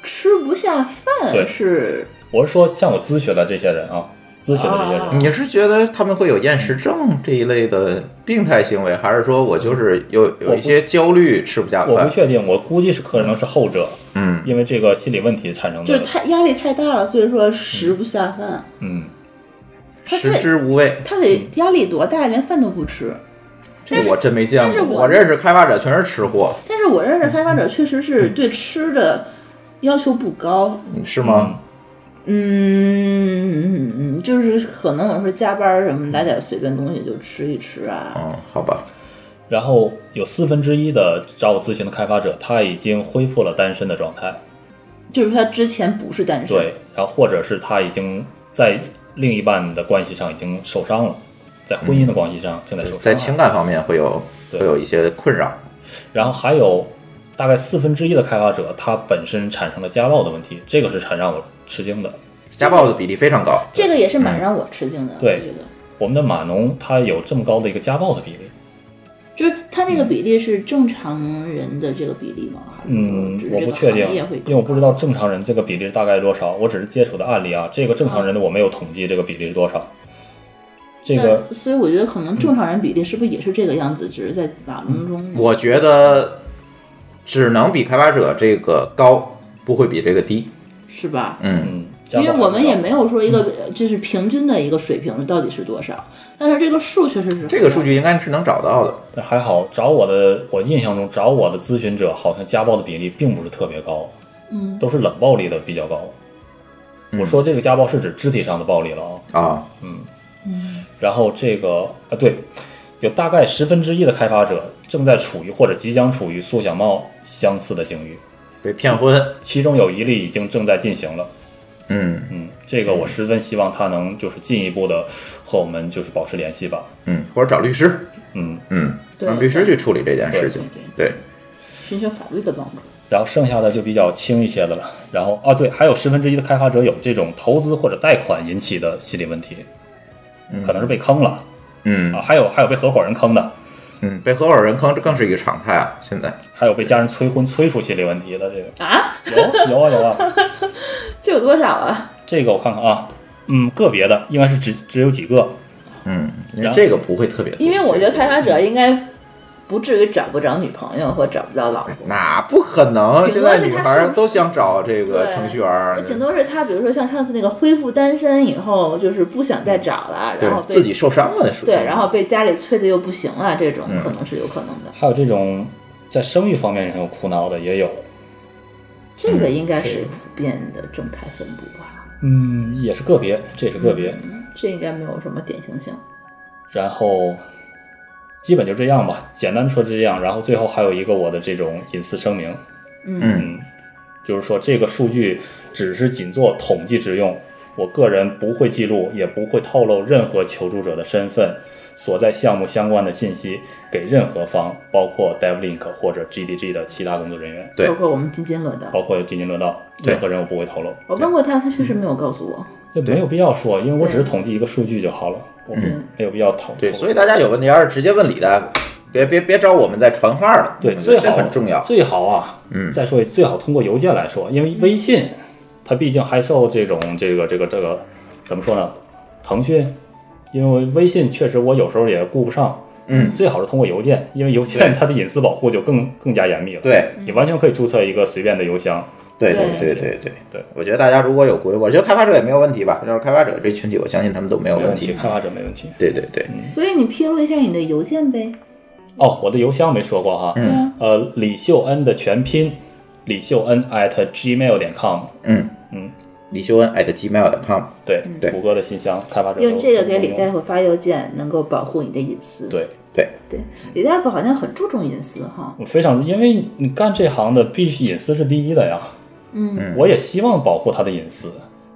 Speaker 3: 吃不下饭
Speaker 7: 对
Speaker 3: 是
Speaker 7: 我是说，像我咨询的这些人啊，咨询的这些人，
Speaker 3: 啊
Speaker 6: 你是觉得他们会有厌食症这一类的病态行为，还是说我就是有有一些焦虑吃不下
Speaker 7: 我不
Speaker 6: 饭？
Speaker 7: 确定，我估计是可能是后者，
Speaker 6: 嗯，
Speaker 7: 因为这个心理问题产生
Speaker 3: 就是
Speaker 7: 的，
Speaker 3: 他压力太大了，所以说食不下饭。
Speaker 7: 嗯，
Speaker 3: 他
Speaker 6: 食
Speaker 3: 得
Speaker 6: 之无味，
Speaker 3: 他得压力多大，连饭都不吃。
Speaker 6: 这我真没见
Speaker 3: 但是
Speaker 6: 过。
Speaker 3: 我
Speaker 6: 我认识开发者全是吃货，
Speaker 3: 但是我认识的开发者确实是对吃的要求不高，
Speaker 6: 嗯是吗？
Speaker 3: 嗯，就是可能有时候加班儿什么来点随便东西就吃一吃啊。
Speaker 7: 哦
Speaker 6: 嗯，好吧，
Speaker 7: 然后有四分之一的找我咨询的开发者，他已经恢复了单身的状态，
Speaker 3: 就是他之前不是单身，
Speaker 7: 对，然后或者是他已经在另一半的关系上已经受伤了，在婚
Speaker 3: 嗯
Speaker 7: 姻的关系上正在受伤了，
Speaker 6: 在情感方面会有会
Speaker 7: 对
Speaker 6: 有一些困扰。
Speaker 7: 然后还有大概四分之一的开发者，他本身产生了家暴的问题，这个是很让我吃惊的。
Speaker 6: 家暴的比例非常高，
Speaker 3: 这个也是蛮让我吃惊的。
Speaker 7: 嗯对
Speaker 3: 我觉得
Speaker 7: 我们的码农他有这么高的一个家暴的比例，
Speaker 3: 就是他那个比例是正常人的这个比例吗？还是说
Speaker 7: 嗯
Speaker 3: 只，是
Speaker 7: 我
Speaker 3: 这
Speaker 7: 不
Speaker 3: 个
Speaker 7: 确定
Speaker 3: 行业会，
Speaker 7: 因为我不知道正常人这个比例大概多少，我只是接触的案例啊，这个正
Speaker 3: 嗯
Speaker 7: 常人的我没有统计这个比例是多少。这个嗯
Speaker 3: 但所以我觉得可能正常人比例是不是也是这个样子，只是在马龙中
Speaker 6: 我觉得只能比开发者这个高，不会比这个低。
Speaker 3: 是吧？
Speaker 6: 嗯，
Speaker 7: 嗯，家
Speaker 3: 因
Speaker 7: 暴
Speaker 3: 为我们也没
Speaker 7: 有
Speaker 3: 有说一个呃就是平均的一个水平到底是多少，但是这个数确实是
Speaker 6: 这个数据应该是能找到的。
Speaker 7: 还好，找我的我印象中找我的咨询者好像家暴的比例并不是特别高，
Speaker 3: 嗯，
Speaker 7: 都是冷暴力的比较高。
Speaker 6: 嗯
Speaker 7: 我说这个家暴是指肢体上的暴力了啊，
Speaker 6: 啊，
Speaker 7: 然后这个啊，对，有大概十分之一的开发者正在处于或者即将处于苏小茂相似的境遇，
Speaker 6: 被骗婚，
Speaker 7: 其中有一例已经正在进行了。
Speaker 6: 嗯
Speaker 7: 嗯，这个我十分希望他能就是进一步的和我们就是保持联系吧。
Speaker 6: 嗯，或者找律师，
Speaker 7: 嗯，
Speaker 6: 嗯，
Speaker 3: 对
Speaker 6: 让律师去处理这件事情。对，
Speaker 3: 寻求法律的帮助。
Speaker 7: 然后剩下的就比较轻一些的了。然后啊，对，还有十分之一的开发者有这种投资或者贷款引起的心理问题，可能是被坑了啊，
Speaker 6: 嗯
Speaker 7: 还有还有被合伙人坑的，
Speaker 6: 嗯，被合伙人坑，这更是一个常态啊。现在
Speaker 7: 还有被家人催婚催出心理问题的这个
Speaker 3: 啊，
Speaker 7: 有有啊有啊。
Speaker 3: 这有多少啊？
Speaker 7: 这个我看看啊，嗯，个别的应该是只只有几个，
Speaker 6: 嗯，因为
Speaker 7: 然后
Speaker 6: 这个不会特别多，
Speaker 3: 因为我觉得开发者应该不至于找不着女朋友或找不到老婆，
Speaker 6: 那不可能。
Speaker 3: 顶
Speaker 6: 现
Speaker 3: 多
Speaker 6: 在
Speaker 3: 是
Speaker 6: 女
Speaker 3: 他
Speaker 6: 孩儿
Speaker 3: 上
Speaker 6: 都想找这个程序员儿，
Speaker 3: 顶多是他比如说像上次那个恢复单身以后，就是不想再找了，
Speaker 6: 对
Speaker 3: 然后被
Speaker 6: 自己受伤了，
Speaker 3: 哦
Speaker 6: 属于
Speaker 3: 对，然后被家里催的又不行了，这种
Speaker 6: 嗯
Speaker 3: 可能是有可能的。
Speaker 7: 还有这种在生育方面很有苦恼的也有，
Speaker 3: 这
Speaker 6: 嗯
Speaker 3: 个应该是普遍的正态分布吧？
Speaker 7: 嗯，也是个别，这也是个别，
Speaker 3: 这应该没有什么典型性。
Speaker 7: 然后基本就这样吧，简单说这样，然后最后还有一个我的这种隐私声明，
Speaker 6: 嗯
Speaker 7: 就是说这个数据只是仅做统计之用，我个人不会记录，也不会透露任何求助者的身份。所在项目相关的信息给任何方，包括 DevLink 或者 GDG 的其他工作人员。
Speaker 6: 对
Speaker 3: 包括我们津津乐道。
Speaker 7: 包括津津乐道，
Speaker 6: 对
Speaker 7: 任何人我不会透露，
Speaker 3: 我问过他，他确实没有告诉我。
Speaker 7: 这没有必要说，因为我只是统计一个数据就好了，我
Speaker 3: 嗯
Speaker 7: 没有必要透露。
Speaker 6: 对，所以大家有问题要是直接问李大夫，别别别找我们再传话了。
Speaker 7: 对
Speaker 6: 啊我觉
Speaker 7: 最
Speaker 6: 得
Speaker 7: 好
Speaker 6: 这很重要。
Speaker 7: 最好啊，
Speaker 6: 嗯
Speaker 7: 再说一最好通过邮件来说，因为微信它毕竟还受这种这个这个这个怎么说呢？腾讯，因为微信确实我有时候也顾不上，
Speaker 6: 嗯，
Speaker 7: 最好是通过邮件，因为邮件
Speaker 6: 对
Speaker 7: 它的隐私保护就更更加严密了。
Speaker 6: 对，
Speaker 7: 你完全可以注册一个随便的邮箱，
Speaker 6: 对对
Speaker 12: 对
Speaker 6: 对对对
Speaker 7: 对，
Speaker 6: 我觉得大家如果有顾虑，我觉得开发者也没有问题吧，就是开发者这群体，我相信他们都没有
Speaker 7: 没问
Speaker 6: 题。
Speaker 7: 开发者没问题。
Speaker 6: 对对对，
Speaker 12: 所以你披露一下你的邮件呗。啊
Speaker 7: 哦，我的邮箱没说过哈，
Speaker 6: 嗯
Speaker 7: 呃，李秀恩的全拼，李秀恩 at gmail 点 com，
Speaker 6: 嗯
Speaker 7: 嗯，
Speaker 6: 李秀恩 at gmail.com，
Speaker 7: 对，
Speaker 6: 对
Speaker 7: 谷歌的信箱，开发者
Speaker 12: 用
Speaker 7: 都
Speaker 12: 这个
Speaker 7: 都
Speaker 12: 给
Speaker 7: 能
Speaker 12: 李
Speaker 7: 用
Speaker 12: 大夫发邮件，能够保护你的隐私。
Speaker 7: 对，
Speaker 6: 对，
Speaker 12: 对，李大夫好像很注重隐私哈。
Speaker 7: 我非常，因为你干这行的必须隐私是第一的呀，
Speaker 12: 嗯，
Speaker 7: 我也希望保护他的隐私，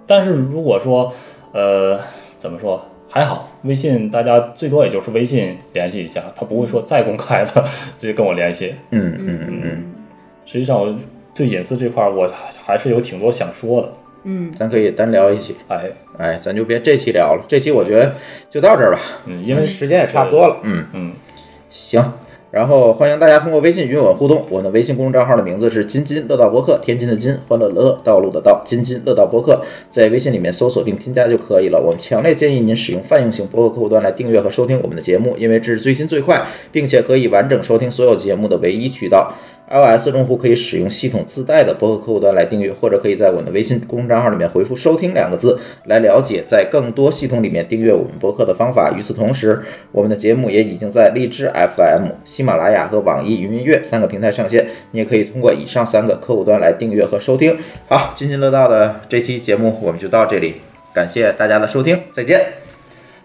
Speaker 7: 但是如果说，呃，怎么说？还好，微信大家最多也就是微信联系一下，他不会说再公开的 直接跟我联系。
Speaker 6: 嗯嗯嗯嗯，
Speaker 7: 实际上，我对隐私这块儿，我还还是有挺多想说的。
Speaker 12: 嗯，
Speaker 6: 咱可以单聊一期，
Speaker 7: 哎，
Speaker 6: 哎，咱就别这期聊了，这期我觉得就到这儿吧，
Speaker 7: 嗯，因为
Speaker 6: 时间也差不多了，嗯。
Speaker 7: 嗯，
Speaker 6: 行，然后欢迎大家通过微信与我互动。我的微信公众账号的名字是“津津乐道播客”，天津的津，欢乐的乐，道路的道，津津乐道播客，在微信里面搜索并添加就可以了。我们强烈建议您使用泛用型播客客户端来订阅和收听我们的节目，因为这是最新最快，并且可以完整收听所有节目的唯一渠道。iOS 用户可以使用系统自带的播客客户端来订阅，或者可以在我的微信公众账号里面回复“收听”两个字来了解在更多系统里面订阅我们播客的方法。与此同时，我们的节目也已经在荔枝 FM、喜马拉雅和网易云音乐三个平台上线，你也可以通过以上三个客户端来订阅和收听。好，津津乐道的这期节目我们就到这里，感谢大家的收听，再见。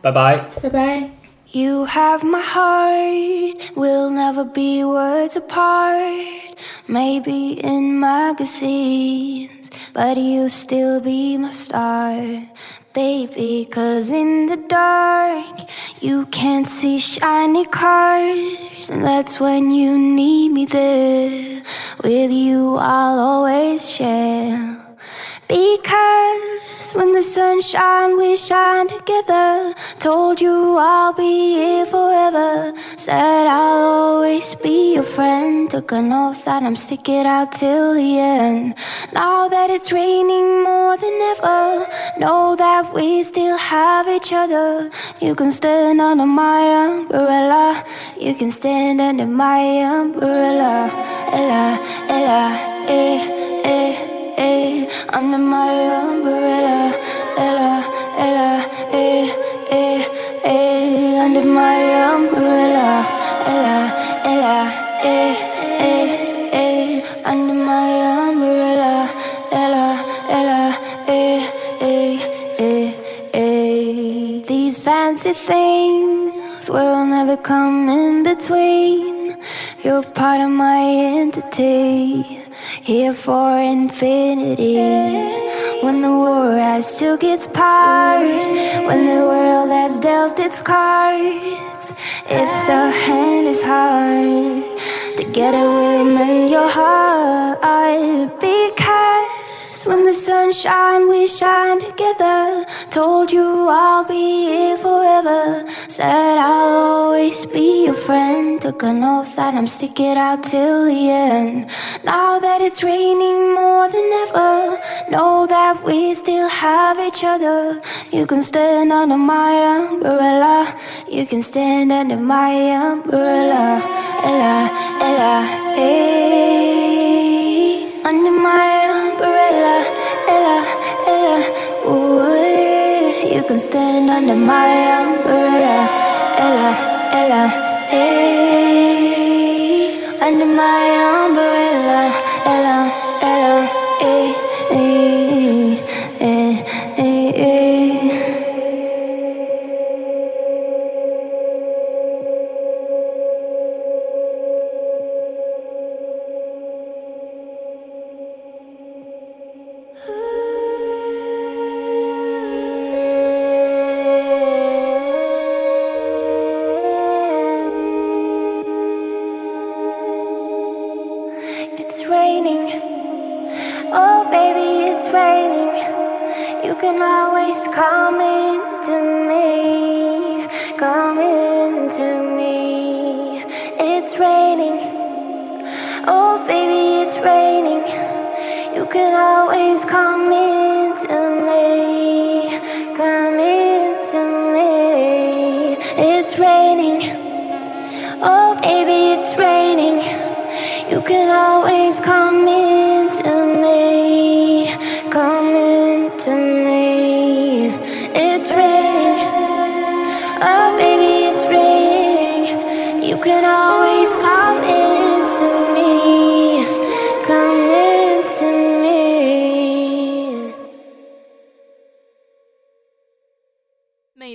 Speaker 7: 拜拜。
Speaker 12: 拜拜。
Speaker 10: You have my heart, we'll never be words apart. Maybe in magazines, but you'll still be my star, baby. Cause in the dark, you can't see shiny cars, and that's when you need me there. With you, I'll always share. Because when the sun shines, we shine together. Told you I'll be here forever. Said I'll always be your friend. Took an oath that I'm stick it out till the end. Now that it's raining more than ever, know that we still have each other. You can stand under my umbrella. You can stand under my umbrella. Ella, Ella, eh, eh eh, under my umbrella, Ella, Ella, eh, eh, eh, under my umbrella, Ella, Ella, eh, eh, eh, under my umbrella, Ella, Ella, eh, eh, eh, eh. These fancy things will never come in between. You're part of my entity, here for infinity. When the war has took its part, when the world has dealt its cards, if the hand is hard, together we'll mend your heart. Because when the sun shines, we shine together. Told you I'll be here forever. Said I'll always be your friend. Took an oath that I'm stick it out till the end. Now that it's raining more than ever, know that we still have each other. You can stand under my umbrella. You can stand under my umbrella. Ella, Ella, hey. Under my umbrella, Ella, Ella, ooh. You can stand under my umbrella, Ella, Ella, hey. Under my umbrella, Ella, Ella, hey, hey, hey, hey, hey. It's raining. Oh, baby, it's raining. You can always come into me. Come into me. It's raining. Oh, baby, it's raining. You can always come into me. Come into me. It's raining. Oh, baby, it's raining. You can always come into me. Oh, can always come into me. Come into me.
Speaker 1: 美